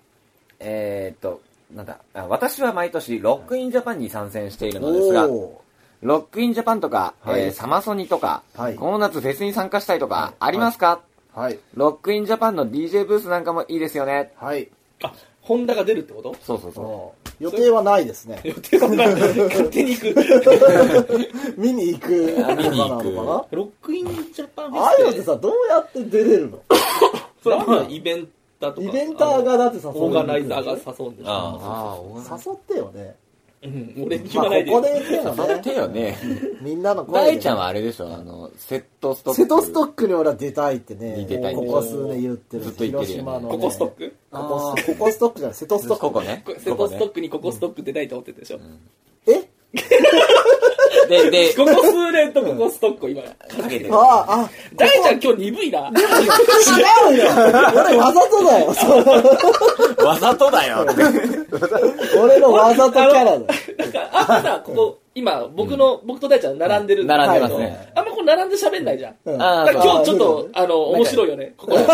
[SPEAKER 4] えーっと、なんだ、あ私は毎年、ロックインジャパンに参戦しているのですが、
[SPEAKER 2] お
[SPEAKER 4] ロックインジャパンとか、
[SPEAKER 2] はい
[SPEAKER 4] えーサマソニとか、
[SPEAKER 2] はい
[SPEAKER 4] この夏フェスに参加したいとか、ありますか、
[SPEAKER 2] ーはい
[SPEAKER 4] ロックインジャパンの DJ ブースなんかもいいですよね。
[SPEAKER 2] はい
[SPEAKER 3] あ、ホンダが出るってこと
[SPEAKER 4] そうそうそう。
[SPEAKER 2] 予定はないですね
[SPEAKER 3] 予定はない。勝手に行く。
[SPEAKER 2] <laughs> 見に行くとかな
[SPEAKER 4] 見に行
[SPEAKER 2] の
[SPEAKER 3] ロックインジャパン
[SPEAKER 2] かなああいうのって
[SPEAKER 3] て
[SPEAKER 2] さどうやって出れるの
[SPEAKER 3] それはまあイベンターとか。
[SPEAKER 2] イベンターがだって誘う
[SPEAKER 3] オーガナイザーが誘うんでしょ。
[SPEAKER 4] ああ、
[SPEAKER 2] 誘ってよね
[SPEAKER 3] うん、俺に言
[SPEAKER 2] まあこ
[SPEAKER 3] わないで
[SPEAKER 2] こで言ってよ
[SPEAKER 4] お
[SPEAKER 2] ね
[SPEAKER 4] てよね。
[SPEAKER 2] みんなの声で
[SPEAKER 4] 大ちゃんはあれでしょ、あの、セットストック。
[SPEAKER 2] 瀬戸ストックに俺は出たいってね
[SPEAKER 4] 出たいん
[SPEAKER 2] こ
[SPEAKER 4] だよ
[SPEAKER 2] こ数年言ってる
[SPEAKER 4] ずっと言ってるよね
[SPEAKER 2] 広島のね
[SPEAKER 3] ココストック
[SPEAKER 2] ここスここストックじゃない瀬戸ストック
[SPEAKER 4] ここね。
[SPEAKER 3] セトスト
[SPEAKER 4] こ
[SPEAKER 3] ックにココストック出たいと思ってたでしょ。
[SPEAKER 2] え
[SPEAKER 4] こね。で、で、
[SPEAKER 3] ココ数連とココストックを今。
[SPEAKER 4] かけてる。
[SPEAKER 2] ああ
[SPEAKER 3] 大ちゃん今日鈍いな。
[SPEAKER 2] あ違うよ俺わざとだよそう
[SPEAKER 4] わざとだよって。
[SPEAKER 2] 俺のわざとキャラだよ
[SPEAKER 3] なんか、あんまさ、ここ、今、僕の、僕と大ちゃん並んでる。
[SPEAKER 4] 並んでますね
[SPEAKER 3] はいあんまこう並んで喋んないじゃん。
[SPEAKER 2] うん
[SPEAKER 3] だ
[SPEAKER 4] あ
[SPEAKER 3] から今
[SPEAKER 4] あ、
[SPEAKER 3] 日ちょっと、あの、面白いよね。ここ。
[SPEAKER 4] そう。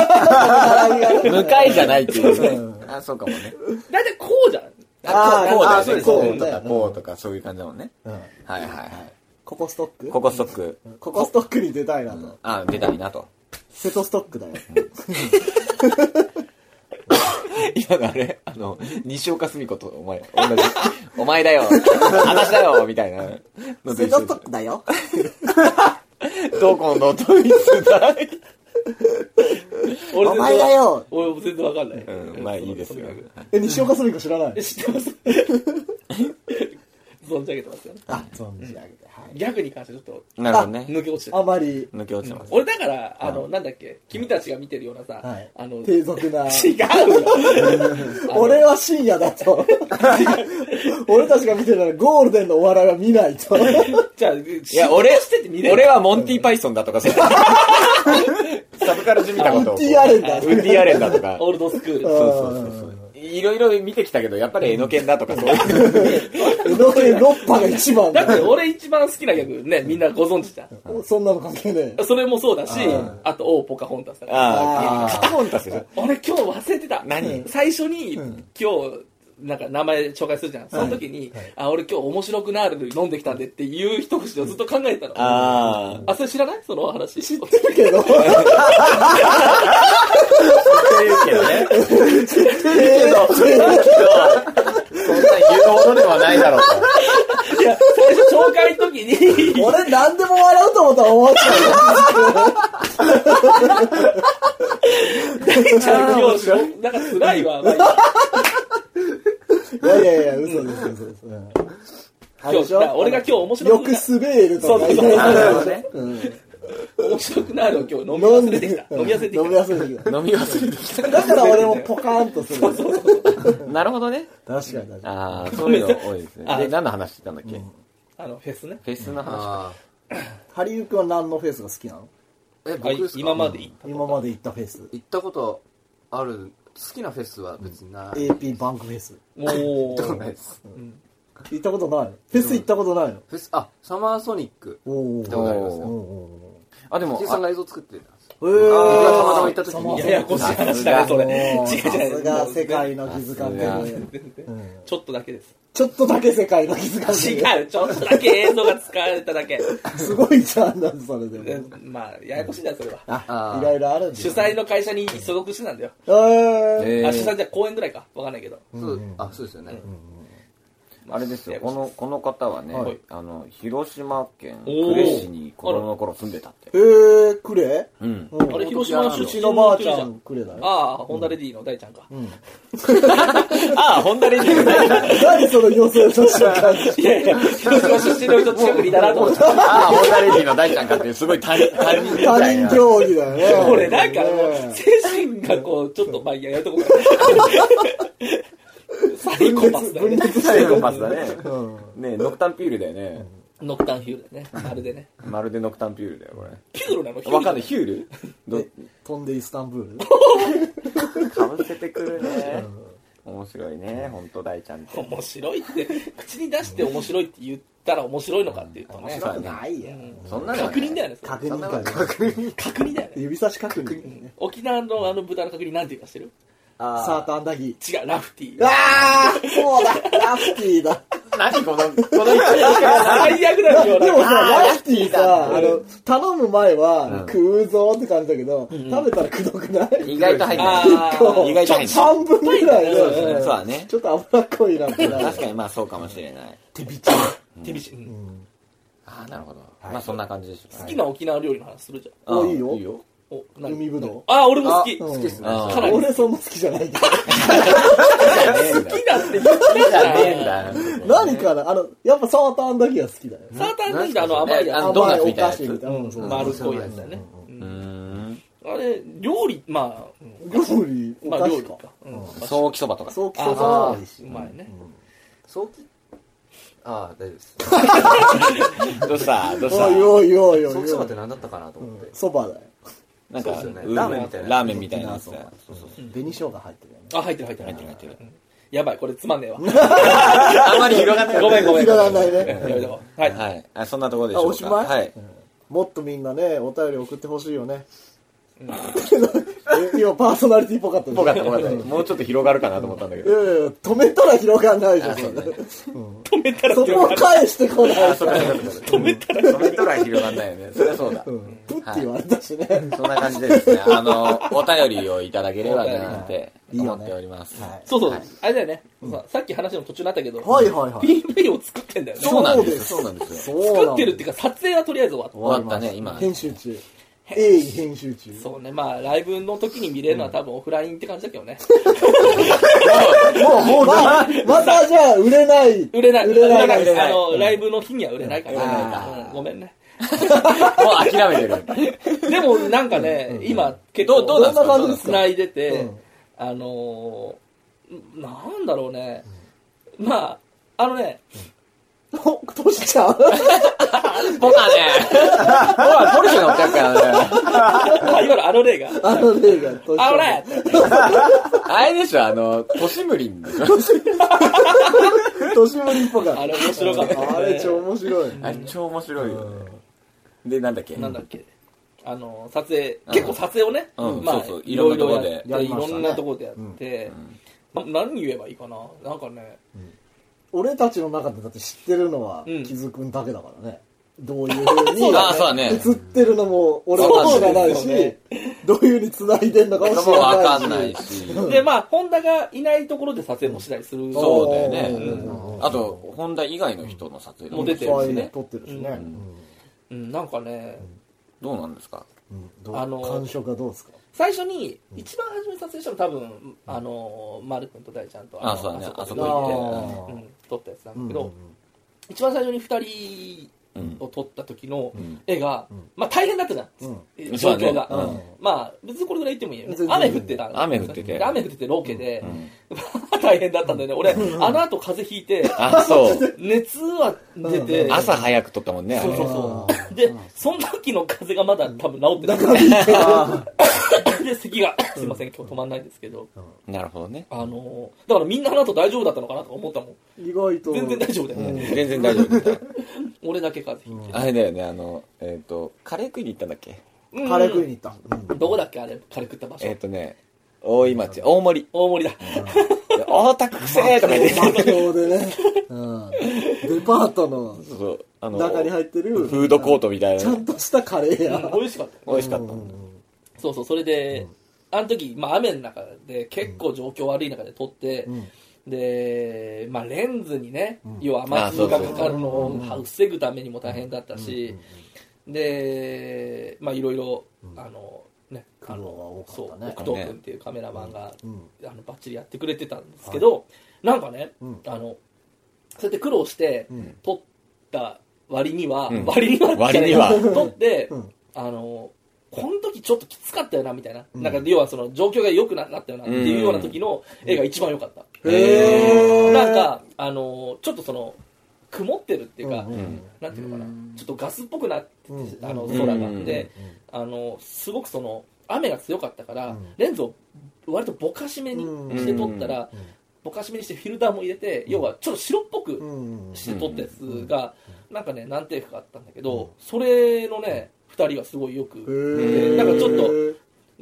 [SPEAKER 4] 向かいじゃないっていうね。あ、そうかもね。
[SPEAKER 3] 大体こうじゃん。
[SPEAKER 2] あ
[SPEAKER 4] こうだよ
[SPEAKER 2] そう
[SPEAKER 4] ね。
[SPEAKER 2] そう
[SPEAKER 4] こ
[SPEAKER 2] だよ
[SPEAKER 4] う
[SPEAKER 2] ね
[SPEAKER 4] とか、こうとか、そういう感じだもんね。
[SPEAKER 2] うん
[SPEAKER 4] はいはいはい。
[SPEAKER 2] ここストック
[SPEAKER 4] ここストック。
[SPEAKER 2] ここストックに出たいなと。
[SPEAKER 4] あ、出たいなと。
[SPEAKER 2] 瀬戸ストックだよ。
[SPEAKER 4] 今のあれ、あの、西岡澄子とお前、 <laughs> 同じ。お前だよ。私だよみたいなのと
[SPEAKER 2] 瀬
[SPEAKER 4] 一
[SPEAKER 2] 戸ス
[SPEAKER 4] 緒です
[SPEAKER 2] トックだよ。
[SPEAKER 4] どこのドイツだい
[SPEAKER 3] 俺
[SPEAKER 2] お前だよ。
[SPEAKER 3] 俺も全然わかんない。
[SPEAKER 4] うん、まあいいですよ。
[SPEAKER 2] え、西岡澄子知らない
[SPEAKER 3] 知ってます
[SPEAKER 4] <laughs>
[SPEAKER 3] 存じ上げてますよね。
[SPEAKER 2] あ、存じ上げて。はい。
[SPEAKER 3] ギャグに関してちょっと
[SPEAKER 4] なるほどね。
[SPEAKER 3] 抜け落ちて
[SPEAKER 2] あ
[SPEAKER 3] た。
[SPEAKER 2] まり、
[SPEAKER 4] 抜け落ちてます。
[SPEAKER 3] 俺だから、あの、なんだっけ、君たちが見てるようなさ
[SPEAKER 2] はい、
[SPEAKER 3] あの、違
[SPEAKER 2] 低俗な。
[SPEAKER 3] う
[SPEAKER 4] <laughs>
[SPEAKER 3] よ
[SPEAKER 2] 俺は深夜だと。俺たちが見てるならゴールデンのお笑いは見ないと。
[SPEAKER 3] じゃあ、
[SPEAKER 4] いや、 <laughs> 俺、
[SPEAKER 3] してて見れる
[SPEAKER 4] 俺はモンティパイソンだとか、 <laughs> そうサブカルじみたことを。
[SPEAKER 2] ウッディアレンだ
[SPEAKER 4] ウッディアレンだとか。
[SPEAKER 3] オールドスクール。
[SPEAKER 4] そうそうそうそう。いろいろ見てきたけど、やっぱり江ノ県だとか、そういう。
[SPEAKER 2] 江ノ電六波が一番
[SPEAKER 3] だっ
[SPEAKER 2] だ
[SPEAKER 3] て。俺一番好きなギャグね、みんなご存知じゃん。
[SPEAKER 2] そんなの関係ねえ。
[SPEAKER 3] それもそうだし、あと、おう、ポカホンタスだから。
[SPEAKER 4] あ
[SPEAKER 2] あー
[SPEAKER 4] あ、カタモンタスでしょ
[SPEAKER 3] 俺今日忘れてた。
[SPEAKER 4] 何
[SPEAKER 3] 最初に、今日、なんか名前紹介するじゃん。その時に、あ、俺今日面白くなる飲んできたんでっていう一口をずっと考えてたの。
[SPEAKER 4] あ
[SPEAKER 3] あ、それ知らないその話。知って
[SPEAKER 2] だ
[SPEAKER 4] <laughs>
[SPEAKER 2] けど、
[SPEAKER 4] あ。っていうけどね。そんな言うほどではないだろうと。
[SPEAKER 3] いや、最初紹介の時に、
[SPEAKER 2] 俺何でも笑うと思ったら終わっちゃうよ。
[SPEAKER 3] 大ちゃん今日しょ、なんか辛いわ。まあいい
[SPEAKER 2] いやいやいや、嘘です、嘘です。うんあれで
[SPEAKER 3] 今日、
[SPEAKER 2] し
[SPEAKER 3] だから
[SPEAKER 2] ょ
[SPEAKER 3] 俺が今日面白
[SPEAKER 2] よ
[SPEAKER 3] く
[SPEAKER 2] く
[SPEAKER 3] な
[SPEAKER 2] 滑るとか
[SPEAKER 3] そうそうそう
[SPEAKER 4] なるほどね。
[SPEAKER 3] 面白くなるを今日飲み忘れてきた。飲み忘れて
[SPEAKER 2] 飲
[SPEAKER 3] き
[SPEAKER 2] み
[SPEAKER 3] た。
[SPEAKER 2] 忘れてき
[SPEAKER 4] 飲み忘れてき
[SPEAKER 2] た。だから俺もポカーンとする。確か
[SPEAKER 4] た。なるほどね。
[SPEAKER 2] に確かに。
[SPEAKER 4] ああ、そういうの多いですね。で、何の話してたんだっけ
[SPEAKER 3] あの、フェスね。
[SPEAKER 4] フェスの話か。
[SPEAKER 2] ハリウ君は何のフェスが好きなの
[SPEAKER 6] え
[SPEAKER 3] はい
[SPEAKER 6] 僕ですか
[SPEAKER 3] 今まで行っ
[SPEAKER 2] 今まで行ったフェス。
[SPEAKER 6] 行ったことある好きなフェスは別にない、
[SPEAKER 2] AP バンクフェス。
[SPEAKER 3] た。 <laughs> も
[SPEAKER 6] 行ったこと
[SPEAKER 3] う
[SPEAKER 6] ない、です
[SPEAKER 2] 行ったことないのフェス行ったことないの
[SPEAKER 6] フェスあサマーソニック
[SPEAKER 2] お
[SPEAKER 6] 行ったことあります
[SPEAKER 2] お
[SPEAKER 6] よ
[SPEAKER 2] お
[SPEAKER 4] あ、でも
[SPEAKER 6] 藤井、さんが映像作ってたんですよ
[SPEAKER 2] ー。え
[SPEAKER 6] 僕がたまたま行った時に
[SPEAKER 3] ややこしい話だね、それ。
[SPEAKER 2] ー。
[SPEAKER 3] 違う
[SPEAKER 2] さす
[SPEAKER 3] 違う。
[SPEAKER 2] が世界の気づかんで。
[SPEAKER 3] ちょっとだけです。
[SPEAKER 2] ちょっとだけ世界の気づかんで。
[SPEAKER 3] 違う、ちょっとだけ映像が使われただ
[SPEAKER 4] <laughs>
[SPEAKER 3] け。
[SPEAKER 2] すごいじゃん、だってそれで
[SPEAKER 3] う
[SPEAKER 2] も。
[SPEAKER 3] んまあ、ややこしいんだよ、それは。
[SPEAKER 2] あ、いろいろあるんだ
[SPEAKER 3] 主催の会社に所属してたんだよ。
[SPEAKER 2] えー
[SPEAKER 3] あ、主催じゃ公演ぐらいか。わかんないけど。
[SPEAKER 6] そうあそうですよね、
[SPEAKER 4] あれですよ、この、この方はね、
[SPEAKER 3] はい
[SPEAKER 4] あの、広島県
[SPEAKER 3] おー
[SPEAKER 4] 呉市に子供の頃住んでたって。
[SPEAKER 2] えー、クレ
[SPEAKER 4] うん。
[SPEAKER 2] うん
[SPEAKER 3] あれ、広島出
[SPEAKER 2] うち
[SPEAKER 3] 身
[SPEAKER 2] の
[SPEAKER 3] の
[SPEAKER 2] ば
[SPEAKER 3] ば
[SPEAKER 2] あ
[SPEAKER 3] あ
[SPEAKER 2] ち
[SPEAKER 3] ち
[SPEAKER 2] ゃ
[SPEAKER 3] ゃ
[SPEAKER 2] ん
[SPEAKER 3] ん。
[SPEAKER 2] クレだよ。
[SPEAKER 3] ああ、ホンダレディの大ちゃんか。
[SPEAKER 4] ああ、ホンダレディ。
[SPEAKER 2] 何その予想とした感じ。
[SPEAKER 3] いやいや、広島出身の人近くにいたなと思って。
[SPEAKER 4] ああ、ホンダレディの大ちゃんかっていう、すごい <laughs> 他人、他人み
[SPEAKER 2] 他
[SPEAKER 4] たい
[SPEAKER 2] 人
[SPEAKER 4] な。
[SPEAKER 2] 競技だよね。
[SPEAKER 3] 俺なんかもう、
[SPEAKER 2] ね
[SPEAKER 3] 精神がこう、ちょっと、まあ、いや、やるとこが。
[SPEAKER 4] <laughs>
[SPEAKER 3] サイコパスだよね。
[SPEAKER 4] サイコパスだね。
[SPEAKER 2] うん
[SPEAKER 4] ねえノクタンピュールだよね。
[SPEAKER 3] ノクタンヒュールだね。あれでね。
[SPEAKER 4] まるでノクタンピュールだよ、これ。
[SPEAKER 3] ピュールなのヒュール
[SPEAKER 4] わかんない、ヒュールど
[SPEAKER 2] 飛んでイスタンブール
[SPEAKER 4] かぶせてくるね。面白いね本当大ちゃんって
[SPEAKER 3] 面白いって口に出して面白いって言ったら面白いのかっていうとね
[SPEAKER 4] 白く
[SPEAKER 2] ないよ。
[SPEAKER 4] そんなの
[SPEAKER 3] 確認だよねそれ
[SPEAKER 2] 確認会。
[SPEAKER 3] 確認だよね
[SPEAKER 2] 指差し確認ね。
[SPEAKER 3] 沖縄のあの豚の確認なんていうかしてる
[SPEAKER 2] サーターアンダギー。
[SPEAKER 3] 違うラフティ
[SPEAKER 2] <laughs>
[SPEAKER 3] ー
[SPEAKER 2] ああそうだラフティーだ
[SPEAKER 4] 何このこの一
[SPEAKER 3] 最悪なんですよ
[SPEAKER 2] でもさ、
[SPEAKER 3] なんか
[SPEAKER 2] ラフティーさ、あの、頼む前は、食うぞって感じだけど、食べたらくどくない
[SPEAKER 4] 意外と入ってない
[SPEAKER 3] あー
[SPEAKER 2] 構
[SPEAKER 4] 意外と入ってない
[SPEAKER 2] 半分ぐらい
[SPEAKER 3] そう
[SPEAKER 4] ですね
[SPEAKER 2] ん
[SPEAKER 4] そうだね
[SPEAKER 2] ちょっと脂っこいなってなる
[SPEAKER 4] 確かにまあそうかもしれない
[SPEAKER 3] 手びち手びちうん
[SPEAKER 4] ああなるほどまあそんな感じでしょう
[SPEAKER 3] 好きな沖縄料理の話するじゃん
[SPEAKER 2] おいい
[SPEAKER 4] うん
[SPEAKER 2] よ
[SPEAKER 4] いいよ
[SPEAKER 3] お何
[SPEAKER 2] 海ぶど
[SPEAKER 3] あ俺も好き
[SPEAKER 2] う
[SPEAKER 3] 好
[SPEAKER 2] 好
[SPEAKER 3] き
[SPEAKER 2] きですね
[SPEAKER 4] あー
[SPEAKER 3] かなり
[SPEAKER 2] 俺そんな好きじゃないけど
[SPEAKER 3] だって言ったじ
[SPEAKER 4] じ
[SPEAKER 3] ゃん
[SPEAKER 4] ゃねえんだ
[SPEAKER 2] 何かなあのやっぱサーターアンダギーは好きだよ
[SPEAKER 3] サーターアンダギーってあの甘いや
[SPEAKER 4] あの
[SPEAKER 2] 甘
[SPEAKER 4] ドーナ
[SPEAKER 2] い
[SPEAKER 4] ツ
[SPEAKER 2] お
[SPEAKER 4] みたいな
[SPEAKER 2] 菓
[SPEAKER 4] やつ
[SPEAKER 2] 子みたいなうんそう
[SPEAKER 3] つ丸っこいやつだよね
[SPEAKER 4] うーん
[SPEAKER 3] あれ料理まあうん
[SPEAKER 2] 料理お
[SPEAKER 3] まあ
[SPEAKER 2] 菓
[SPEAKER 3] 料
[SPEAKER 2] 子
[SPEAKER 3] 理
[SPEAKER 2] か
[SPEAKER 3] かうん
[SPEAKER 4] ソーキそばとか
[SPEAKER 2] そうき
[SPEAKER 3] あ
[SPEAKER 2] そば
[SPEAKER 3] あ
[SPEAKER 2] は
[SPEAKER 3] うまいね
[SPEAKER 6] 早期ああ大丈夫です
[SPEAKER 4] どうしたどうし
[SPEAKER 2] おい
[SPEAKER 4] た
[SPEAKER 2] おいおいおい
[SPEAKER 6] 早
[SPEAKER 2] お
[SPEAKER 6] 期
[SPEAKER 2] い
[SPEAKER 6] そばって何だったかなと思って
[SPEAKER 2] そばだよ
[SPEAKER 4] なんか
[SPEAKER 6] そうですよね
[SPEAKER 4] うん
[SPEAKER 6] ラーメンみたいな
[SPEAKER 4] ラーメンみたいなやつだよ
[SPEAKER 2] 紅生姜入ってるよね
[SPEAKER 3] あ入ってる入ってる入ってる
[SPEAKER 4] 入ってる入ってる
[SPEAKER 3] やばいこれつまんねえわ
[SPEAKER 4] あんまり広がってない
[SPEAKER 3] ごめんごめん
[SPEAKER 2] 広がんないね
[SPEAKER 3] やめとこうはい
[SPEAKER 4] はいあそんなところでしょうか
[SPEAKER 2] あおしまい
[SPEAKER 4] はい
[SPEAKER 2] もっとみんなねお便り送ってほしいよね <laughs> え今パーソナリティっぽかったでしょ
[SPEAKER 4] ぽかったぽかったもうちょっと広がるかなと思ったんだけ
[SPEAKER 2] い
[SPEAKER 4] ど
[SPEAKER 2] やいや止めたら広がんないじゃんそれ
[SPEAKER 3] 止めたら
[SPEAKER 2] そこを返してこない
[SPEAKER 4] あそうかそうかそうか止めたら止めたら広がんないよねそりゃそうだ
[SPEAKER 2] うんプッて言われたしね、
[SPEAKER 4] そんな感じでですね、あの、お便りをいただければなって
[SPEAKER 2] いい
[SPEAKER 4] 思
[SPEAKER 2] よね
[SPEAKER 4] っております。
[SPEAKER 3] そうそう、あれだよね、ささっき話の途中になったけど、
[SPEAKER 2] はいはい
[SPEAKER 3] <laughs>
[SPEAKER 2] はい
[SPEAKER 3] PV を作ってんだよね。
[SPEAKER 4] そうなんです
[SPEAKER 2] そ
[SPEAKER 4] よ。そうなんですよ。
[SPEAKER 2] そう
[SPEAKER 3] 作ってるっていうか、撮影はとりあえず終わった。
[SPEAKER 4] 終わったね、今。
[SPEAKER 2] 編集中鋭意編集中
[SPEAKER 3] そうね、まあ、ライブの時に見れるのは多分オフラインって感じだけどね。
[SPEAKER 2] もうもうまあまたじゃあ売れない
[SPEAKER 3] 売れない。
[SPEAKER 2] 売れない
[SPEAKER 3] 売れ
[SPEAKER 2] 売れない
[SPEAKER 3] あの、ライブの日には売れないから
[SPEAKER 4] 売れないか
[SPEAKER 3] うんごめんね。
[SPEAKER 4] もう諦めてる。
[SPEAKER 3] でも、なんかね、今、結
[SPEAKER 4] どう、どうなんですか
[SPEAKER 2] どんな感
[SPEAKER 4] ど
[SPEAKER 2] じ
[SPEAKER 4] う
[SPEAKER 2] です
[SPEAKER 4] なんです
[SPEAKER 2] か
[SPEAKER 3] 繋いでて、
[SPEAKER 2] うん
[SPEAKER 3] あのーなんだろうね、まあ、あのね、
[SPEAKER 2] おトシちゃん
[SPEAKER 4] か僕はね、僕はポルシェ乗っちゃうからね。
[SPEAKER 3] まあ、いわゆるあの例が、
[SPEAKER 2] あの例がトシち
[SPEAKER 3] あ
[SPEAKER 2] ゃ
[SPEAKER 3] の
[SPEAKER 2] ん
[SPEAKER 3] ね
[SPEAKER 4] あれでしょ、あの、都市無林でしょ。
[SPEAKER 2] トシぶりっぽかった
[SPEAKER 3] あれ面白かったね
[SPEAKER 2] あれ超面白い
[SPEAKER 4] あれ超面白いよね。で、なんだっけ
[SPEAKER 3] なんだっけ、あの撮影、結構撮影をね、
[SPEAKER 4] うん
[SPEAKER 3] まあ、
[SPEAKER 4] そうそういろんなとこ
[SPEAKER 3] いろい
[SPEAKER 4] で
[SPEAKER 3] ろやって、い
[SPEAKER 2] やりましたね
[SPEAKER 3] ろんなとこでやって、な何言えばいいかな、なんかね、
[SPEAKER 2] 俺たちの中でだって知ってるのは
[SPEAKER 3] うん
[SPEAKER 2] 木津君だけだから
[SPEAKER 3] <laughs>
[SPEAKER 2] ね、どういう風に
[SPEAKER 4] そうだねあそうだね
[SPEAKER 2] 映ってるのも俺は知らないし、
[SPEAKER 3] そうなんで
[SPEAKER 2] どういう風に繋いでんのかも知
[SPEAKER 4] もうわ
[SPEAKER 2] ら
[SPEAKER 4] か
[SPEAKER 2] ないし
[SPEAKER 4] んないし。
[SPEAKER 3] で、まあ、本田がいないところで撮影もしたりする、
[SPEAKER 4] そうだよね
[SPEAKER 2] う。ん
[SPEAKER 4] あと、ホンダ以外の人の撮影
[SPEAKER 3] もう出て
[SPEAKER 2] いっ
[SPEAKER 3] る
[SPEAKER 2] ぱ
[SPEAKER 3] し
[SPEAKER 2] い
[SPEAKER 3] ね
[SPEAKER 2] 撮ってるしね、
[SPEAKER 3] うんうん、なんかね、
[SPEAKER 4] どうなんですか
[SPEAKER 2] うんどう
[SPEAKER 3] あの
[SPEAKER 2] 感触はどうですか
[SPEAKER 3] 最初に、一番初めに撮影したの、多分あの、丸君と大ちゃんと、の
[SPEAKER 4] あそうだね
[SPEAKER 3] で
[SPEAKER 4] あそこ
[SPEAKER 3] 行
[SPEAKER 4] 行
[SPEAKER 3] っ
[SPEAKER 2] あ
[SPEAKER 3] て、
[SPEAKER 2] ー
[SPEAKER 3] うん、撮ったやつなん
[SPEAKER 2] うん
[SPEAKER 3] だけど、一番最初に2人を撮った時の絵が、
[SPEAKER 2] ん
[SPEAKER 3] まあ、大変だったじゃん、
[SPEAKER 4] ん
[SPEAKER 3] 状況が、
[SPEAKER 4] そうだね
[SPEAKER 3] まあ別にこれぐらい言ってもいいよね
[SPEAKER 2] 全然
[SPEAKER 3] 雨降ってた
[SPEAKER 4] 雨降ってて
[SPEAKER 3] で雨降っててロケで、まあ <laughs> 大変だったんだよね俺、あの後風邪ひいて
[SPEAKER 4] あ、 <laughs> そう。
[SPEAKER 3] 熱は出て、
[SPEAKER 2] うん
[SPEAKER 4] 朝早く撮ったもんね、あ
[SPEAKER 3] そう
[SPEAKER 4] れ
[SPEAKER 3] そうそうでその時の風邪がまだ多分治ってなくて <laughs> で咳がすいません今日止まんないですけど、
[SPEAKER 4] なるほどね。
[SPEAKER 3] あのーだからみんなあの後大丈夫だったのかなとか思ったもん
[SPEAKER 2] 意外と
[SPEAKER 3] 全然大丈夫だよね、
[SPEAKER 4] 全然大丈夫だった。
[SPEAKER 3] 俺だけ風邪ひいて、
[SPEAKER 4] <laughs> あれだよね、あの、えっ、と、カレー食いに行ったんだっけ
[SPEAKER 3] うん
[SPEAKER 2] カレー食いに行った、うん
[SPEAKER 3] どこだっけあれカレー食った場所、
[SPEAKER 4] えっ、とね、大井町、大森。 <laughs> で
[SPEAKER 3] 大盛りだ
[SPEAKER 4] 大田区くせーとか言って、
[SPEAKER 2] 魔境でね、うん、デパートの
[SPEAKER 4] そうそう、あの、
[SPEAKER 2] 中に入ってる
[SPEAKER 4] フードコートみたい
[SPEAKER 2] ちゃ、
[SPEAKER 4] なん
[SPEAKER 2] としたカレー屋、
[SPEAKER 3] 美味しかった
[SPEAKER 4] 美味しかった。
[SPEAKER 3] そうそうそれで、あの時、まあ、雨の中で結構状況悪い中で撮って、で、まあ、レンズにね、要は雨粒がかかるのを防ぐためにも大変だったし、でまあいろいろあのね
[SPEAKER 2] 苦労は多
[SPEAKER 3] そう
[SPEAKER 2] かったね
[SPEAKER 3] 奥藤君っていうカメラマンが、
[SPEAKER 2] ん
[SPEAKER 3] あのバッチリやってくれてたんですけど、なんかね、
[SPEAKER 2] ん
[SPEAKER 3] あのそうやって苦労して、撮った割には、
[SPEAKER 4] ん
[SPEAKER 3] 割には
[SPEAKER 4] 割には
[SPEAKER 3] 撮って、
[SPEAKER 2] ん
[SPEAKER 3] あのこの時ちょっときつかったよなみたいな,、なんか要はその状況が良くなかったよなっていうような時の絵が一番良かった、
[SPEAKER 2] へー
[SPEAKER 3] なんかあのちょっとその曇ってるっていうか、
[SPEAKER 2] うんうん
[SPEAKER 3] なんていうのかな、ちょっとガスっぽくなってて、
[SPEAKER 2] うん
[SPEAKER 3] あの
[SPEAKER 4] ん
[SPEAKER 3] 空があって、あのすごくその雨が強かったから、レンズを割とぼかしめにして撮ったら、ぼかしめにしてフィルターも入れて、要はちょっと白っぽくして撮ったやつが、なんかね何テイクかあったんだけど、それのね2人はすごいよく
[SPEAKER 2] へ
[SPEAKER 3] で
[SPEAKER 2] ー
[SPEAKER 3] なんかちょっと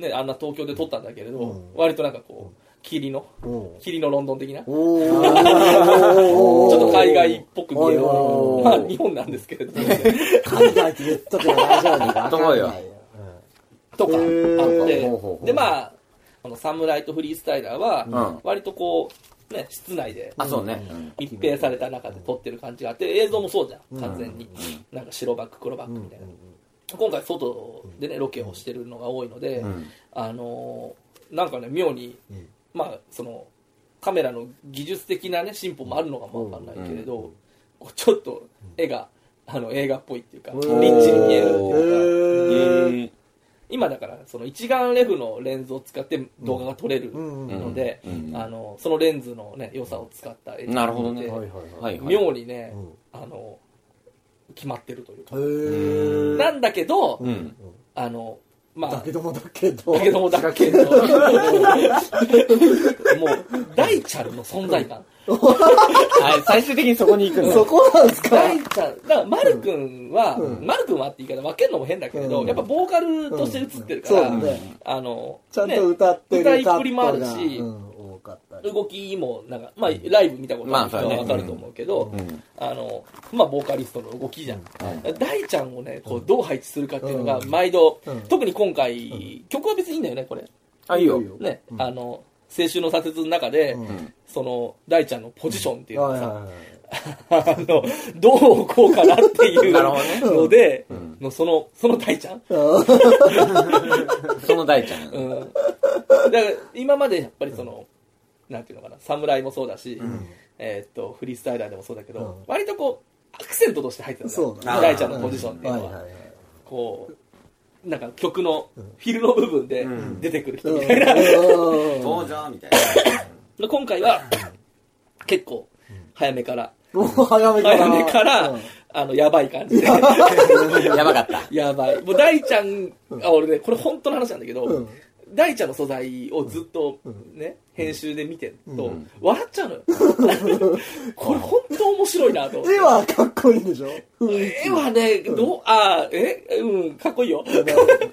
[SPEAKER 3] ね、あんな東京で撮ったんだけれど、割となんかこう、霧の、
[SPEAKER 2] うん
[SPEAKER 3] 霧のロンドン的な、ちょ
[SPEAKER 2] おー
[SPEAKER 3] っと海外っぽく見える
[SPEAKER 2] おー、
[SPEAKER 3] まあ日本なんですけれど、
[SPEAKER 2] 海外って言ったけど大丈夫か分かんないよ
[SPEAKER 3] とかあっ
[SPEAKER 2] へ
[SPEAKER 3] て
[SPEAKER 6] ほうほうほ、う
[SPEAKER 3] で、まあ、このサムライとフリースタイラーは
[SPEAKER 6] ん、
[SPEAKER 3] 割とこう、ね、室内で
[SPEAKER 6] あ、そうね。
[SPEAKER 3] 密閉された中で撮ってる感じがあって、映像もそうじゃん、完全に。なんか白バック、黒バックみたいな。今回外でね、ロケをしてるのが多いので、あのーなんかね妙に、まあそのカメラの技術的なね進歩もあるのかもわかんないけれど、こうちょっと絵があの映画っぽいっていうかリ
[SPEAKER 2] ー
[SPEAKER 3] ッチに見えるって
[SPEAKER 2] へ
[SPEAKER 3] いう
[SPEAKER 2] ー
[SPEAKER 3] か今だからその一眼レフのレンズを使って動画が撮れる
[SPEAKER 2] うん
[SPEAKER 3] ので、あのそのレンズのね良さを使った絵
[SPEAKER 4] なるほどね
[SPEAKER 3] で
[SPEAKER 2] はいはいはい
[SPEAKER 4] はいはい。
[SPEAKER 3] 妙にね、あの決まってるというか、
[SPEAKER 2] へー
[SPEAKER 3] なんだけど、
[SPEAKER 4] うん。
[SPEAKER 3] あのま
[SPEAKER 2] だ
[SPEAKER 3] あ
[SPEAKER 2] けどもだけど
[SPEAKER 3] だけどもだけど、もう、大ちゃんの存在感。
[SPEAKER 4] はい、最終的にそこに行くんだ。
[SPEAKER 2] そこなんですか
[SPEAKER 3] 大ちゃん、だから、丸くんは、丸くんはって言い方分けるのも変だけれど、
[SPEAKER 2] うん
[SPEAKER 3] やっぱボーカルとして映ってるか
[SPEAKER 2] そう
[SPEAKER 3] ら
[SPEAKER 2] だ、ね
[SPEAKER 3] あの、
[SPEAKER 2] ちゃん
[SPEAKER 3] ね
[SPEAKER 2] と歌って
[SPEAKER 3] 歌
[SPEAKER 2] る
[SPEAKER 3] いっぷりもあるし
[SPEAKER 2] うん多かったり
[SPEAKER 3] 動きも、なんか、まあ、ライブ見たことある人は
[SPEAKER 4] まあ
[SPEAKER 3] 分かると思うけど、あの、まあ、ボーカリストの動きじゃん。大ちゃんをね、こう、どう配置するかっていうのが、毎度
[SPEAKER 2] うん、
[SPEAKER 3] 特に今回、曲は別にいいんだよね、これ。
[SPEAKER 4] あ、いいよ。
[SPEAKER 3] ね、あの、青春の挫折の中で、その、大ちゃんのポジションっていうの
[SPEAKER 2] は
[SPEAKER 3] が
[SPEAKER 2] い
[SPEAKER 3] さ、
[SPEAKER 2] はいはい
[SPEAKER 3] あの、どう置こうかなっていうので、のその、その大ちゃん。
[SPEAKER 4] その大ちゃん。
[SPEAKER 3] うん。だから、今までやっぱりその、なんていうのかな、侍もそうだし、えーっと、フリースタイラーでもそうだけど、
[SPEAKER 2] うん
[SPEAKER 3] 割とこう、アクセントとして入ってたんだ
[SPEAKER 2] そ
[SPEAKER 3] よ
[SPEAKER 2] うだね
[SPEAKER 3] 大ちゃんのポジションっていうのは。
[SPEAKER 2] はいはいはい
[SPEAKER 3] こう、なんか曲のフィルの部分で出てくる人みたいな。
[SPEAKER 2] うん
[SPEAKER 6] 登場みたいな。
[SPEAKER 3] で <laughs> 今回は、結構、早めから、
[SPEAKER 2] もう早めから
[SPEAKER 3] 早めから、
[SPEAKER 2] うん
[SPEAKER 3] あの、やばい
[SPEAKER 2] <laughs>
[SPEAKER 3] 感じで。
[SPEAKER 4] やばかった。
[SPEAKER 3] やばい。もう大ちゃん、あ、俺ね、これ本当の話なんだけど、
[SPEAKER 2] うん
[SPEAKER 3] 大ちゃんの素材をずっとね、編集で見てると、笑っちゃ
[SPEAKER 2] <laughs>
[SPEAKER 3] うのよ。これ本当面白いなと思って
[SPEAKER 2] 絵。はかっこいいでしょ
[SPEAKER 3] 絵はね、どう、あーえうん、かっこいいよ。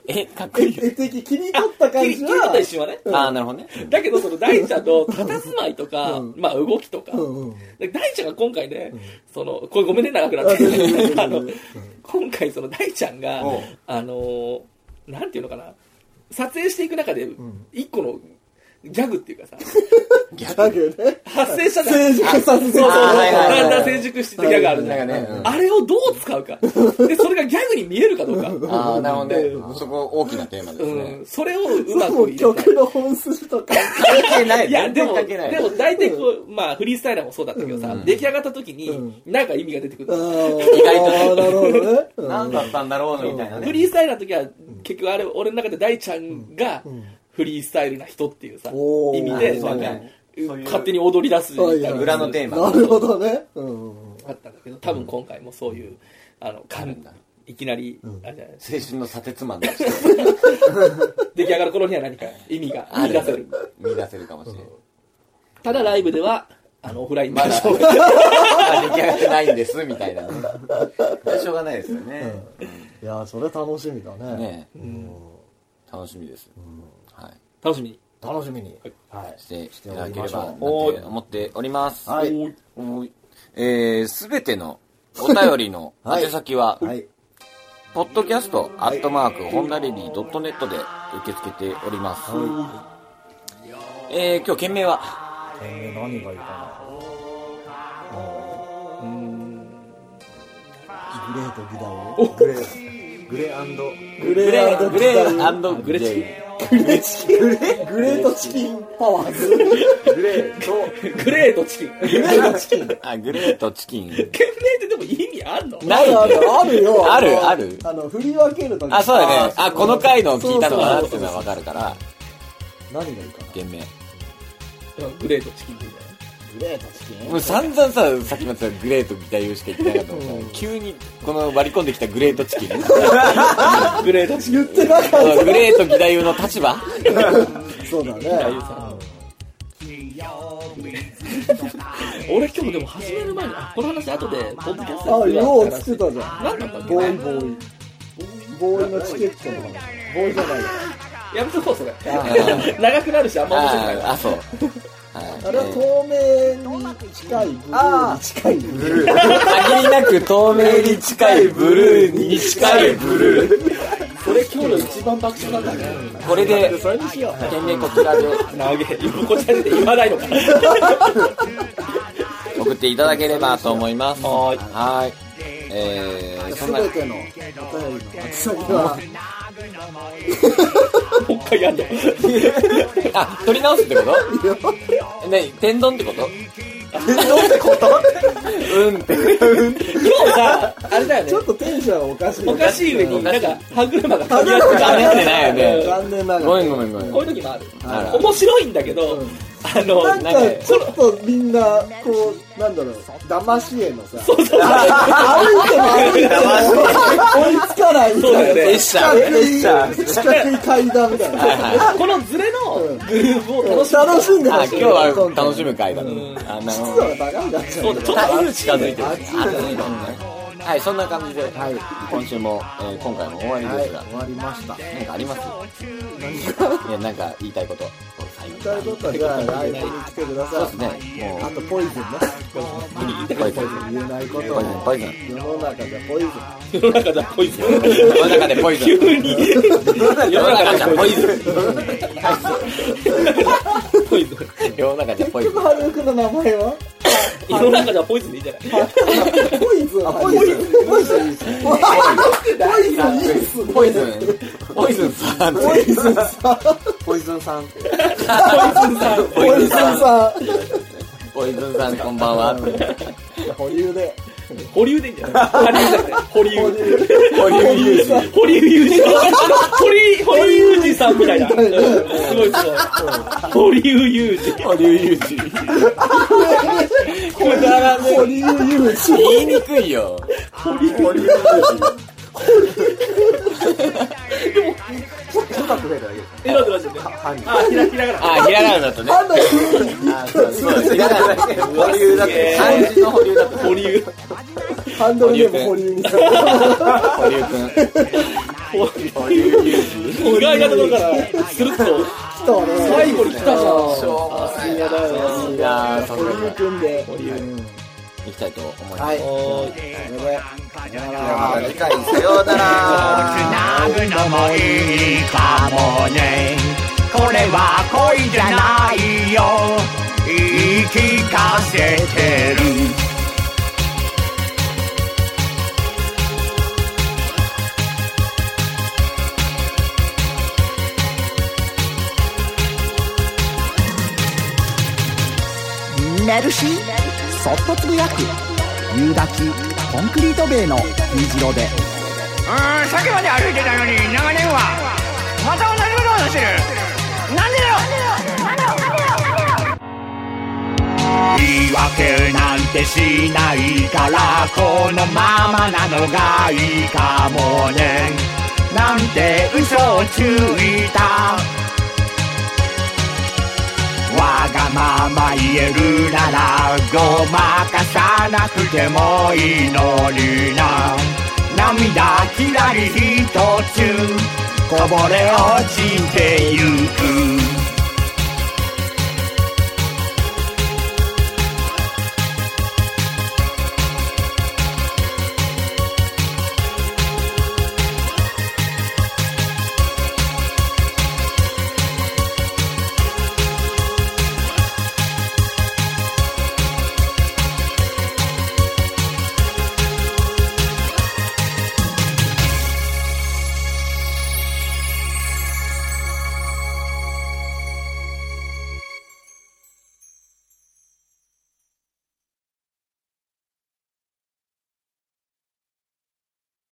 [SPEAKER 4] え、かっこいいよ。
[SPEAKER 2] 絵的切り取った感
[SPEAKER 3] 切り
[SPEAKER 2] じ
[SPEAKER 3] 取った
[SPEAKER 2] は
[SPEAKER 3] 一瞬はね。
[SPEAKER 4] あー、なるほどね。
[SPEAKER 3] だけど、その大ちゃんの佇まいとか、まあ動きとか、
[SPEAKER 2] うんうん
[SPEAKER 3] で大ちゃんが今回ね、その、これごめんね、長くなって。 <laughs> あの、今回その大ちゃんが、あのー、なんていうのかな、撮影していく中で、一個のギャグっていうかさ、
[SPEAKER 2] だけどね
[SPEAKER 3] 発生したじゃん
[SPEAKER 2] 成熟させて
[SPEAKER 3] そうそうそう、
[SPEAKER 4] あーはいはいはい
[SPEAKER 3] だんだん成熟していったギャグあるじゃん。
[SPEAKER 4] ね。
[SPEAKER 3] あれをどう使うか。で、それがギャグに見えるかどうか。
[SPEAKER 4] あー、なるほどね。そこ大きなテーマで
[SPEAKER 3] う
[SPEAKER 4] すね。
[SPEAKER 3] ん、それをうまく
[SPEAKER 2] もう
[SPEAKER 3] 入れたい
[SPEAKER 2] 曲の本数とか
[SPEAKER 4] 関係ない。
[SPEAKER 3] いや、でも、
[SPEAKER 4] 関係ない
[SPEAKER 3] で。も大体こう、まあ、フリースタイラーもそうだったけどさ、出来上がった時に、なんか意味が出てくる。
[SPEAKER 2] 意外となるほどねうん
[SPEAKER 6] 何だったんだろうみたいな
[SPEAKER 3] フ
[SPEAKER 6] ね。
[SPEAKER 3] リースタイルの時は、結局あれ、俺の中で大ちゃんが、フリースタイルな人っていうさ、
[SPEAKER 2] おー
[SPEAKER 3] 意味で、
[SPEAKER 6] そう
[SPEAKER 3] なん
[SPEAKER 6] ね
[SPEAKER 3] か。勝手に踊り出すみたいな
[SPEAKER 6] 裏のテーマ。
[SPEAKER 2] なるほどねうんうん
[SPEAKER 3] あったんだけど、多分今回もそういう、あの、かんいきなり、あれじゃない
[SPEAKER 6] 青春の砂鉄マンだし、
[SPEAKER 3] 出来上がる頃には何か意味が見出せる。
[SPEAKER 6] 見出せるかもしれない。
[SPEAKER 3] ただライブでは、あの、オフラインバージョン
[SPEAKER 6] あ出来上がってないんです、みたいな。しょうがないですよね。
[SPEAKER 2] いやそれ楽しみだね
[SPEAKER 4] ね楽しみです。はい。
[SPEAKER 3] 楽しみに。
[SPEAKER 2] 楽しみにはい
[SPEAKER 4] していた
[SPEAKER 2] お
[SPEAKER 4] だ
[SPEAKER 2] り
[SPEAKER 4] け
[SPEAKER 2] ま
[SPEAKER 4] れ
[SPEAKER 2] しょう
[SPEAKER 4] ばなと思っております。
[SPEAKER 2] はい
[SPEAKER 4] おいえすべてのお便りの
[SPEAKER 2] はい
[SPEAKER 4] 宛先は、
[SPEAKER 2] はい
[SPEAKER 4] ポッドキャストアットマークホンダレディドットネットで受け付けております。えー今日件名は、
[SPEAKER 2] えー何がいいかなグレーとギターをグレーグレ
[SPEAKER 4] グレー、
[SPEAKER 2] ー
[SPEAKER 4] グ
[SPEAKER 2] グ
[SPEAKER 4] レ
[SPEAKER 2] レー
[SPEAKER 4] ーグレー。
[SPEAKER 2] グレーチキングレートチキンパワーズ
[SPEAKER 3] グレートチキン。懸
[SPEAKER 2] グレートチキン
[SPEAKER 4] あ、グレーとチキン。
[SPEAKER 3] 命ってでも意味あんの
[SPEAKER 4] ない
[SPEAKER 2] あるあるよ
[SPEAKER 4] あるある
[SPEAKER 2] あの振り分けるとき
[SPEAKER 4] あ、そうだね。
[SPEAKER 2] あ
[SPEAKER 4] あ、この回のを聞いたのかなっていうのはわかるから、
[SPEAKER 2] 何がいいかな
[SPEAKER 4] 件名。
[SPEAKER 3] グレートチキンって言うんだよ
[SPEAKER 2] グレートチキン
[SPEAKER 4] もう散々さ、さっきまでさグレートみたい言うしか言ってなかったのにさ、急にこの割り込んできたグレートチ <laughs> キン。
[SPEAKER 3] グレートチキ
[SPEAKER 2] 言
[SPEAKER 3] ン。
[SPEAKER 2] ってなかっ
[SPEAKER 4] グレート義太 <laughs> 夫の立場
[SPEAKER 2] たそうだね
[SPEAKER 3] さん。俺今日でも始める前に、あこの話後で、ポッドキャス
[SPEAKER 2] あ
[SPEAKER 3] ト
[SPEAKER 2] あ、
[SPEAKER 3] で
[SPEAKER 2] よう映っ
[SPEAKER 3] 話
[SPEAKER 2] てたじゃん。
[SPEAKER 3] 何だったっけ
[SPEAKER 2] ボーイ
[SPEAKER 3] ね
[SPEAKER 2] ボーイ。ボーイのチケットの。ボーイじゃないよ。
[SPEAKER 3] やめとこう、それ。長くなるし、あんま面白くないから。
[SPEAKER 4] あ、そう。
[SPEAKER 2] あれは透明に近い、ブルーに近い。
[SPEAKER 4] 限りなく透明に近いブルーに近いブルー。
[SPEAKER 3] それ今日の一番爆笑なんだね。
[SPEAKER 4] これで、天然こちらで
[SPEAKER 3] なげ、横ちゃんで言わないのか。
[SPEAKER 4] 送っていただければと思います。
[SPEAKER 3] はーい
[SPEAKER 4] はい。えー、そ
[SPEAKER 2] す
[SPEAKER 4] んな、
[SPEAKER 2] べてのお便りの宛先は、
[SPEAKER 3] もう一回やんの。
[SPEAKER 4] あ、取り直すってことね、天丼ってこと
[SPEAKER 3] 今日さ、あれだよね
[SPEAKER 2] ちょ。っとテンションがおかしい。
[SPEAKER 3] おかしい上に、なんか、歯車が噛み合って
[SPEAKER 4] 噛み合ってないよね
[SPEAKER 2] 残念なが
[SPEAKER 4] ご
[SPEAKER 2] ら。
[SPEAKER 4] めんごめんごめん。
[SPEAKER 3] こういう時もある。面白いんだけど、あの、
[SPEAKER 2] なん
[SPEAKER 4] なん
[SPEAKER 2] か、
[SPEAKER 4] か
[SPEAKER 2] ちょっとみんな、こう、なんだろう、騙し絵のさ、
[SPEAKER 3] そう
[SPEAKER 2] <laughs>
[SPEAKER 3] そうそう。
[SPEAKER 2] 歩いても歩いても、追いつかないみ
[SPEAKER 3] そうだ
[SPEAKER 2] た
[SPEAKER 3] よ
[SPEAKER 2] いな。
[SPEAKER 3] ね。
[SPEAKER 2] 四角い、四角い階段みたいな。
[SPEAKER 3] このズレのグルーブを楽しむ。
[SPEAKER 2] 楽しんで
[SPEAKER 4] あ、
[SPEAKER 2] ほし
[SPEAKER 4] 今
[SPEAKER 2] い。
[SPEAKER 4] 日は楽しむ回だ。あ、なる
[SPEAKER 2] 湿
[SPEAKER 4] ほ
[SPEAKER 2] 度
[SPEAKER 4] ど。
[SPEAKER 2] が高いんだって。
[SPEAKER 3] そうだちょっと
[SPEAKER 4] 近づいてる。
[SPEAKER 2] 暑いからね
[SPEAKER 4] はい、そんな感じで、今週も、えー今回も終わり
[SPEAKER 2] は
[SPEAKER 4] で
[SPEAKER 2] い、
[SPEAKER 4] すが、
[SPEAKER 2] 終わりました。
[SPEAKER 4] 何かありますいや、なんか言いたいこと。最後
[SPEAKER 2] ということは、じゃあ、ライブに来てください。
[SPEAKER 4] ね、もう
[SPEAKER 2] あ、と、ポイズンね。
[SPEAKER 4] ポイズ
[SPEAKER 2] ポイズ
[SPEAKER 4] ン。
[SPEAKER 2] ン言えないこと
[SPEAKER 4] ポイズン、ポイズン。
[SPEAKER 2] 世の中じゃポイズン。
[SPEAKER 3] 世の中じゃポイズン。
[SPEAKER 4] 世の中でポイズン。 <laughs>
[SPEAKER 3] 急に。 <laughs>
[SPEAKER 4] 世の中じゃポイズン。
[SPEAKER 3] ポイズン。
[SPEAKER 4] 世の中じゃポイズン。
[SPEAKER 2] ハルクの名前は
[SPEAKER 3] 世の中じゃポイズンでいいんじゃない
[SPEAKER 2] ポイズン。ポイズン。ポイズンいいっすね。ポイズンいいっすね。
[SPEAKER 4] ポイズン。ポイズンさん。
[SPEAKER 2] ポイズンさん。
[SPEAKER 6] ポイズンさんって
[SPEAKER 2] ポイズンさ
[SPEAKER 4] ポイズンさん、こんばんは。
[SPEAKER 2] ん。保留で。
[SPEAKER 3] 保留でいいんじゃない保留じゃなくて、保留。
[SPEAKER 4] 保留有事。
[SPEAKER 3] 保留友人。堀井、堀井友人さんみたいな。うんすごいすごい。堀井友人。
[SPEAKER 4] 保留有事。
[SPEAKER 2] 保留有事。
[SPEAKER 4] <laughs> 言いにくいよ。
[SPEAKER 6] ポリ
[SPEAKER 3] えらくなっちゃったね。あ、ひらひらがな。
[SPEAKER 4] あ、ひらがなだとね。
[SPEAKER 2] なんだよ
[SPEAKER 4] そうです。ひらがなだ <laughs> けど保留だって。漢字の保留だと。
[SPEAKER 3] 保留。
[SPEAKER 2] ハンドルでも保留にする。
[SPEAKER 4] 保留くん。
[SPEAKER 3] 意外なところから、する
[SPEAKER 2] 来
[SPEAKER 3] っと、
[SPEAKER 2] たね。
[SPEAKER 3] 最後に来たじゃん。
[SPEAKER 2] 深夜だよ。
[SPEAKER 4] いやー、そ
[SPEAKER 2] 保
[SPEAKER 4] んな
[SPEAKER 2] 留くんで。保留。
[SPEAKER 4] 行きたいと思います。
[SPEAKER 2] はい。
[SPEAKER 3] おー
[SPEAKER 6] また次回さようなら
[SPEAKER 10] ぐのもいいかもねこれは恋じゃないよ言い聞かせてる
[SPEAKER 11] 寝るしそっとつぶやく夕立コンクリート塀の虹色で
[SPEAKER 10] うーんさっきまで歩いてたのに長年はまた同じことをしてるなんでだよ言い訳なんてしないからこのままなのがいいかもねなんて嘘をついたわがまま言えるならごまかさなくてもいいのにな涙きらりひとつこぼれ落ちてゆく